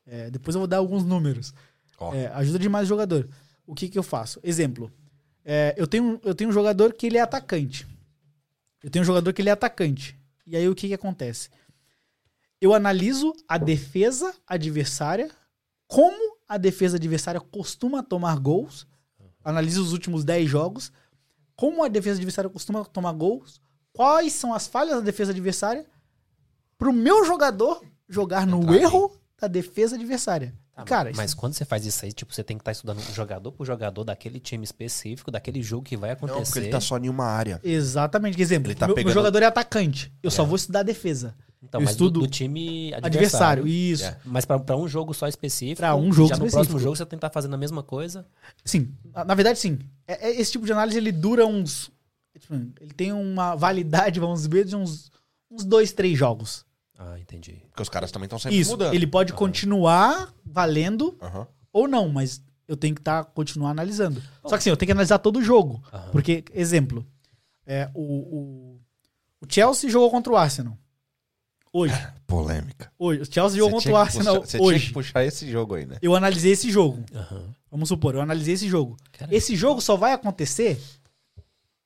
S3: É, depois eu vou dar alguns números.
S2: Ó.
S3: É, ajuda demais o jogador. O que, que eu faço? Exemplo. é, eu, tenho, um- eu tenho um jogador que ele é atacante. Eu tenho um jogador que ele é atacante. E aí o que, que acontece? Eu analiso a defesa adversária, como a defesa adversária costuma tomar gols analisa os últimos 10 jogos, como a defesa adversária costuma tomar gols, quais são as falhas da defesa adversária, pro meu jogador jogar no
S2: Entrar
S3: erro da defesa adversária.
S1: Tá,
S3: Cara,
S1: mas,
S3: isso- é
S1: mas quando você faz isso aí, tipo, você tem que estar estudando jogador por jogador daquele time específico, daquele jogo que vai
S2: Não, porque
S1: acontecer.
S2: ele tá só em uma área.
S3: Exatamente, que exemplo,
S2: Ele tá
S3: meu, meu
S2: pegando-
S3: jogador é atacante, eu só vou estudar a defesa.
S2: tá-
S1: Então,
S3: Eu
S1: mas do,
S3: estudo
S1: do time adversário.
S3: Adversário, isso.
S2: É.
S1: Mas pra, pra um jogo só específico.
S3: Pra um jogo
S1: já no
S3: específico.
S1: próximo jogo você tentar fazendo a mesma coisa.
S3: Sim, na na verdade sim. É- é- esse tipo de análise ele dura uns... tipo, Ele tem uma validade, vamos dizer, de uns, uns dois, três jogos.
S1: Ah, entendi.
S2: Porque os caras também estão sempre
S3: Isso,
S2: mudando.
S3: ele pode
S1: Aham.
S3: continuar valendo
S2: Aham.
S3: ou não, mas eu tenho que tá, continuar analisando. Só que sim, eu tenho que analisar todo o jogo.
S1: Aham.
S3: Porque, exemplo, é, o, o, o Chelsea jogou contra o Arsenal. Hoje.
S2: Polêmica.
S3: hoje o Chelsea jogou contra o Arsenal
S2: você tinha que
S3: hoje.
S2: puxar esse jogo aí, né?
S3: Eu analisei esse jogo.
S1: Aham.
S3: Vamos supor, eu analisei esse jogo.
S1: Cara,
S3: Esse jogo só vai acontecer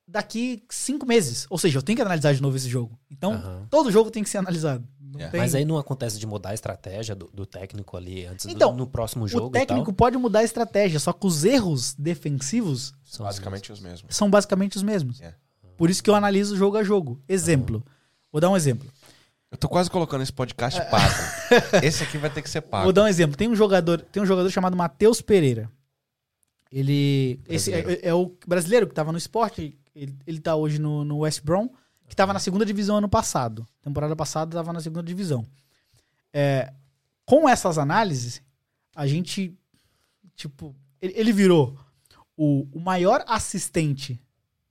S3: daqui cinco meses. Ou seja, eu tenho que analisar de novo esse jogo. Então,
S1: Aham.
S3: todo jogo tem que ser analisado. Não
S2: Yeah.
S3: tem-
S1: Mas aí não acontece de mudar a estratégia do, do técnico ali antes
S3: Então,
S1: do, no próximo jogo
S3: o técnico
S1: e tal.
S3: pode mudar a estratégia, só que os erros defensivos
S1: São os
S2: Basicamente os mesmos.
S3: são basicamente os mesmos.
S2: Yeah.
S3: Por isso que eu analiso jogo a jogo. Exemplo. Vou dar um exemplo.
S2: Eu tô quase colocando esse podcast pago. esse aqui vai ter que ser
S3: Vou
S2: pago.
S3: dar um exemplo. Tem um jogador, tem um jogador chamado Matheus Pereira. Ele. Esse é,
S1: Brasileiro.
S3: é o brasileiro que tava no esporte. Ele, ele tá hoje no, no West Brom, que tava na segunda divisão ano passado. Temporada passada tava na segunda divisão. É, com essas análises, a gente. Tipo, ele, ele virou o, o maior assistente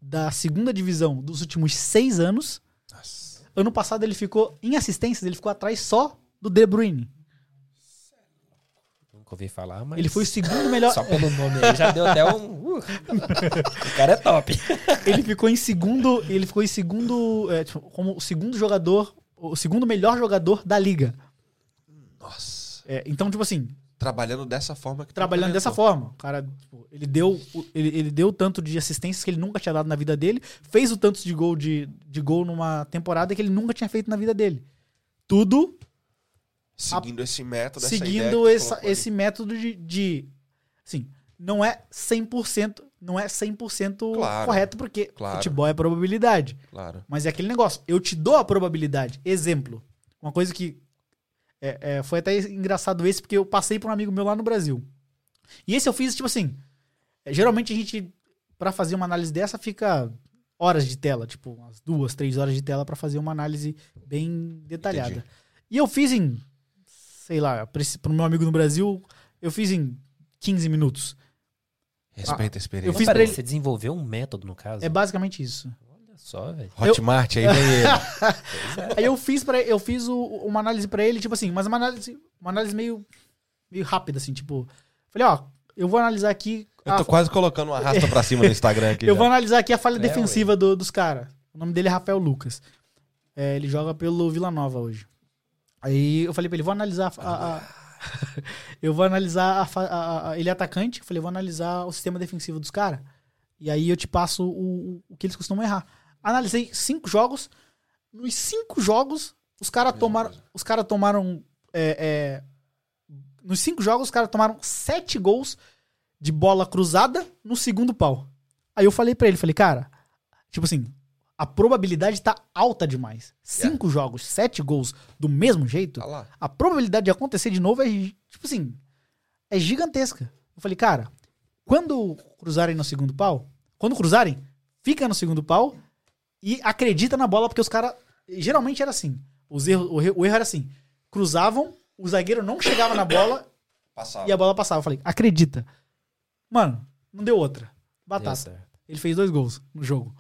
S3: da segunda divisão dos últimos seis anos.
S2: Nossa.
S3: Ano passado ele ficou, em assistências, ele ficou atrás só do De Bruyne.
S1: Nunca ouvi falar, mas.
S3: Ele foi o segundo melhor.
S1: Só pelo nome aí já deu até um. uh. o cara é top.
S3: ele ficou em segundo. Ele ficou em segundo. é, tipo, como o segundo jogador. O segundo melhor jogador da liga.
S2: Nossa.
S3: É, então, tipo assim,
S2: Trabalhando dessa forma que tu
S3: trabalhando dessa
S2: comentou.
S3: forma. O cara, tipo, ele deu o- ele, ele deu o tanto de assistências que ele nunca tinha dado na vida dele, fez o tanto de gol de, de gol numa temporada que ele nunca tinha feito na vida dele. Tudo
S2: Seguindo esse método, essa ideia que
S3: seguindo
S2: tu
S3: essa-
S2: colocou ali.
S3: esse método de, de assim, não é 100%, não é 100%
S2: Claro.
S3: correto porque
S2: Claro.
S3: futebol é probabilidade,
S2: Claro.
S3: mas é aquele negócio, eu te dou a probabilidade. Exemplo, uma coisa que é- é, foi até engraçado esse porque eu passei para um amigo meu lá no Brasil. E esse eu fiz tipo assim, é, geralmente a gente para fazer uma análise dessa fica horas de tela, tipo umas duas, três horas de tela para fazer uma análise bem detalhada.
S2: Entendi.
S3: E eu fiz em, sei lá, pra esse- pro meu amigo no Brasil, eu fiz em 15 minutos.
S2: Respeita a
S3: Eu
S2: experiência.
S3: fiz
S1: Mas
S3: pra
S1: peraí,
S3: ele-
S1: Você desenvolveu um método, no caso.
S3: É basicamente isso.
S1: Olha só, velho.
S2: Hotmart aí vem ele.
S3: Aí eu fiz para eu fiz o- uma análise pra ele, tipo assim, mas uma análise, uma análise meio meio rápida assim, tipo, falei, ó, eu vou analisar aqui
S2: Eu
S3: a,
S2: tô quase colocando um arrasta pra cima no Instagram aqui.
S3: eu
S2: já.
S3: vou analisar aqui a falha
S1: É,
S3: defensiva do- dos caras. O nome dele é Rafael Lucas. É, ele joga pelo Vila Nova hoje. Aí eu falei pra ele, vou analisar a- a- a- eu vou analisar a fa- a- a- ele é atacante, eu falei, vou analisar o sistema defensivo dos caras. E aí eu te passo o, o- o que eles costumam errar. Analisei cinco jogos. Nos cinco jogos, os caras
S2: Mesma
S3: tomaram.
S2: coisa.
S3: Os caras tomaram. é, é, nos cinco jogos, os caras tomaram sete gols de bola cruzada no segundo pau. Aí eu falei pra ele, falei, cara, tipo assim, a probabilidade tá alta
S2: É.
S3: demais. Cinco jogos, sete gols do mesmo jeito
S2: Tá lá.
S3: a probabilidade de acontecer de novo é, gi- tipo assim, é gigantesca. Eu falei, cara, quando cruzarem no segundo pau, quando cruzarem, fica no segundo pau e acredita na bola, porque os caras. Geralmente era assim. Os erros, o, re- o erro era assim: cruzavam, o zagueiro não chegava na bola
S2: Passava.
S3: e a bola passava. Eu falei, acredita. Mano, não deu outra.
S1: Deu
S3: Batata.
S1: certo.
S3: Ele fez dois gols no jogo.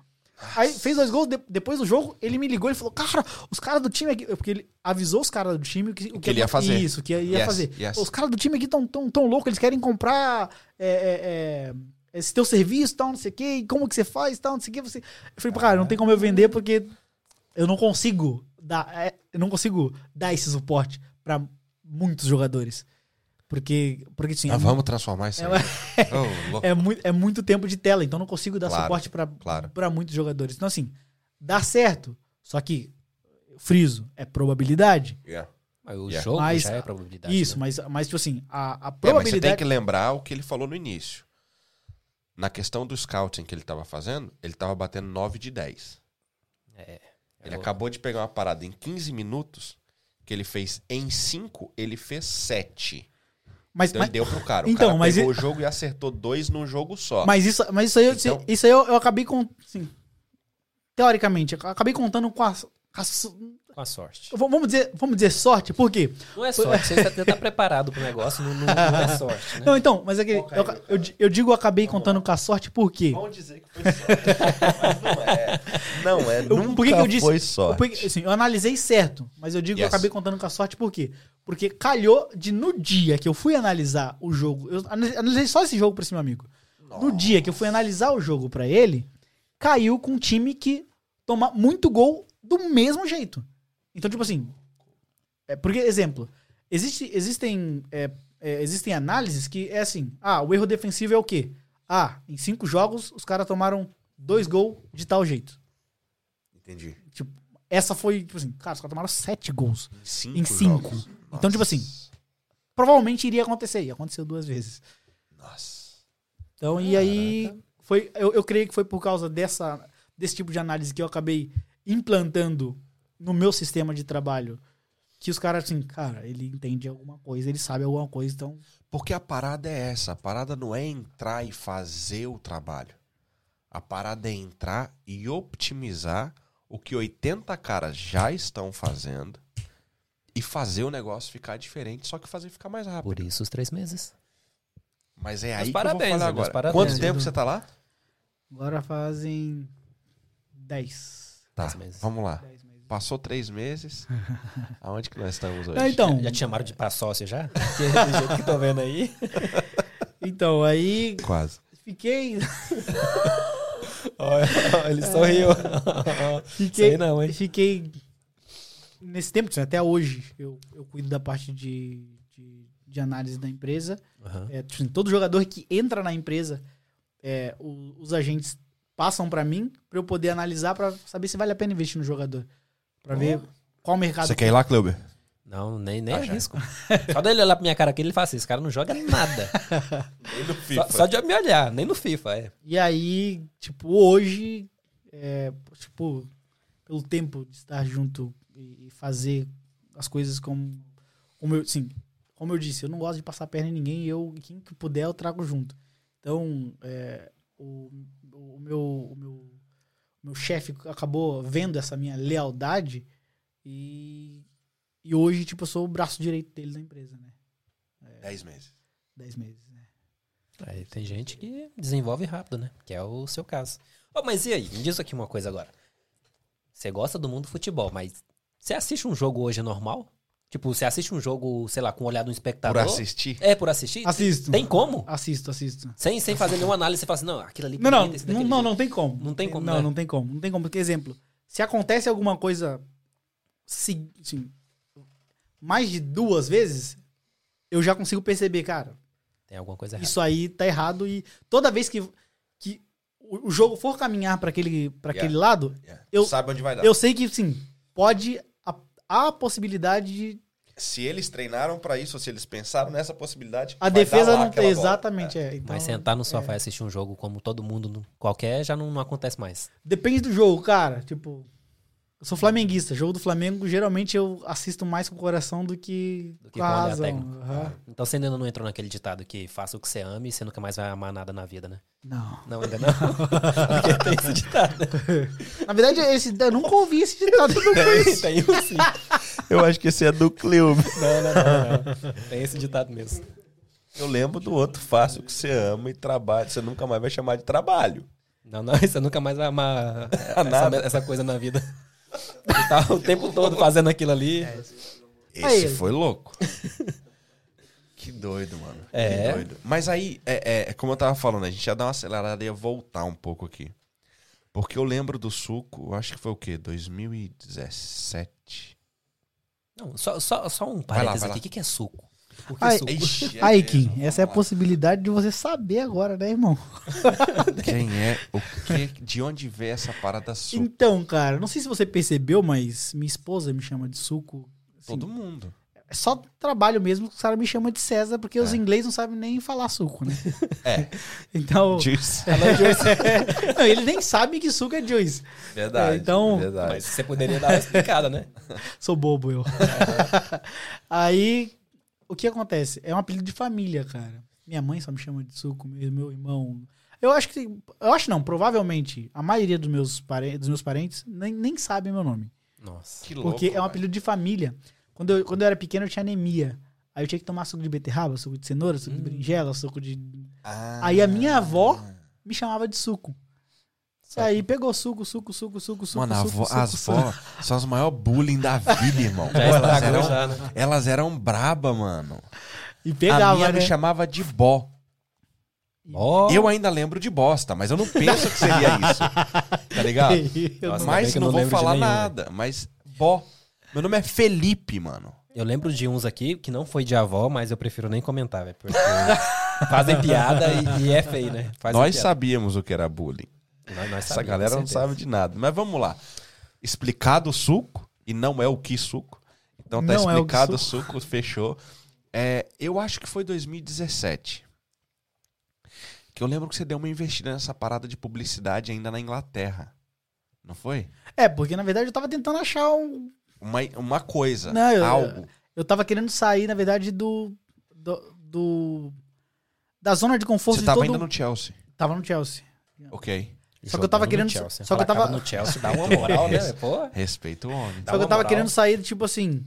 S3: Aí fez dois gols, de- depois do jogo, ele me ligou e falou: Cara, os caras do time aqui. Porque ele avisou os caras do time o que, o
S2: que ele ia fazer.
S3: Isso, o que ia
S2: Yes,
S3: fazer.
S2: yes.
S3: Os caras do time aqui estão tão, tão loucos, eles querem comprar é, é, é, esse teu serviço, tal, não sei o quê, e como que você faz, tal, não sei o quê. Você... Eu falei, cara, não tem como eu vender porque eu não consigo dar. é, eu não consigo dar esse suporte pra muitos jogadores. Porque, porque assim,
S2: Ah,
S3: é
S2: vamos transformar isso aí.
S3: É,
S2: Ô, louco.
S3: é, mui- é muito tempo de tela, então não consigo dar
S2: Claro,
S3: suporte pra
S2: claro.
S3: pra muitos jogadores. Então, assim, dá certo, só que, friso, é probabilidade.
S2: Yeah.
S1: Mas o
S2: Yeah.
S1: jogo
S3: Mas-
S1: já é probabilidade.
S3: Isso,
S1: né?
S3: mas, mas, tipo assim,
S2: É,
S3: a, a
S2: mas você
S3: probabilidade.
S2: tem que lembrar o que ele falou no início. Na questão do scouting que ele tava fazendo, ele tava batendo 9 de 10. Ele
S1: Eu-
S2: acabou de pegar uma parada em 15 minutos, que ele fez em 5, ele fez 7.
S3: Mas,
S2: Então
S3: mas,
S2: ele deu pro cara. O
S3: Então,
S2: cara
S3: mas
S2: pegou
S3: e-
S2: o jogo e acertou dois num jogo só.
S3: mas isso, mas isso aí, eu-
S2: Então-
S3: isso aí eu, eu acabei com. assim, teoricamente, eu acabei contando com a. com a su-
S1: Com a sorte.
S3: v- vamos, dizer, vamos dizer sorte, por quê?
S2: Né?
S1: Não é sorte, você tá- você tá preparado pro negócio, não, não- não é sorte, né?
S3: Não, então, mas é que eu,
S2: Foca aí, cara.
S3: eu, di- eu digo eu acabei contando com a sorte, por quê?
S2: Vamos dizer que foi sorte. mas não é. Não é.
S3: Eu- por que que eu disse-
S2: foi sorte.
S3: Porque, assim, eu analisei certo, mas eu digo que eu
S2: Yes.
S3: acabei contando com a sorte por quê? Porque calhou de no dia que eu fui analisar o jogo, eu analisei analisei só esse jogo pra esse meu amigo. No dia que eu fui analisar o jogo pra ele, caiu com um time que toma muito gol do mesmo jeito. Então, tipo assim, é porque exemplo, existe, existem é, é, existem análises que é assim, ah, o erro defensivo é o quê? Ah, em cinco jogos os caras tomaram dois gols de tal jeito.
S2: Entendi.
S3: Tipo, essa foi, tipo assim, cara, os caras tomaram sete gols.
S2: Em cinco.
S3: Em cinco.
S2: jogos.
S3: Então, tipo assim, Provavelmente iria acontecer, e aconteceu duas vezes.
S2: Nossa.
S3: Então, e aí foi, eu, eu creio que foi por causa dessa, desse tipo de análise que eu acabei implantando no meu sistema de trabalho. Que os caras, assim, cara, ele entende alguma coisa, ele sabe alguma coisa, então.
S2: Porque a parada é essa. A parada não é entrar e fazer o trabalho. A parada é entrar e optimizar o que 80 caras já estão fazendo e fazer o negócio ficar diferente, só que fazer ficar mais rápido.
S1: Por isso os três meses.
S2: Mas é
S1: Meus
S2: aí que eu
S1: parabéns,
S2: vou falar
S1: né? Meus
S2: agora.
S1: parabéns.
S2: Quanto tempo você tá lá?
S3: Agora fazem 10.
S2: Tá,
S1: Três meses.
S2: vamos lá.
S3: 10 meses.
S2: Passou três meses. Aonde que nós estamos hoje?
S3: Ah, então,
S1: É, Já te chamaram de pra sócia já? Porque do jeito que tô vendo aí.
S3: então, aí
S2: Quase.
S3: fiquei.
S1: Olha, ele sorriu.
S3: Fiquei,
S1: Sei não, hein?
S3: fiquei nesse tempo, assim, até hoje, eu, eu cuido da parte de, de, de análise da empresa.
S1: Aham.
S3: É, tipo assim, todo jogador que entra na empresa, é, o- os agentes passam pra mim pra eu poder analisar pra saber se vale a pena investir no jogador. Pra ver qual mercado.
S2: Você quer ir lá, Cleuber?
S1: Não, nem, é nem
S2: Ah, já.
S1: arrisco. Tá Só dele olhar pra minha cara aqui, ele fala assim: esse cara não joga nada.
S2: FIFA.
S1: só, só de me olhar, nem no FIFA. É.
S3: E aí, tipo, hoje, é, tipo, pelo tempo de estar junto e, e fazer as coisas como, como eu, sim, como eu disse, eu não gosto de passar a perna em ninguém e eu, quem que puder, eu trago junto. Então, é, o, o meu, o meu, o meu chefe acabou vendo essa minha lealdade e, e hoje, tipo, eu sou o braço direito dele na empresa, né?
S2: Dez meses.
S3: Dez meses, né?
S1: Aí tem gente que desenvolve rápido, né? Que é o seu caso. Ô, mas e aí? Me diz aqui uma coisa agora. Você gosta do mundo do futebol, mas você assiste um jogo hoje normal? Tipo, você assiste um jogo, sei lá, com o olhar de um
S3: Tá
S2: Por
S1: espectador?
S2: assistir?
S1: É, por assistir?
S3: Assisto.
S1: Tem como?
S3: Assisto, assisto.
S1: Sem, sem fazer nenhuma análise, você fala assim, não, aquilo ali...
S3: Não, não,
S1: bonito, esse
S3: não,
S1: daquele
S3: não,
S1: jeito.
S3: não tem como.
S1: Não tem como,
S3: Não,
S1: né?
S3: não tem como. Não tem como. Porque, exemplo, se acontece alguma coisa se- assim, mais de duas vezes, eu já consigo perceber, cara,
S1: Tem alguma coisa errada.
S3: isso aí tá errado. E toda vez que, que o o jogo for caminhar pra aquele, pra
S4: Yeah.
S3: aquele lado,
S2: Yeah.
S3: É.
S2: Tá.
S3: Eu-
S4: Sabe onde vai dar.
S3: eu sei que, sim, pode. a- Há a possibilidade de
S4: Se eles treinaram pra isso, ou se eles pensaram nessa possibilidade.
S3: a
S4: vai dar
S3: defesa
S4: lá
S3: não
S4: aquela
S3: ter.
S4: bola.
S3: Exatamente, é. Então,
S1: Mas sentar no sofá e assistir um jogo como todo mundo, no- qualquer, já não, não acontece mais.
S3: Depende do jogo, cara. Tipo, eu sou flamenguista. Jogo do Flamengo, geralmente eu assisto mais com o coração do que,
S1: Do que
S3: com a
S1: com a
S3: razão.
S1: técnica.
S3: Aham.
S1: Então você ainda não entrou naquele ditado que faça o que você ama e você nunca mais vai amar nada na vida, né?
S3: Não.
S1: Não, ainda não. Porque tem esse ditado. né?
S3: Na verdade, esse, eu nunca ouvi esse ditado.
S1: tem um sim.
S2: É. Eu acho que esse é do Cleuber.
S1: Não, não, não, não. Tem esse ditado mesmo.
S2: Eu lembro do outro fácil que você ama e trabalha. Você nunca mais vai chamar de trabalho.
S1: Não, não, você nunca mais vai amar essa,
S2: nada.
S1: essa coisa na vida. Você tá o tempo todo fazendo aquilo ali.
S3: É
S2: Esse
S3: Aí.
S2: foi louco. que doido, mano.
S1: É.
S2: Que doido. Mas aí, é, é, é como eu tava falando, a gente ia dar uma acelerada e ia voltar um pouco aqui. Porque eu lembro do suco, eu acho que foi o quê? 2017.
S1: Não, só, só, só um
S2: Vai lá,
S1: parênteses
S2: vai lá.
S1: aqui. O que, que é suco? Por que
S3: Ai,
S1: suco?
S2: Ixi, é
S3: Aí,
S2: mesmo.
S3: Kim, essa é a
S2: Vamos
S3: possibilidade de você saber agora, né, irmão?
S2: lá. Quem é? O que, de onde veio essa parada suco?
S3: Então, cara, não sei se você percebeu, mas minha esposa me chama de suco. assim,
S2: Todo mundo.
S3: É só trabalho mesmo que os caras me chamam de César, porque os ingleses não sabem nem falar suco, né? É. Então.
S2: Diz.
S3: não, eles nem sabem que suco é juice.
S2: Verdade.
S3: É, então-
S2: verdade.
S1: Mas você poderia dar uma explicada, né?
S3: Sou bobo eu. Aí, o que acontece? É um apelido de família, cara. Minha mãe só me chama de suco, meu meu irmão. Eu acho que. Eu acho não, provavelmente a maioria dos meus, pare- dos meus parentes nem, nem sabem meu nome.
S1: Nossa.
S2: Que
S3: Porque é um
S2: velho.
S3: apelido de família. Quando eu, quando eu era pequeno, eu tinha anemia. Aí eu tinha que tomar suco de beterraba, suco de cenoura, suco de
S1: Hum.
S3: berinjela, suco de.
S2: Ah.
S3: Aí a minha avó me chamava de suco. Aí pegou suco, suco, suco, suco, suco.
S2: Mano, a
S3: suco,
S2: avó-
S3: suco,
S2: as
S3: suco.
S2: vó são as maiores bullying da vida, irmão.
S1: Já
S2: Pô, elas,
S1: estragou
S2: eram,
S1: já, né?
S2: elas eram braba, mano.
S3: E pegava,
S2: a minha
S3: né?
S2: me chamava de bó.
S1: Ó,
S2: Eu ainda lembro de bosta, mas eu não penso que seria isso. Tá ligado?
S3: Eu
S1: Nossa, ainda bem
S2: mas
S1: que eu
S2: não,
S1: não
S2: vou
S1: lembro de
S2: falar
S1: nenhum,
S2: nada. Mas bó. Meu nome é Felipe, mano.
S1: Eu lembro de uns aqui que não foi de avó, mas eu prefiro nem comentar, velho. Porque fazem piada e, e é feio, né? Fazem
S2: Nós
S1: piada.
S2: sabíamos o que era bullying.
S1: Nós- nós
S2: Essa
S1: sabemos,
S2: galera
S1: com
S2: não
S1: certeza.
S2: sabe de nada. Mas vamos lá. Explicado o suco, e não é o que suco. Então tá
S3: Não é o que
S2: explicado o suco, fechou. É, eu acho que foi 2017. Que eu lembro que você deu uma investida nessa parada de publicidade ainda na Inglaterra. Não foi?
S3: É, porque na verdade eu tava tentando achar um.
S2: Uma, uma coisa,
S3: Não, eu-
S2: algo.
S3: Eu tava querendo sair, na verdade, do. do. do- da zona de conforto
S2: Você
S3: de
S2: tava
S3: todo
S2: ainda no Chelsea.
S3: Tava no Chelsea.
S2: Ok.
S3: Só que eu tava
S1: Jogando
S3: querendo-
S1: No Chelsea.
S3: só que eu
S1: Pra cá,
S3: tava-
S1: no Chelsea dá uma moral, né? Pô.
S2: Respeito o homem.
S1: Dá
S3: Só que
S1: uma
S3: eu tava
S1: moral.
S3: querendo sair, tipo assim,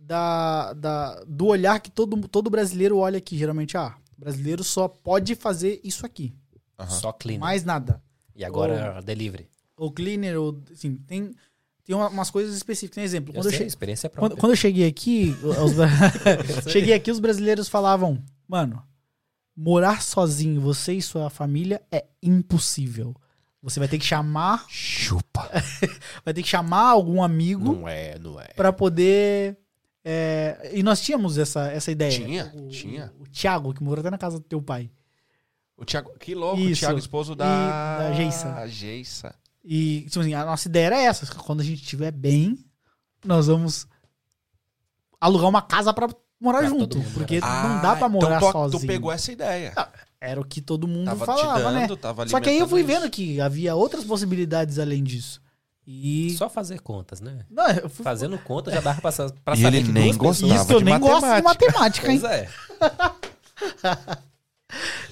S3: da, da, do olhar que todo, todo brasileiro olha aqui, geralmente. Ah, brasileiro só pode fazer isso aqui.
S2: Aham.
S1: Só clean.
S3: Mais nada.
S1: E agora delivery.
S3: Ou cleaner, ou. Assim, tem, tem uma- umas coisas específicas. Tem exemplo.
S1: Eu
S3: Quando eu,
S1: sei,
S3: che-
S1: experiência é própria.
S3: quando, quando eu cheguei aqui, os bra-
S1: sei.
S3: cheguei aqui, os brasileiros falavam, mano, morar sozinho, você e sua família, é impossível. Você vai ter que chamar,
S2: Chupa.
S3: É, vai ter que chamar algum amigo
S2: Não é, não é.
S3: pra poder. é, e nós tínhamos essa, essa ideia.
S2: Tinha,
S3: o,
S2: tinha.
S3: O Thiago, que morou até na casa do teu pai.
S2: O Thiago, que louco, o
S3: Isso.
S2: Thiago, esposo da.
S3: E da Geisa.
S2: A Geisa.
S3: E, tipo assim, a nossa ideia era essa. Quando a gente estiver bem, nós vamos alugar uma casa pra morar
S1: Pra todo
S3: junto.
S1: mundo
S3: Porque
S2: Ah,
S3: não dá pra morar
S2: então tu,
S3: sozinho.
S2: Tu pegou essa ideia.
S3: Era o que todo mundo
S2: tava
S3: falava,
S2: te dando,
S3: né?
S2: tava
S3: Só que aí eu fui
S2: alimentando
S3: vendo que havia outras possibilidades além disso. E.
S1: Só fazer contas, né?
S3: Não, eu fui...
S1: Fazendo conta já dava pra, sa- pra
S2: E
S1: saber
S2: ele
S1: que
S2: nem
S1: duas pessoas-
S2: gostava.
S3: Isso eu
S2: de
S3: nem gosto de matemática, hein?
S1: Pois é.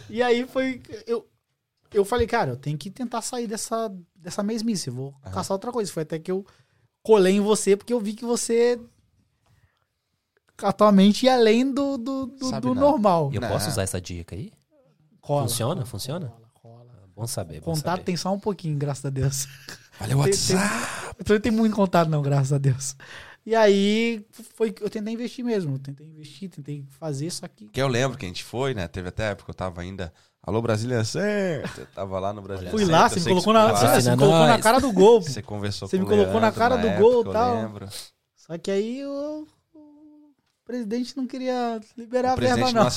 S3: E aí foi. Eu, eu falei, cara, eu tenho que tentar sair dessa, dessa mesmice. Eu vou caçar outra coisa. Foi até que eu colei em você, porque eu vi que você. Atualmente ia além do, do, do-
S2: Sabe
S3: do
S2: nada.
S3: normal.
S1: Eu
S2: Não.
S1: posso usar essa dica aí?
S3: Cola,
S1: Funciona?
S3: cola,
S1: Funciona?
S3: Cola, cola.
S1: Bom saber, bom
S3: Contato
S1: saber.
S3: tem só um pouquinho, graças a Deus.
S2: Olha o
S3: Tem-
S2: WhatsApp.
S3: Então, Eu não tenho muito contato, não, graças a Deus. E aí foi que eu tentei investir mesmo. Eu Tentei investir, tentei fazer, só que.
S2: Que eu lembro que a gente foi, né? Teve até a época que eu tava ainda. Alô, Brasília Certo. Eu tava lá no Brasília
S3: Fui
S2: Certo,
S3: lá,
S2: eu
S3: você me
S2: sei que
S3: colocou na,
S2: foi lá,
S1: Patrocina
S3: você me colocou na
S1: nós.
S3: cara do gol. pô.
S2: Você conversou
S3: Você
S2: com
S3: me colocou na
S2: Leandro
S3: cara do
S2: na
S3: gol
S2: época,
S3: e tal.
S2: Eu lembro.
S3: Só que aí o, o presidente não queria liberar
S2: O
S3: a verba,
S2: presidente
S3: não.
S2: não
S3: não.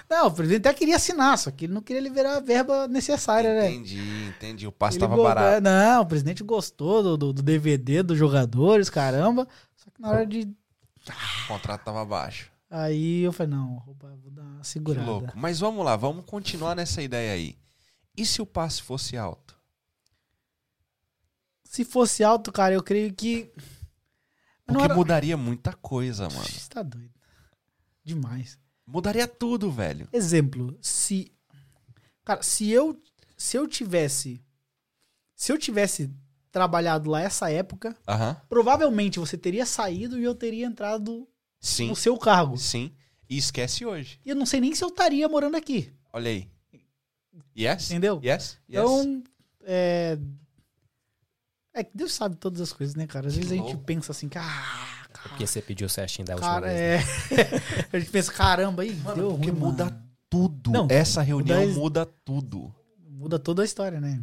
S2: assinou.
S3: o presidente até queria assinar, só que ele não queria liberar a verba necessária, né?
S2: Entendi, entendi. O passe
S3: Ele
S2: tava
S3: go- é,
S2: barato.
S3: Não, o presidente gostou do, do- do DVD dos jogadores, caramba. Só que na hora de.
S2: O contrato tava baixo.
S3: Aí eu falei, não, opa, vou dar uma
S2: Que
S3: segurada.
S2: louco. Mas vamos lá, vamos continuar nessa ideia aí. E se o passe fosse alto?
S3: Se fosse alto, cara, eu creio que. Não
S2: Porque
S3: era...
S2: mudaria muita coisa, mano.
S3: Você tá doido. Demais.
S2: Mudaria tudo, velho.
S3: Exemplo, se. Cara, se eu. Se eu tivesse. Se eu tivesse trabalhado lá essa época,
S2: Aham.
S3: provavelmente você teria saído e eu teria entrado
S2: Sim.
S3: no seu cargo.
S2: Sim. E esquece hoje.
S3: E eu não sei nem se eu estaria morando aqui.
S2: Olha aí. Yes?
S3: Entendeu?
S2: Yes? Yes.
S3: Então. É. É que Deus sabe todas as coisas, né, cara? Às
S2: Que
S3: vezes a gente
S2: louco.
S3: pensa assim, ah, cara.
S1: Porque você pediu certinho da última
S3: cara
S1: vez. né?
S3: é... a gente pensa, caramba, aí
S2: Mano,
S3: deu
S2: porque
S3: ruim,
S2: muda
S3: mano.
S2: tudo.
S3: Não,
S2: Essa reunião
S3: mudar es-
S2: muda tudo.
S3: muda toda a história, né?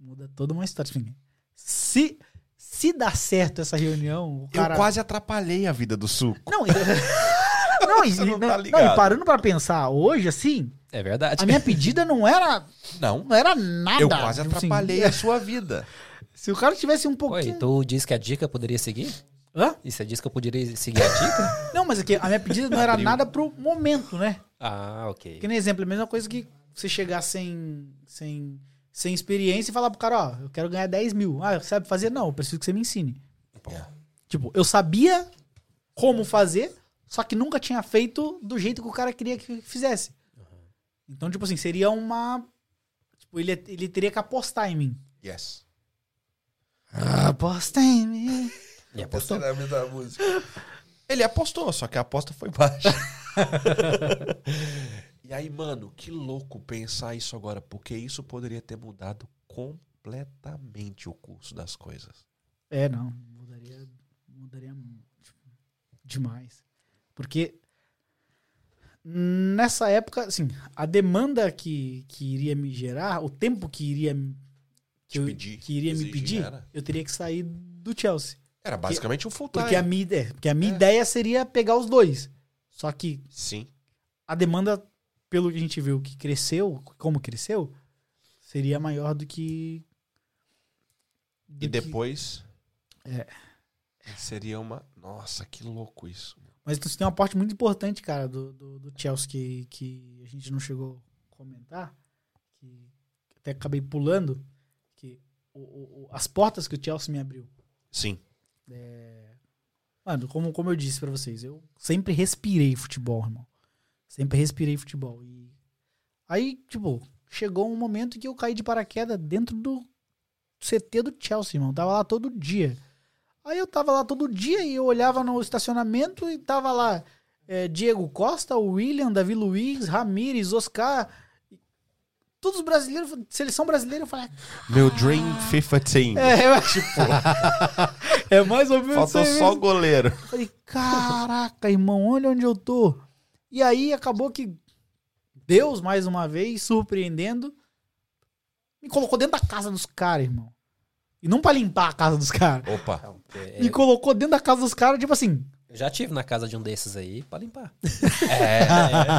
S3: Muda toda uma história. Assim, Se, se dá certo essa reunião, o cara.
S2: Eu quase atrapalhei a vida do suco.
S3: Não, e... não, e, né,
S2: Você não
S3: não,
S2: tá
S3: não,
S2: ligado.
S3: e parando pra pensar, hoje, assim,
S1: É, verdade.
S3: a minha pedida não era,
S2: Não.
S3: não era nada.
S2: Eu quase
S3: Tipo assim,
S2: atrapalhei a sua vida.
S3: se o cara tivesse um
S1: Oi,
S3: pouquinho.
S1: tu disse que a dica poderia seguir?
S3: Hã?
S1: E você disse que eu poderia seguir a dica?
S3: Não, mas aqui, a minha pedida não era nada pro momento, né?
S1: ah, ok.
S3: Que nem exemplo, é a mesma coisa que você chegar sem, sem, sem experiência e falar pro cara, ó, eu quero ganhar 10 mil. Ah, sabe fazer? Não, eu preciso que você me ensine.
S2: É.
S3: Tipo, eu sabia como fazer, só que nunca tinha feito do jeito que o cara queria que fizesse. Então, tipo assim, seria uma. Tipo, ele, ele teria que apostar em mim.
S2: Yes.
S3: Aposta em mim.
S1: E apostou.
S2: Essa era a mesma música. Ele apostou, só que a aposta foi baixa. e aí, mano, que louco pensar isso agora, porque isso poderia ter mudado completamente o curso das coisas.
S3: É, não. Mudaria, mudaria tipo, demais. Porque nessa época, assim, a demanda que, que iria me gerar, o tempo que iria, me- que eu-
S2: pedir,
S3: que iria me
S2: exigir,
S3: pedir,
S2: era?
S3: eu teria que sair do Chelsea.
S2: Era basicamente um full time.
S3: Porque a minha ideia, porque a minha
S2: É.
S3: ideia seria pegar os dois. Só que
S2: Sim.
S3: a demanda, pelo que a gente viu que cresceu, como cresceu, seria maior do que. do
S2: E
S3: que-
S2: depois.
S3: É.
S2: Seria uma. Nossa, que louco isso.
S3: Mas você tem uma parte muito importante, cara, do, do, do Chelsea que, que a gente não chegou a comentar, que até acabei pulando, que o- o- o- as portas que o Chelsea me abriu.
S2: Sim.
S3: Mano, como, como eu disse pra vocês, eu sempre respirei futebol, irmão. Sempre respirei futebol. E aí, tipo, chegou um momento que eu caí de paraquedas dentro do CT do Chelsea, irmão. Tava lá todo dia. Aí eu tava lá todo dia e eu olhava no estacionamento e tava lá eh, Diego Costa, William, Davi Luiz, Ramires, Oscar. Todos os brasileiros, seleção brasileira, eu falei.
S2: Meu Dream FIFA Team.
S3: É, eu... é mais ou menos
S2: Faltou
S3: isso aí
S2: só o goleiro.
S3: Falei, caraca, irmão, olha onde eu tô. E aí acabou que Deus, mais uma vez, surpreendendo, me colocou dentro da casa dos caras, irmão. E não pra limpar a casa dos caras.
S2: Opa.
S1: É,
S3: Me colocou dentro da casa dos caras, tipo assim.
S1: eu já tive na casa de um desses aí pra limpar. né?
S2: É,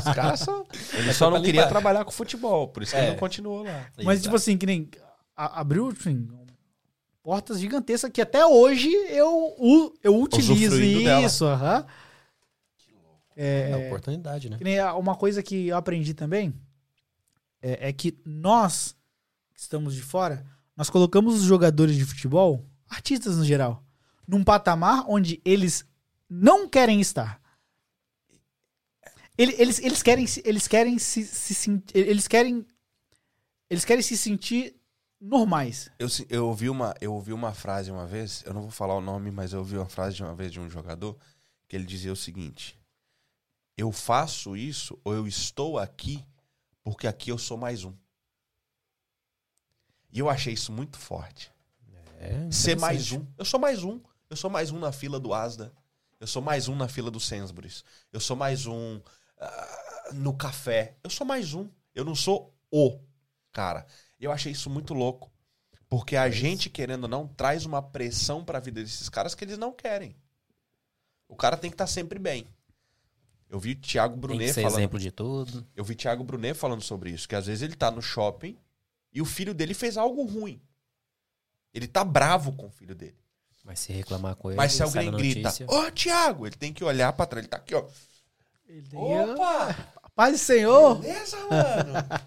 S2: os caras só. Ele
S1: É
S2: só
S1: pra
S2: não queria
S1: limpar.
S2: trabalhar com futebol, por isso que
S1: É.
S2: ele não continuou lá.
S3: Mas, tipo assim, que nem. a- abriu, assim, portas gigantescas que até hoje eu, u- eu utilizo.
S2: Usufruindo dela.
S3: Isso, aham.
S1: é oportunidade, né?
S3: Que nem a- uma coisa que eu aprendi também é, é que nós, que estamos de fora, nós colocamos os jogadores de futebol, artistas no geral, num patamar onde eles não querem estar. Ele- Eles, eles querem, se- eles querem se, se sentir. Eles querem. Eles querem se sentir normais.
S2: Eu, se- eu, ouvi uma, eu ouvi uma frase uma vez, eu não vou falar o nome, mas eu ouvi uma frase de uma vez de um jogador que ele dizia o seguinte: Eu faço isso ou eu estou aqui porque aqui eu sou mais um. E eu achei isso muito forte.
S1: É
S2: Ser
S1: interessante.
S2: mais um. Eu sou mais um. Eu sou mais um na fila do Asda. Eu sou mais um na fila do Sainsbury's. Eu sou mais um ah, no café. Eu sou mais um. Eu não sou o cara. Eu achei isso muito louco. Porque
S1: É
S2: a gente, querendo ou não, traz uma pressão pra vida desses caras que eles não querem. O cara tem que estar sempre bem. Eu vi o Thiago
S1: Tem
S2: Brunet
S1: que ser
S2: falando.
S1: exemplo de tudo.
S2: Eu vi Thiago Brunet falando sobre isso, que às vezes ele tá no shopping e o filho dele fez algo ruim. Ele tá bravo com o filho dele.
S1: Mas se reclamar com ele,
S2: Mas se
S1: sai
S2: alguém
S1: na
S2: grita,
S1: notícia.
S2: ô Thiago, ele tem que olhar pra trás. Ele tá aqui, ó. Opa!
S3: Paz do Senhor!
S2: Beleza, mano?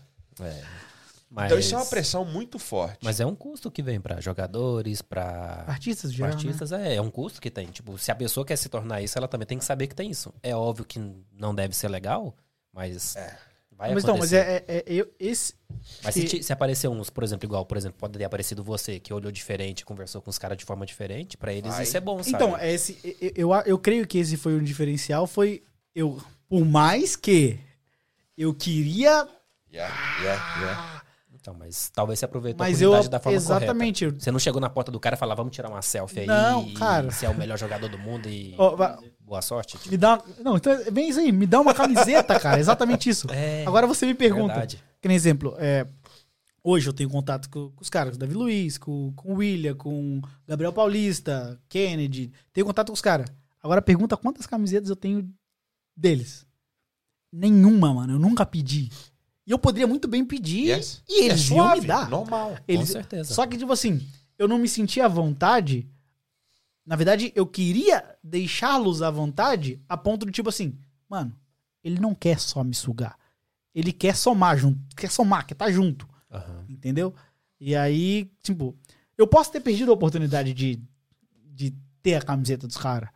S1: Mas,
S2: então isso é uma pressão muito forte.
S1: mas é um custo que vem pra jogadores, pra
S3: Artistas, geral, né?
S1: artistas. É, é um custo que tem. Tipo, se a pessoa quer se tornar isso, ela também tem que saber que tem isso. É óbvio que não deve ser legal, mas
S2: É.
S1: vai
S3: Mas
S1: acontecer.
S3: não, mas é, é- é- eu, esse,
S1: Mas se,
S3: que-
S1: ti- se aparecer uns, por exemplo, igual, por exemplo, pode ter aparecido você, que olhou diferente, conversou com os caras de forma diferente, pra eles
S2: Vai.
S1: isso é bom, sabe?
S3: Então, é esse, eu, eu, a- eu creio que esse foi um diferencial. Foi eu, por mais que eu queria,
S2: Yeah, yeah, yeah.
S1: Então, mas talvez você aproveitou
S3: mas
S1: a
S3: eu
S1: oportunidade da forma correta.
S3: exatamente. eu-
S1: Você não chegou na porta do cara e falou, "Ah, vamos tirar uma selfie aí.
S3: Não,
S1: e
S3: cara.
S1: Você é o melhor jogador do mundo e
S3: ó, va-
S1: boa sorte. Tipo,
S3: me dá, uma- não, então é bem isso aí. Me dá uma camiseta, cara. Exatamente isso.
S1: é,
S3: Agora você me pergunta,
S1: verdade.
S3: que nem exemplo, é, hoje eu tenho contato com, com os caras, com o Davi Luiz, com, com o William, com o Gabriel Paulista, Kennedy. Tenho contato com os caras. Agora pergunta quantas camisetas eu tenho deles. Nenhuma, mano. Eu nunca pedi. E eu poderia muito bem pedir.
S2: Yes.
S3: E eles
S2: é
S3: iam
S2: suave,
S3: me dar.
S2: Normal.
S1: Com
S3: Eles-
S1: certeza.
S3: Só que, tipo assim, eu não me sentia à vontade. Na verdade, eu queria deixá-los à vontade a ponto do tipo assim, mano, ele não quer só me sugar. Ele quer somar junto, quer somar, quer estar junto.
S1: Aham.
S3: Entendeu? E aí, tipo, eu posso ter perdido a oportunidade de, de ter a camiseta dos caras.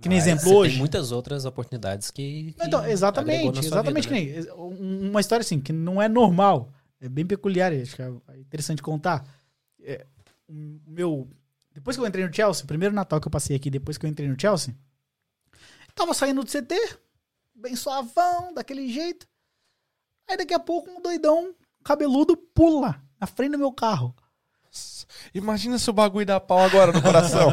S3: Que nem
S1: Mas
S3: exemplo,
S1: você tem
S3: hoje-
S1: muitas outras oportunidades que. que
S3: Então,
S1: agregou na
S3: exatamente,
S1: sua
S3: exatamente
S1: vida, né?
S3: que nem um- uma história assim, que não é normal, é bem peculiar, e acho que é interessante contar. É, o meu, depois que eu entrei no Chelsea, o primeiro Natal que eu passei aqui, depois que eu entrei no Chelsea, tava saindo do CT, bem suavão, daquele jeito. Aí daqui a pouco um doidão cabeludo pula na frente do meu carro.
S2: Imagina se o bagulho dá pau agora no coração.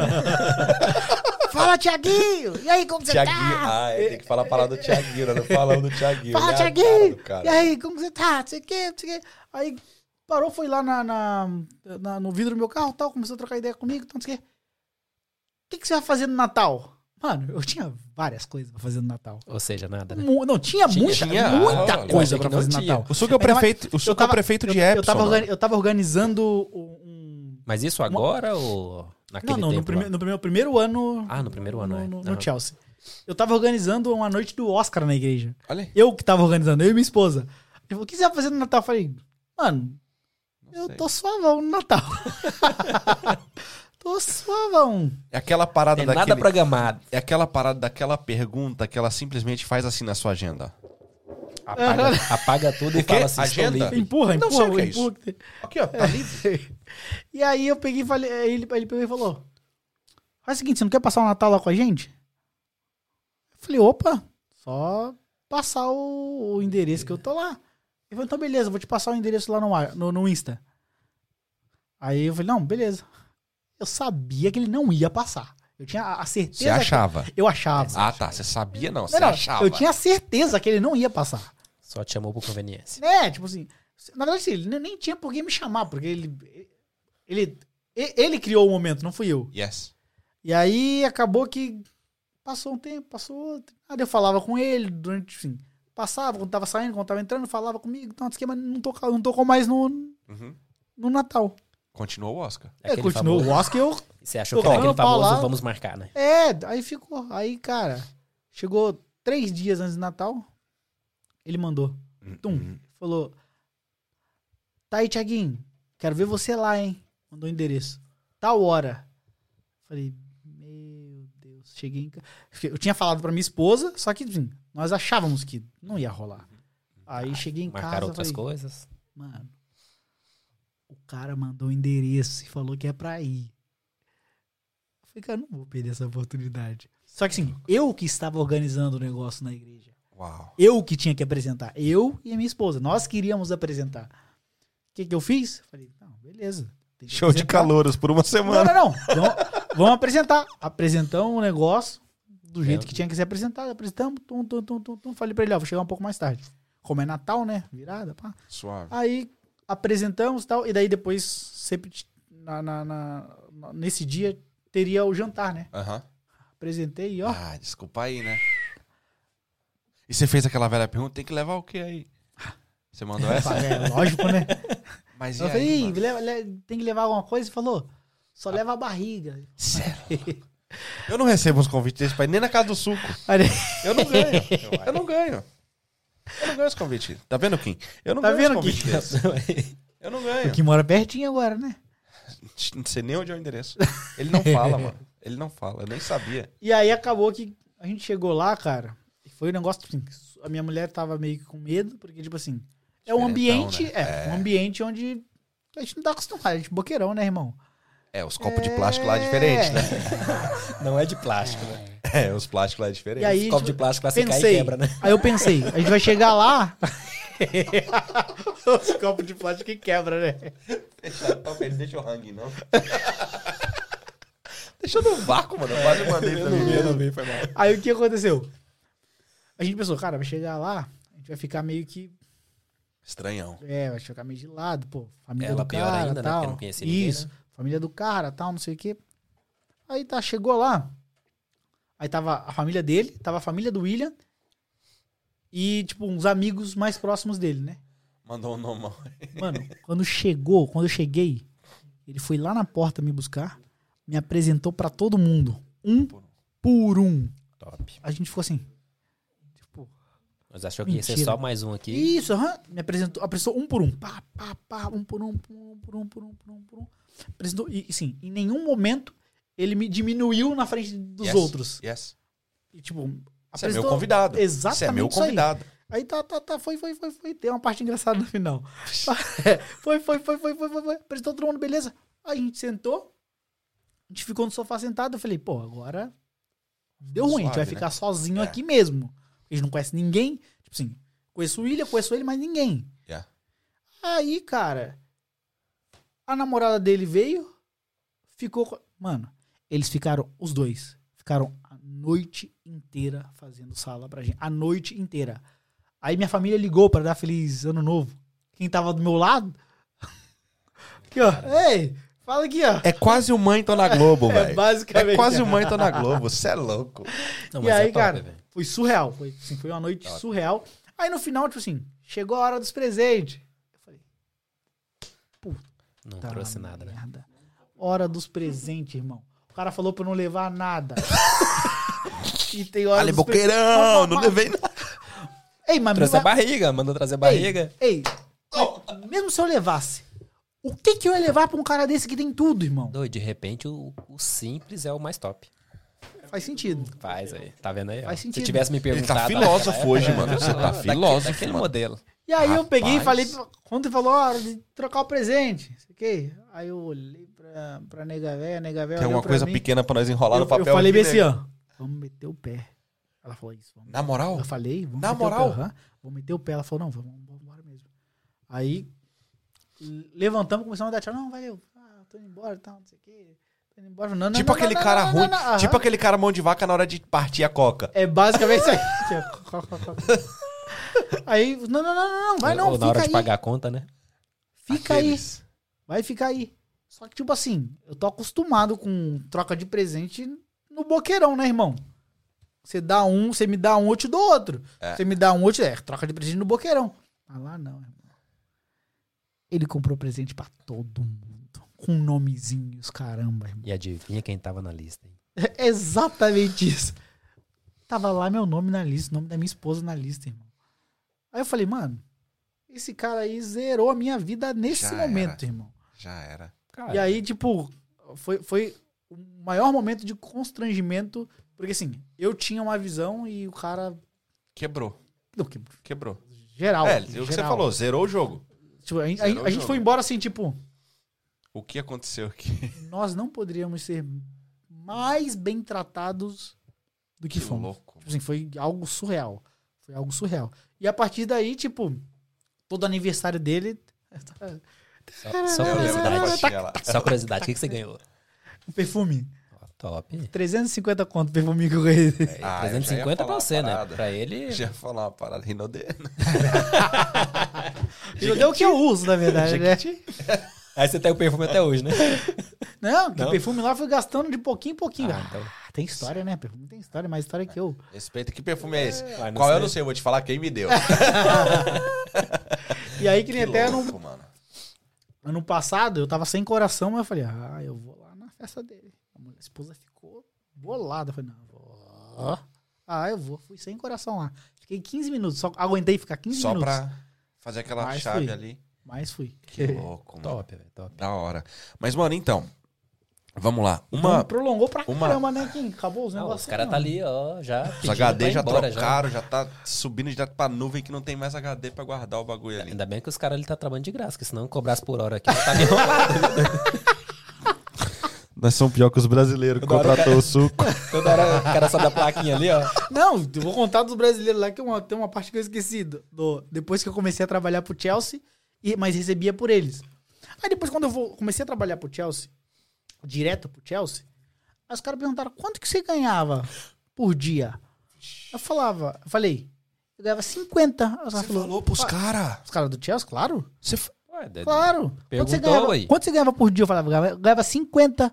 S3: Fala, Tiaguinho! E aí, como você
S2: Tiaguinho.
S3: tá?
S2: Ah, é, tem que falar a parada do Tiaguinho, né? Não falamos do Tiaguinho.
S3: Fala,
S2: Olha a cara
S3: Tiaguinho!
S2: do
S3: E
S2: cara.
S3: aí, como você tá? Não sei o quê, não sei o quê. Aí parou, foi lá na, na- na- no vidro do meu carro tal, começou a trocar ideia comigo, tal, não sei o quê. O que, que você vai fazer no Natal? Mano, eu tinha várias coisas pra fazer no Natal.
S1: Ou seja, nada, né?
S3: Mu- Não, tinha,
S1: Tinha,
S3: muita,
S2: tinha.
S3: muita
S2: Ah, eu
S3: coisa
S1: achei
S3: pra
S1: que não
S3: fazer no
S1: tinha.
S3: Natal.
S2: O Suco é o
S3: Ainda mais-
S2: prefeito, o Suco é o
S3: tava-
S2: prefeito de
S3: eu, eu,
S2: Epson.
S3: tava
S2: mano.
S3: organi- eu tava organizando um.
S1: Mas isso agora ou naquele
S3: Não, não,
S1: tempo
S3: no,
S1: lá?
S3: prime- no primeiro, primeiro ano.
S1: Ah, no primeiro ano,
S3: no,
S1: é.
S3: no- no
S1: Aham.
S3: Chelsea. Eu tava organizando uma noite do Oscar na igreja.
S5: Olha aí.
S3: Eu que tava organizando, eu e minha esposa. Ele falou: o que você vai fazer no Natal? Eu falei, mano, eu
S5: sei.
S3: tô suavão no Natal. tô suavão.
S2: É aquela parada
S1: Tem
S2: daquele...
S1: nada programado.
S2: É aquela parada daquela pergunta que ela simplesmente faz assim na sua agenda.
S1: Apaga, apaga tudo e
S2: quê?
S1: fala assim, estou
S2: Agenda?
S1: livre.
S3: Empurra, empurra,
S2: Não sei o que é
S3: empurra. que tem-
S2: Aqui, ó, tá livre.
S3: e aí eu peguei e falei, aí ele, ele pegou e falou: Faz o seguinte, você não quer passar o Natal lá com a gente? Eu falei, opa, só passar o, o endereço que eu tô lá. Ele falou, então beleza, eu vou te passar o endereço lá no, ar- no, no Insta. Aí eu falei, não, beleza. Eu sabia que ele não ia passar. Eu tinha a a certeza.
S2: Você achava.
S3: Que, eu achava.
S2: Ah, tá. Você sabia não. Você
S3: Não, não,
S2: achava.
S3: Eu tinha a certeza que ele não ia passar.
S1: Só te chamou por conveniência.
S3: É, tipo assim. Na verdade, assim, ele nem- nem tinha por que me chamar, porque ele. Ele, e- ele criou o momento, não fui eu.
S2: Yes.
S3: E aí acabou que passou um tempo, passou outro. Aí eu falava com ele durante, enfim. Passava, quando tava saindo, quando tava entrando, falava comigo, então esquema não tocou, não tocou mais no,
S2: Uhum.
S3: no Natal.
S2: Continuou o Oscar.
S1: É aquele
S3: é, continuou.
S1: famoso-
S3: O Oscar eu.
S1: Você achou que
S3: Tô
S1: era aquele
S3: falando pra
S1: famoso,
S3: lá.
S1: vamos marcar, né?
S3: É, aí ficou. Aí, cara, chegou três dias antes do Natal, ele mandou.
S1: Uhum.
S3: Tum. Falou. Tá aí, Thiaguinho. Quero ver você lá, hein? Mandou o endereço. Tal hora. Falei, meu Deus, cheguei em casa. Eu tinha falado pra minha esposa, só que enfim, nós achávamos que não ia rolar. Aí cheguei em casa.
S1: Uhum. Ah, Marcaram outras
S3: falei,
S1: coisas.
S3: Mano, o cara mandou o endereço e falou que é pra ir. Eu falei, cara, eu não vou perder essa oportunidade. Só que assim, eu que estava organizando o negócio na igreja.
S2: Uau.
S3: Eu que tinha que apresentar. Eu e a minha esposa. Nós queríamos apresentar. O que, que eu fiz? Falei, não, beleza. tem que
S2: Show de
S3: apresentar.
S2: calouros por uma
S3: Não,
S2: semana.
S3: não, não. Vamos, vamos apresentar. Apresentamos o negócio do jeito que tinha que ser apresentado. Apresentamos, tum, tum, tum, tum, tum. Falei pra ele, ó, vou chegar um pouco mais tarde. Como é Natal, né? Virada, pá.
S2: Suave.
S3: Aí apresentamos e tal, e daí depois, sempre t- na, na- na- na- nesse dia, teria o jantar, né?
S2: Aham.
S3: Apresentei e ó.
S2: Ah, desculpa aí, né? E você fez aquela velha pergunta, tem que levar o que aí? Você mandou essa?
S3: pá, é, lógico, né?
S2: Mas e
S3: Eu falei,
S2: aí,
S3: "Ih,
S2: mano? Ah.
S3: leva- le- tem que levar alguma coisa? Ele falou, só leva a barriga.
S2: Sério? Eu não recebo uns convites desse pra ir nem na casa do suco.
S3: Aí ele,
S2: Eu não ganho. Eu não ganho. Eu não ganho esse convite. Tá vendo, Kim? Eu não
S3: Tá
S2: ganho
S3: vendo,
S2: esse convite
S3: Kim?
S2: desse. Eu não ganho.
S3: que mora pertinho agora, né?
S2: Não sei nem onde é o endereço. Ele não fala, mano. Ele não fala. Eu nem sabia.
S3: E aí acabou que a gente chegou lá, cara, e foi um negócio assim, a minha mulher tava meio que com medo, porque, tipo assim, é um
S2: Diferentão,
S3: ambiente,
S2: né?
S3: é, um ambiente onde a gente não tá acostumado, a gente é boqueirão, né, irmão?
S2: É, os copos de plástico lá é diferente, né?
S1: Não é de plástico, né?
S2: É, os plásticos lá é diferente.
S3: E aí,
S1: Esse copo
S3: tipo,
S1: de plástico lá você cai e
S3: pensei.
S1: quebra, né?
S3: Aí eu pensei, a gente vai chegar lá. Os copos de plástico que quebra, né?
S2: tá deixa eu hang, não. deixa no vácuo, mano. É. Eu quase mandei pra mim.
S1: não vi, foi mal.
S3: Aí o que aconteceu? A gente pensou, cara, vai chegar lá, a gente vai ficar meio que.
S2: Estranhão.
S3: É, vai ficar meio de lado, pô. Família
S1: Ela
S3: do
S1: pior
S3: cara,
S1: ainda, né?
S3: tal.
S1: Porque não conhecia ninguém, né?
S3: Isso, família do cara, tal, não sei o quê. Aí tá, chegou lá. Aí tava a família dele, tava a família do William. E, tipo, uns amigos mais próximos dele, né?
S2: Mandou um nome.
S3: Mano, quando chegou, quando eu cheguei, ele foi lá na porta me buscar, me apresentou pra todo mundo, um por um.
S1: Top.
S3: A gente ficou assim, tipo,
S1: Mas achou que ia ser
S3: Mentira.
S1: só mais um aqui.
S3: isso, aham. Me apresentou, apresentou um por um, pá, pá, pá, um por um, por um, por um, por um, por um, por um. Apresentou, e e, sim, em nenhum momento ele me diminuiu na frente dos
S2: Yes.
S3: outros.
S2: Yes.
S3: E, tipo,
S2: Você é meu convidado.
S3: Exatamente
S2: Você é meu
S3: isso aí.
S2: convidado.
S3: Aí tá, tá, tá, foi, foi, foi, foi. Tem uma parte engraçada no final. foi, foi, foi, foi, foi, foi, foi. Apresentou todo mundo, beleza. Aí a gente sentou, a gente ficou no sofá sentado. Eu falei, pô, agora deu ruim, a gente vai
S2: Suave, né?
S3: ficar sozinho
S2: É.
S3: aqui mesmo. A gente não conhece ninguém. Tipo assim, conheço o William, conheço ele, mas ninguém.
S2: Yeah.
S3: Aí, cara, a namorada dele veio, ficou. co- Mano, eles ficaram, os dois, ficaram a noite inteira fazendo sala pra gente. A noite inteira. Aí minha família ligou pra dar feliz ano novo. Quem tava do meu lado. Aqui, ó. Ei! Fala aqui, ó.
S2: É quase o Mãe Tô na Globo,
S3: É,
S2: velho.
S3: basicamente.
S2: É quase o Mãe Tô na Globo, você é louco.
S1: Não,
S3: E
S1: mas
S3: aí,
S1: é top,
S3: cara,
S1: velho. É
S3: foi surreal. Foi, assim, foi uma noite
S1: Top.
S3: surreal. Aí no final, tipo assim, chegou a hora dos presentes. Eu falei,
S1: Não
S3: tá
S1: trouxe nada, né?
S3: merda. Hora dos presentes, irmão. O cara falou pra eu não levar nada. e tem hora
S2: Ale
S3: dos presentes.
S2: Boqueirão, não levei nada.
S3: Ei, mas
S1: Trouxe a
S3: mas-
S1: barriga, mandou trazer a barriga.
S3: Ei, mas mesmo se eu levasse, o que que eu ia levar pra um cara desse que tem tudo, irmão?
S1: Doido, de repente o, o simples é o mais top.
S3: Faz sentido.
S1: Faz aí. Tá vendo aí? ó?
S3: Faz
S1: Se
S3: sentido.
S1: tivesse me
S2: Ele
S1: perguntado.
S2: tá
S1: naquela
S2: filósofo
S1: época,
S2: hoje,
S1: né?
S2: mano. Você tá
S1: Daquele-
S2: filósofo,
S1: Daquele
S2: mano.
S1: modelo.
S3: E aí eu
S2: Rapaz.
S3: peguei e falei, pra- quando ele falou, ó, hora de trocar o presente, não sei o quê. Aí eu olhei pra, pra nega véia, a nega véia
S2: Tem
S3: olhou
S2: alguma
S3: pra
S2: coisa
S3: mim.
S2: pequena pra nós enrolar
S3: eu,
S2: no papel.
S3: Eu falei
S2: aqui,
S3: bem
S2: né?
S3: assim, ó, vamos meter o pé. Ela falou isso, vamos
S2: Na moral?
S3: Eu falei, vamos
S2: Na
S3: meter
S2: moral?
S3: o pé. aham. Vamos meter o pé. Ela falou, não, vamos vamos embora mesmo. Aí l- levantamos, começamos a dar tchau. Não, valeu. Ah, tô indo embora, tal, não sei o quê. Tô indo embora. Não, não,
S2: Tipo
S3: não,
S2: aquele
S3: não,
S2: cara
S3: não, não,
S2: ruim,
S3: não, não, aham.
S2: tipo aquele cara mão de vaca na hora de partir a coca.
S3: É basicamente isso aí. aí, não, não, não, não, não, vai não,
S1: Ou na hora
S3: fica
S1: de
S3: aí.
S1: pagar a conta, né?
S3: Fica aí.
S2: Aqueles.
S3: Vai ficar aí. Só que, tipo assim, eu tô acostumado com troca de presente no boqueirão, né, irmão? Você dá um, você me dá um, eu te dou outro. Você me dá um, eu te... É, troca de presente no boqueirão. Mas lá não, irmão. Ele comprou presente pra todo mundo. Com nomezinhos, caramba, irmão.
S1: E adivinha quem tava na lista, hein?
S3: É exatamente isso. Tava lá meu nome na lista, o nome da minha esposa na lista, irmão. Aí eu falei, mano, esse cara aí zerou a minha vida nesse
S2: Já
S3: momento, irmão.
S2: Já era.
S1: Cara,
S3: E aí, tipo, foi, foi o maior momento de constrangimento, porque assim, eu tinha uma visão e o cara.
S2: Quebrou.
S3: Não, que-
S2: Quebrou.
S3: Geral.
S2: é,
S3: geral.
S2: o que você falou, zerou o jogo.
S3: Tipo, a, gente- a
S2: Zerou
S3: gente-
S2: o
S3: a gente
S2: jogo.
S3: foi embora assim, tipo,
S2: O que aconteceu aqui?
S3: nós não poderíamos ser mais bem tratados do que,
S2: Que
S3: fomos.
S2: louco.
S3: Tipo assim, foi algo surreal. Foi algo surreal. E a partir daí, tipo, todo aniversário dele.
S1: só, só
S3: Ah,
S2: Eu lembro da
S3: tá
S1: curiosidade.
S2: fotinha lá.
S1: Só curiosidade, o que, que você ganhou?
S3: Um perfume.
S1: Ó, top.
S3: 350 conto o perfume que eu ganhei. dele.
S1: É,
S2: Ah, eu Ah, já ia
S1: 350 pra
S2: falar
S1: você,
S2: uma
S1: né?
S2: parada.
S1: Pra
S3: É.
S1: ele.
S2: Já ia falar uma parada rinodena.
S3: E não deu o que eu uso, na verdade, né?
S1: Aí você tem o perfume até hoje, né?
S3: Não, que
S1: Não?
S3: o perfume lá foi gastando de pouquinho em pouquinho.
S1: Ah,
S3: Ah,
S1: então.
S3: tem história, né? Perfume tem história, mais história que eu.
S2: Respeita, que perfume é esse?
S1: Ah, não
S2: Qual
S1: sei.
S2: eu não sei, eu vou te falar quem me deu.
S3: E aí que nem
S2: que
S3: até
S2: louco, mano.
S3: ano, ano passado eu tava sem coração, mas eu falei, ah, eu vou lá na festa dele. A mulher- a esposa ficou bolada. Eu falei, não, eu vou. Ah, eu vou. Fui sem coração lá. Fiquei 15 minutos, só aguentei ficar 15
S2: Só
S3: minutos.
S2: pra fazer aquela
S3: Mas
S2: chave
S3: fui.
S2: ali.
S3: Mas fui.
S2: Que louco, mano.
S1: Top, velho, top.
S2: Da hora. Mas, mano, então. Vamos lá.
S3: Uma,
S2: Uma.
S3: Então, prolongou pra
S2: uma-
S3: caramba, né, Kim? Acabou os
S1: Não,
S3: negócios.
S1: os caras
S3: não.
S1: tá ali, ó, já.
S2: Os
S1: pedindo pra
S2: HD
S1: ir
S2: já
S1: embora,
S2: trocaram, já. tá subindo direto pra nuvem que não tem mais HD pra guardar o bagulho ali.
S1: Ainda bem que os caras ali tá trabalhando de graça, porque senão cobrasse por hora aqui, não tá me enrolando.
S2: Nós somos pior que os brasileiros que
S1: Toda hora contratou
S2: o suco.
S1: Toda hora o cara sobe a plaquinha ali, ó.
S3: Não, eu vou contar dos brasileiros lá que uma- tem uma parte que eu esqueci. do- do- depois que eu comecei a trabalhar pro Chelsea, e- mas recebia por eles. Aí depois, quando eu vou- comecei a trabalhar pro Chelsea, direto pro Chelsea, aí os caras perguntaram quanto que você ganhava por dia. Eu falava, eu falei, eu ganhava 50. Aí os
S2: Você
S3: caras falaram,
S2: falou pros caras.
S3: os caras do Chelsea, claro?
S2: Você f-
S1: Ué, Dedé,
S3: Claro. Quanto você,
S1: É, Perguntou
S3: ganhava,
S1: aí.
S3: quanto você ganhava por dia? Eu falava, eu ganhava, eu ganhava 50.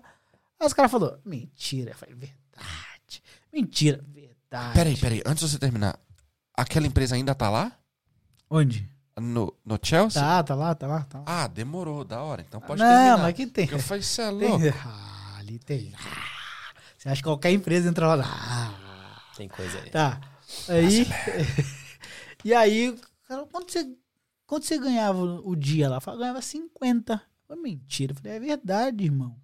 S3: Aí os caras falaram, mentira. Eu falei, verdade. Mentira, verdade.
S2: Peraí, peraí. Antes de você terminar, aquela empresa ainda tá lá?
S3: Onde?
S2: No, no Chelsea?
S3: Tá, tá lá, tá lá, tá lá.
S2: Ah, demorou. Da hora. Então pode
S3: não,
S2: terminar.
S3: mas que tem.
S2: Eu falei, você é
S3: tem
S2: louco.
S3: ah, ali tem. Ah, você acha que qualquer empresa entra lá. Ah,
S1: Tem coisa aí.
S3: tá. Aí. e aí, cara, quanto você, quanto você ganhava o dia lá? Eu falava, ganhava 50. Eu falei, mentira. Eu falei, é verdade, irmão.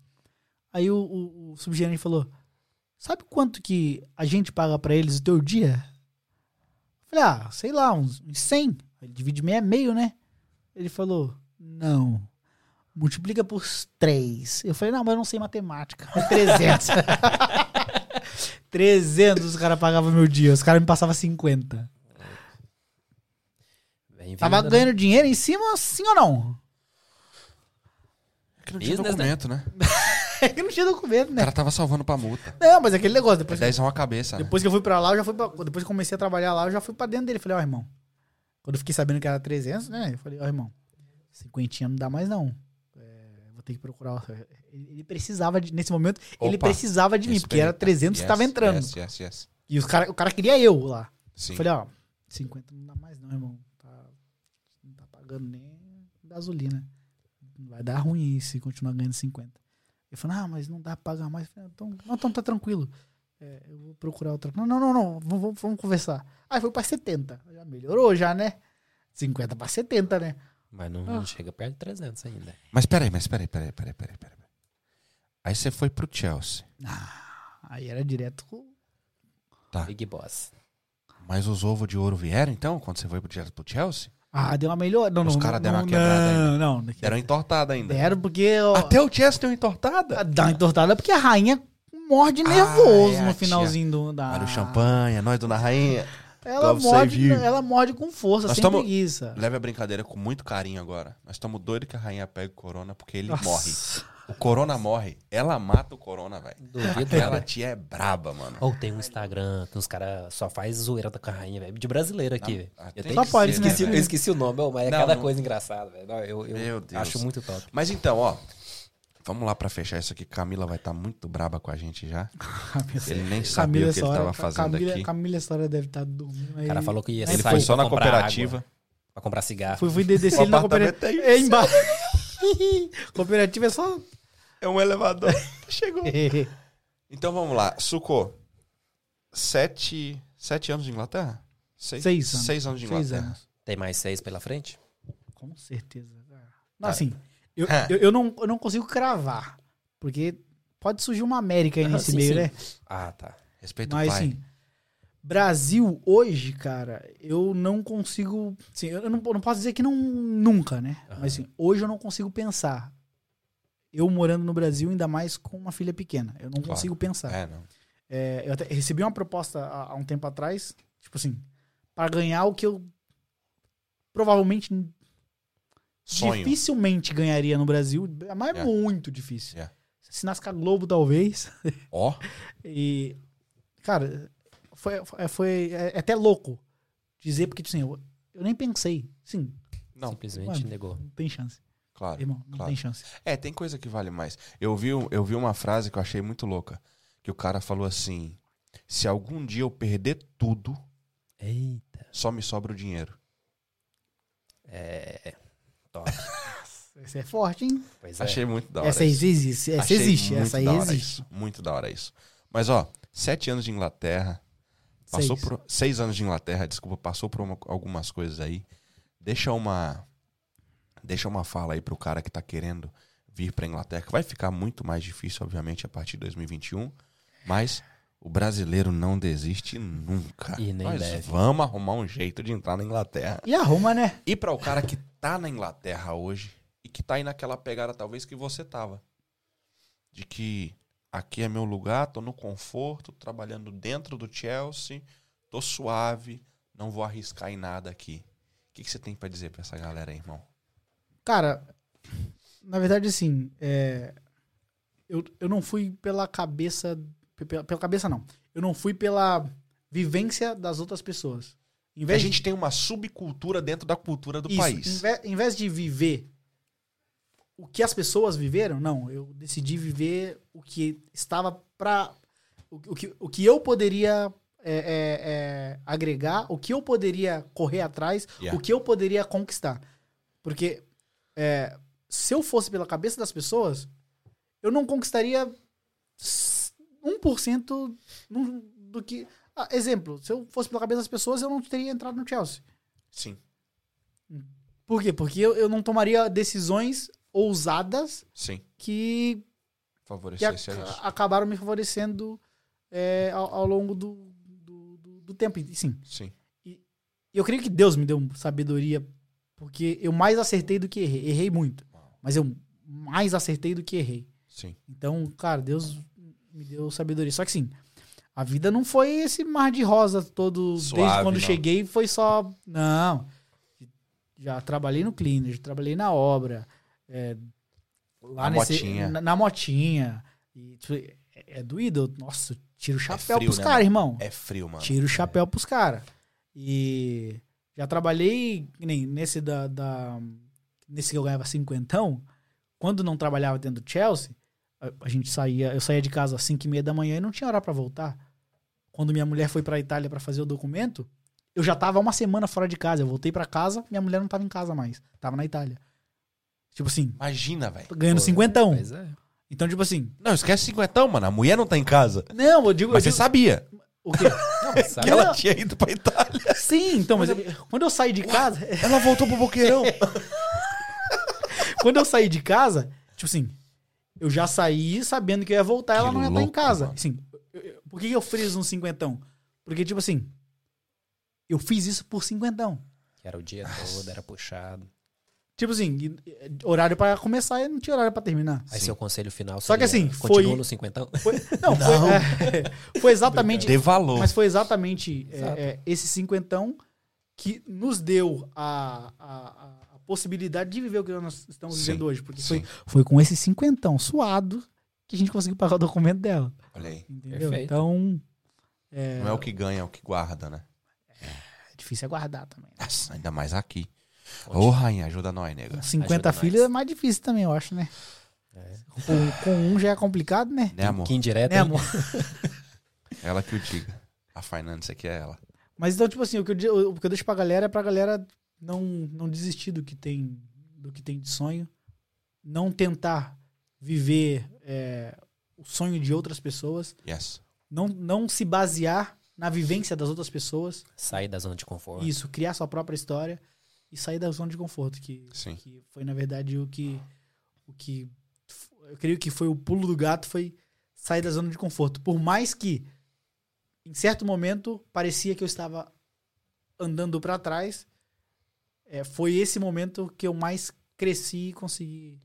S3: Aí o, o, o subgerente falou: Sabe quanto que a gente paga pra eles o teu dia? Eu falei, ah, sei lá, uns, uns 100. Ele divide meio a meio, né? Ele falou, não. Multiplica por 3. Eu falei, não, mas eu não sei matemática. 300. 300 os caras pagavam meu dia. Os caras me passavam 50.
S1: Vem
S3: Tava
S1: vindo, né?
S3: ganhando dinheiro em cima, sim ou não?
S2: É que não tinha
S1: Business,
S2: documento, né?
S3: É que não tinha documento,
S2: O
S3: né?
S2: cara tava salvando pra multa.
S3: Não, mas é aquele
S2: É
S3: negócio. Depois,
S2: 10 a cabeça, né?
S3: depois que eu fui pra lá, eu já fui pra, depois que eu comecei a trabalhar lá, eu já fui pra dentro dele. Falei, ó, irmão. Quando eu fiquei sabendo que era 300, né? Eu falei, ó, irmão, cinquentinha não dá mais não. É, vou tem que procurar. Ele ele precisava, de, nesse momento, ele
S2: Opa,
S3: precisava de mim, porque era
S2: Respeita.
S3: 300 que tava
S2: Yes,
S3: entrando.
S2: Yes, yes, yes.
S3: E os cara, o cara queria eu lá.
S2: Sim.
S3: Eu falei, ó, 50 não dá mais não, irmão. Tá- não tá pagando nem gasolina. Vai dar ruim se continuar ganhando 50. Ele falou, ah, mas não dá pra pagar mais. Eu falei, então, não, então tá tranquilo. É, eu vou procurar outra. Não, não, não, não. Vamos, vamos- vamos conversar. Aí foi pra 70. Já melhorou já, né? 50 pra 70, né?
S1: Mas não, não chega perto de 300 ainda.
S2: Mas peraí, mas peraí, peraí, peraí, peraí, peraí. Aí você foi pro Chelsea.
S3: Aí era direto com-
S2: Ah.
S1: Big Boss.
S2: Mas os ovos de ouro vieram então, quando você foi pro Chelsea? Pro Chelsea?
S3: Ah, deu uma melhora. Não,
S2: Os
S3: não,
S2: cara
S3: não,
S2: deram uma
S3: não,
S2: quebrada
S3: não, não, não.
S2: Deram entortada ainda.
S3: Deram porque... ó,
S2: Até o Chelsea deu entortada?
S3: Dá uma entortada porque a rainha morde nervoso
S2: é, a
S3: no
S2: tia.
S3: finalzinho do, da.
S2: Olha o champanhe, nós, Dona Rainha.
S3: Ela
S2: God save
S3: morde,
S2: you.
S3: ela morde com força,
S2: Nós
S3: sem
S2: tamo-
S3: preguiça.
S2: Leve a brincadeira é com muito carinho agora. Nós estamos doidos que a rainha pegue o corona, porque ele
S3: Nossa.
S2: morre. O corona morre. Ela mata o corona, velho.
S1: Duvido.
S2: Aquela tia é braba, mano.
S1: Ou tem um Instagram, tem uns caras só faz zoeira com a rainha, velho. De brasileiro aqui, velho.
S2: Ah,
S1: Eu
S2: tem
S1: tenho
S3: Só
S2: que
S3: pode,
S2: ser,
S3: né?
S1: Esqueci, eu
S2: velho?
S1: esqueci o nome, ó, mas é
S2: Não,
S1: cada
S2: não.
S1: coisa engraçada, velho. Não, Eu, eu
S2: Meu Deus.
S1: acho muito top.
S2: Mas então, ó. Vamos lá pra fechar isso aqui. Camila vai estar muito braba com a gente já. Ele nem sabia o que ele tava fazendo
S3: Camila, é
S2: aqui.
S3: Camila Sora deve estar dormindo aí.
S1: O cara falou que ia
S3: Ele
S1: sair
S2: Foi só
S1: pra
S2: na
S1: comprar
S2: cooperativa.
S1: água, pra comprar cigarro.
S3: Fui, fui descer ele na cooperativa.
S2: apartamento é
S3: É embaixo. cooperativa é só.
S2: É um elevador. Chegou. Então vamos lá. Suco. Sete, sete anos de Inglaterra?
S3: Seis anos.
S2: Seis anos de né?
S3: Seis
S2: Inglaterra.
S3: anos.
S1: Tem mais seis pela frente?
S3: Com certeza. cara. Não, assim, eu,
S2: É.
S3: eu, eu não, eu não consigo cravar. Porque pode surgir uma América aí
S1: Ah,
S3: nesse
S1: sim,
S3: meio,
S1: sim.
S3: né?
S1: Ah, tá.
S2: Respeito o
S3: Mas
S2: pai.
S3: assim, Brasil hoje, cara, eu não consigo. Assim, eu não, eu não posso dizer que não, nunca, né?
S1: Aham.
S3: Mas assim, hoje eu não consigo pensar. Eu morando no Brasil, ainda mais com uma filha pequena. Eu não
S2: Claro.
S3: consigo pensar.
S2: É, não.
S3: É, eu até recebi uma proposta há, há um tempo atrás, tipo assim, pra ganhar o que eu provavelmente
S2: Sonho.
S3: dificilmente ganharia no Brasil, mas é
S2: Yeah.
S3: muito difícil.
S2: Yeah.
S3: Se nascar Globo, talvez.
S2: Ó.
S3: E, cara, foi, foi, foi- é até louco dizer, porque, assim, eu, eu nem pensei. Sim,
S2: Não,
S1: Simplesmente
S3: mano.
S1: negou.
S3: não tem chance.
S2: claro.
S3: Irmão, não
S2: claro.
S3: tem chance.
S2: É, tem coisa que vale mais. Eu vi, um- eu vi uma frase que eu achei muito louca. Que o cara falou assim: Se algum dia eu perder tudo,
S1: Eita.
S2: só me sobra o dinheiro.
S1: É. Top.
S3: Essa é forte, hein?
S1: Pois é.
S2: Achei muito da hora.
S3: Essa
S2: isso.
S3: existe. Essa
S2: Achei
S3: existe.
S2: muito
S3: Essa aí
S2: da hora
S3: existe.
S2: isso, Muito da hora isso. Mas, ó, sete anos de Inglaterra. Passou
S3: Seis.
S2: por. Seis anos de Inglaterra, desculpa, passou por uma- algumas coisas aí. Deixa uma. Deixa uma fala aí pro cara que tá querendo vir pra Inglaterra, que vai ficar muito mais difícil, obviamente, a partir de 2021. Mas o brasileiro não desiste nunca.
S1: E nem
S2: Nós
S1: deve.
S2: vamos arrumar um jeito de entrar na Inglaterra.
S3: E arruma, né?
S2: E pra o cara que tá na Inglaterra hoje e que tá aí naquela pegada talvez que você tava. De que aqui é meu lugar, tô no conforto, trabalhando dentro do Chelsea, tô suave, não vou arriscar em nada aqui. O que, que você tem pra dizer pra essa galera aí, irmão?
S3: Cara, na verdade, assim, é, eu, eu não fui pela cabeça. pe- Pela, pela cabeça, não. Eu não fui pela vivência das outras pessoas. Em
S2: A
S3: vez de-
S2: gente tem uma subcultura dentro da cultura do
S3: Isso, Em
S2: país.
S3: ve- em vez de viver o que as pessoas viveram, não. Eu decidi viver o que estava pra. O, o que, o que eu poderia é, é, é, agregar, o que eu poderia correr atrás,
S2: Yeah.
S3: o que eu poderia conquistar. Porque é, se eu fosse pela cabeça das pessoas, eu não conquistaria s- 1% num- do que. Ah, exemplo, se eu fosse pela cabeça das pessoas, eu não teria entrado no Chelsea.
S2: Sim,
S3: Por quê? Porque eu, eu não tomaria decisões ousadas
S2: sim.
S3: que, que
S2: Favorecer
S3: a-
S2: isso é isso.
S3: acabaram me favorecendo é, ao, ao longo do, do, do- do tempo. E, Sim,
S2: Sim.
S3: eu creio que Deus me deu sabedoria, porque eu mais acertei do que errei. Errei muito, mas eu mais acertei do que errei.
S2: Sim.
S3: Então, cara, Deus me deu sabedoria. Só que sim, a vida não foi esse mar de rosa todo desde
S2: Suave,
S3: quando
S2: não.
S3: cheguei, foi só. Não. Já trabalhei no cleaner, já trabalhei na obra. é, lá
S2: Na
S3: nesse-
S2: motinha.
S3: Na, na motinha. E, tipo, é, é doído. Nossa, tira o chapéu
S2: frio,
S3: pros
S2: né,
S3: caras,
S2: mano?
S3: irmão.
S2: É frio, mano.
S3: Tira o chapéu pros caras. E já trabalhei que nem nesse da, da- Nesse que eu ganhava cinquentão. quando não trabalhava dentro do Chelsea, a, a gente saía, eu saía de casa às 5 e meia da manhã e não tinha hora pra voltar. Quando minha mulher foi pra Itália pra fazer o documento, eu já tava uma semana fora de casa. Eu voltei pra casa, minha mulher não tava em casa mais. Tava na Itália. Tipo assim,
S2: Imagina, velho.
S3: ganhando cinquentão.
S1: Pois é.
S3: Então, tipo assim,
S2: Não, esquece cinquentão, mano. A mulher não tá em casa.
S3: não, eu digo, eu
S2: Mas você
S3: digo
S2: sabia
S3: o quê?
S1: Sabe?
S2: que ela tinha ido pra Itália.
S3: Sim, então, mas eu- quando eu saí de casa,
S2: Ela voltou pro Boqueirão.
S3: quando eu saí de casa, tipo assim, eu já saí sabendo que eu ia voltar, ela
S2: Que
S3: não ia estar em
S2: louco,
S3: casa.
S2: mano.
S3: Assim, eu- eu- por que que eu friso um cinquentão? Porque, tipo assim, eu fiz isso por cinquentão.
S1: Que era o dia todo, era puxado.
S3: Tipo assim, e- e- horário pra começar e não tinha horário pra terminar.
S1: Aí seu conselho final
S3: Só que
S1: seria,
S3: assim,
S1: continua
S3: foi-
S1: no cinquentão?
S3: Foi- não, Foi, é, foi exatamente.
S2: Dê valor.
S3: Mas foi exatamente é,
S1: Exato.
S3: é, esse cinquentão que nos deu a, a- a- a possibilidade de viver o que nós estamos
S2: Sim,
S3: vivendo hoje. Porque foi,
S2: sim.
S3: foi com esse cinquentão suado que a gente conseguiu pagar o documento dela.
S2: Olha aí.
S3: Entendeu?
S1: Perfeito.
S3: Então,
S2: Não é o que ganha, é o que guarda, né?
S3: é difícil aguardar também. né?
S2: Nossa, ainda mais aqui. Ô, rainha, ajuda nós, nega.
S3: 50
S1: nós.
S3: filhos é mais difícil também, eu acho, né? Com, com um já é complicado, né?
S2: Né, amor?
S1: Que indireto,
S3: Né,
S1: hein?
S3: amor?
S2: Ela que o diga. A Fernanda, aqui é ela.
S3: Mas então, tipo assim, o que eu, di- o que eu deixo pra galera é pra galera não, não desistir do que tem do que tem de sonho. Não tentar viver é, o sonho de outras pessoas.
S2: Yes.
S3: Não, não se basear na vivência das outras pessoas.
S1: Sair da zona de conforto.
S3: Isso, criar sua própria história e sair da zona de conforto. Que,
S2: Sim.
S3: que foi, na verdade, o que. O que. f- Eu creio que foi o pulo do gato foi sair da zona de conforto. Por mais que, em certo momento, parecia que eu estava andando para trás, é, foi esse momento que eu mais cresci e consegui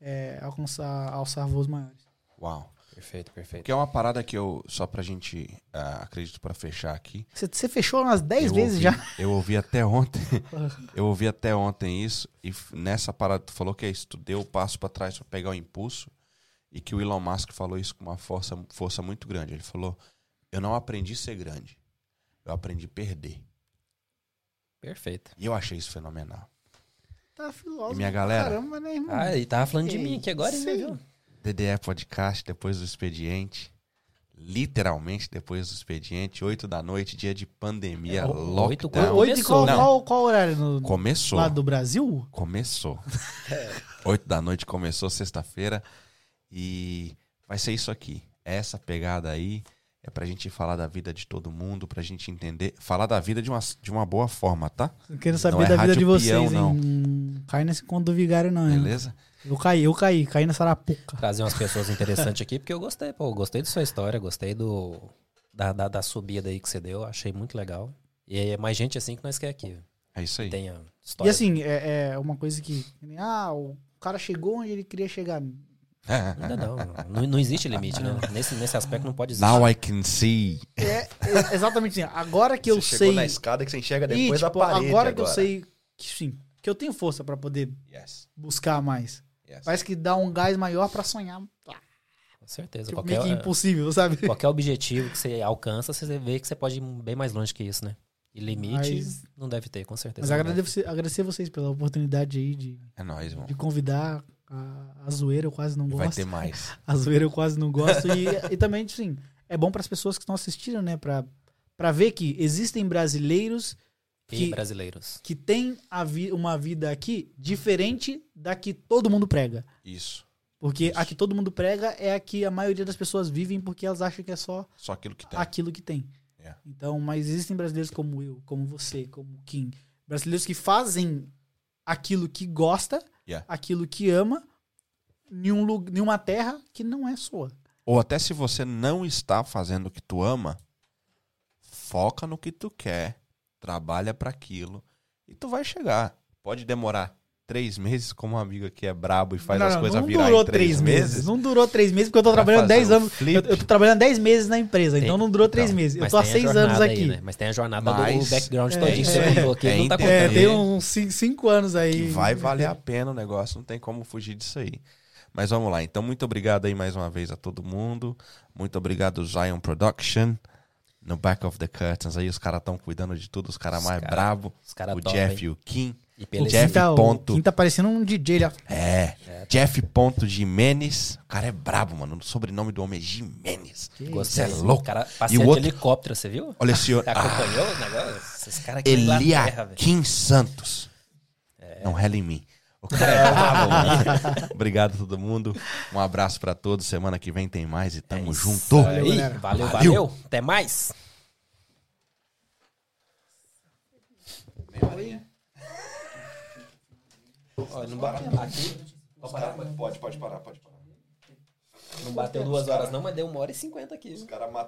S3: é, alcançar, alçar voos maiores.
S2: Uau.
S1: Perfeito, perfeito.
S2: Porque é uma parada que eu, só pra gente, ah, acredito, pra fechar aqui.
S3: Você- Você fechou umas 10
S2: Eu
S3: vezes
S2: ouvi-
S3: já.
S2: Eu ouvi até ontem. eu ouvi até ontem isso. E f- nessa parada, tu falou que é isso. Tu deu o passo pra trás pra pegar o impulso. E que o Elon Musk falou isso com uma força, força muito grande. Ele falou: Eu não aprendi a ser grande. Eu aprendi a perder.
S1: Perfeito.
S2: E eu achei isso fenomenal.
S3: Tá filósofo.
S2: E minha galera?
S3: Caramba, né, irmão?
S1: Ah, ele tava falando de
S3: Ei,
S1: mim aqui agora, hein,
S3: sim.
S1: viu?
S2: DDE Podcast, depois do expediente. Literalmente depois do expediente, 8 da noite, dia de pandemia,
S1: É, o- oito,
S2: lockdown.
S1: quando-
S3: Oito e qual,
S2: Não.
S3: qual, qual horário? No,
S2: Começou.
S3: lado do Brasil?
S2: Começou.
S6: É.
S2: 8 da noite começou, sexta-feira. E vai ser isso aqui. Essa pegada aí é pra gente falar da vida de todo mundo, pra gente entender. Falar da vida de uma, de uma boa forma, tá?
S3: Quero
S2: Não
S3: saber
S2: é
S3: da vida
S2: rádio
S3: de vocês,
S2: peão,
S3: hein?
S2: não.
S3: Hum, Cai nesse conto do vigário, não. hein?
S2: Beleza?
S3: Eu caí, eu caí, caí na sarapuca.
S1: Trazer umas pessoas interessantes aqui, porque eu gostei, pô. eu Gostei da sua história, gostei do, da, da, da subida aí que você deu. Achei muito legal. E é mais gente assim que nós quer aqui.
S2: É isso aí.
S1: Tenha história.
S3: E assim, é, é uma coisa que. Ah, o cara chegou onde ele queria chegar.
S2: É.
S1: Ainda não, não. Não existe limite, né? Nesse, nesse aspecto não pode existir.
S2: Now I can see.
S3: É, é exatamente assim. Agora que eu
S6: você
S3: sei.
S6: chegou na escada que você enxerga
S3: Ih,
S6: depois da
S3: tipo,
S6: parede.
S3: agora que eu sei que sim, que eu tenho força pra poder
S2: Yes.
S3: buscar mais.
S2: yes.
S3: Parece que dá um gás maior pra sonhar.
S1: Com certeza.
S3: Tipo,
S1: Qualquer,
S3: meio que impossível, sabe?
S1: qualquer objetivo que você alcança, você vê que você pode ir bem mais longe que isso, né? E limites não deve ter, com certeza.
S3: Mas
S1: não deve
S3: agradecer, agradecer vocês pela oportunidade aí de,
S2: É nóis, mano.
S3: de convidar. A, a zoeira eu quase não gosto.
S2: Vai ter mais.
S3: A zoeira eu quase não gosto. E, e também, sim, é bom para as pessoas que estão assistindo, né? Pra, pra ver que existem brasileiros
S1: ter.
S3: que-
S1: E brasileiros.
S3: que têm a vi- uma vida aqui diferente da que todo mundo prega.
S2: Isso.
S3: Porque a que todo mundo prega é a que a maioria das pessoas vivem porque elas acham que é só
S2: Só aquilo que tem.
S3: aquilo que tem.
S2: Tá. É.
S3: Então, mas existem brasileiros como eu, como você, como o Kim. Brasileiros que fazem aquilo que gosta,
S2: Yeah.
S3: aquilo que ama, em, um, lu- em uma terra que não é sua.
S2: Ou até se você não está fazendo o que tu ama, foca no que tu quer, trabalha para aquilo e tu vai chegar. Pode demorar três meses, como um amigo que é brabo e faz
S3: Não,
S2: as
S3: não,
S2: coisas
S3: não
S2: virar
S3: durou
S2: em três, meses.
S3: Não durou três meses, porque eu tô
S2: Pra
S3: trabalhando
S2: fazer
S3: 10
S2: um
S3: anos.
S2: flip.
S3: Eu, eu tô trabalhando 10 meses na empresa,
S1: Tem-
S3: então não durou três
S2: então,
S3: meses. Eu
S1: Mas
S3: tô há
S1: tem a
S3: 6 anos
S1: jornada aí,
S3: aqui.
S1: né? Mas tem a jornada
S2: Mas-
S1: do background
S3: É,
S1: todinho que você
S2: é,
S1: contou aqui.
S2: é
S1: não tá
S2: entender.
S3: É,
S1: contando.
S3: tem uns 5 anos aí. né?
S2: Que vai valer a pena o negócio, não tem como fugir disso aí. Mas vamos lá, então muito obrigado aí mais uma vez a todo mundo. Muito obrigado, Zion Production. No back of the curtains, aí os caras estão cuidando de tudo, os caras
S1: Os
S2: mais
S1: cara-
S2: brabo.
S1: Os caras
S2: o
S1: topam,
S2: Jeff
S1: hein?
S2: e o Kim.
S1: E
S2: O
S1: beleza.
S2: Jeff
S3: Tá, o
S2: ponto.
S3: Kim tá parecendo um DJ ali. ó.
S2: É.
S1: É.
S2: Jeff ponto Jimenez. O cara é brabo, mano. O sobrenome do homem é Jimenez. Você
S1: Gostei.
S2: é louco.
S1: O cara passeando
S2: outro-
S1: de helicóptero, você viu?
S2: Olha esse senhor. Ah, é
S1: Acompanhou Tá o negócio? Esses caras aqui na Inglaterra, velho. É.
S2: Eliakim Santos. Não rela em mim. O cara é brabo, mano. Obrigado a todo mundo. Um abraço pra todos. Semana que vem tem mais e
S1: É
S2: tamo junto.
S1: Valeu,
S3: galera.
S1: valeu,
S2: Valeu.
S1: valeu. Até mais. Ó, não ba- aqui
S2: Pode, pode parar, pode parar.
S1: não bateu duas horas não, mas deu uma hora e cinquenta aqui. viu?
S2: cara mata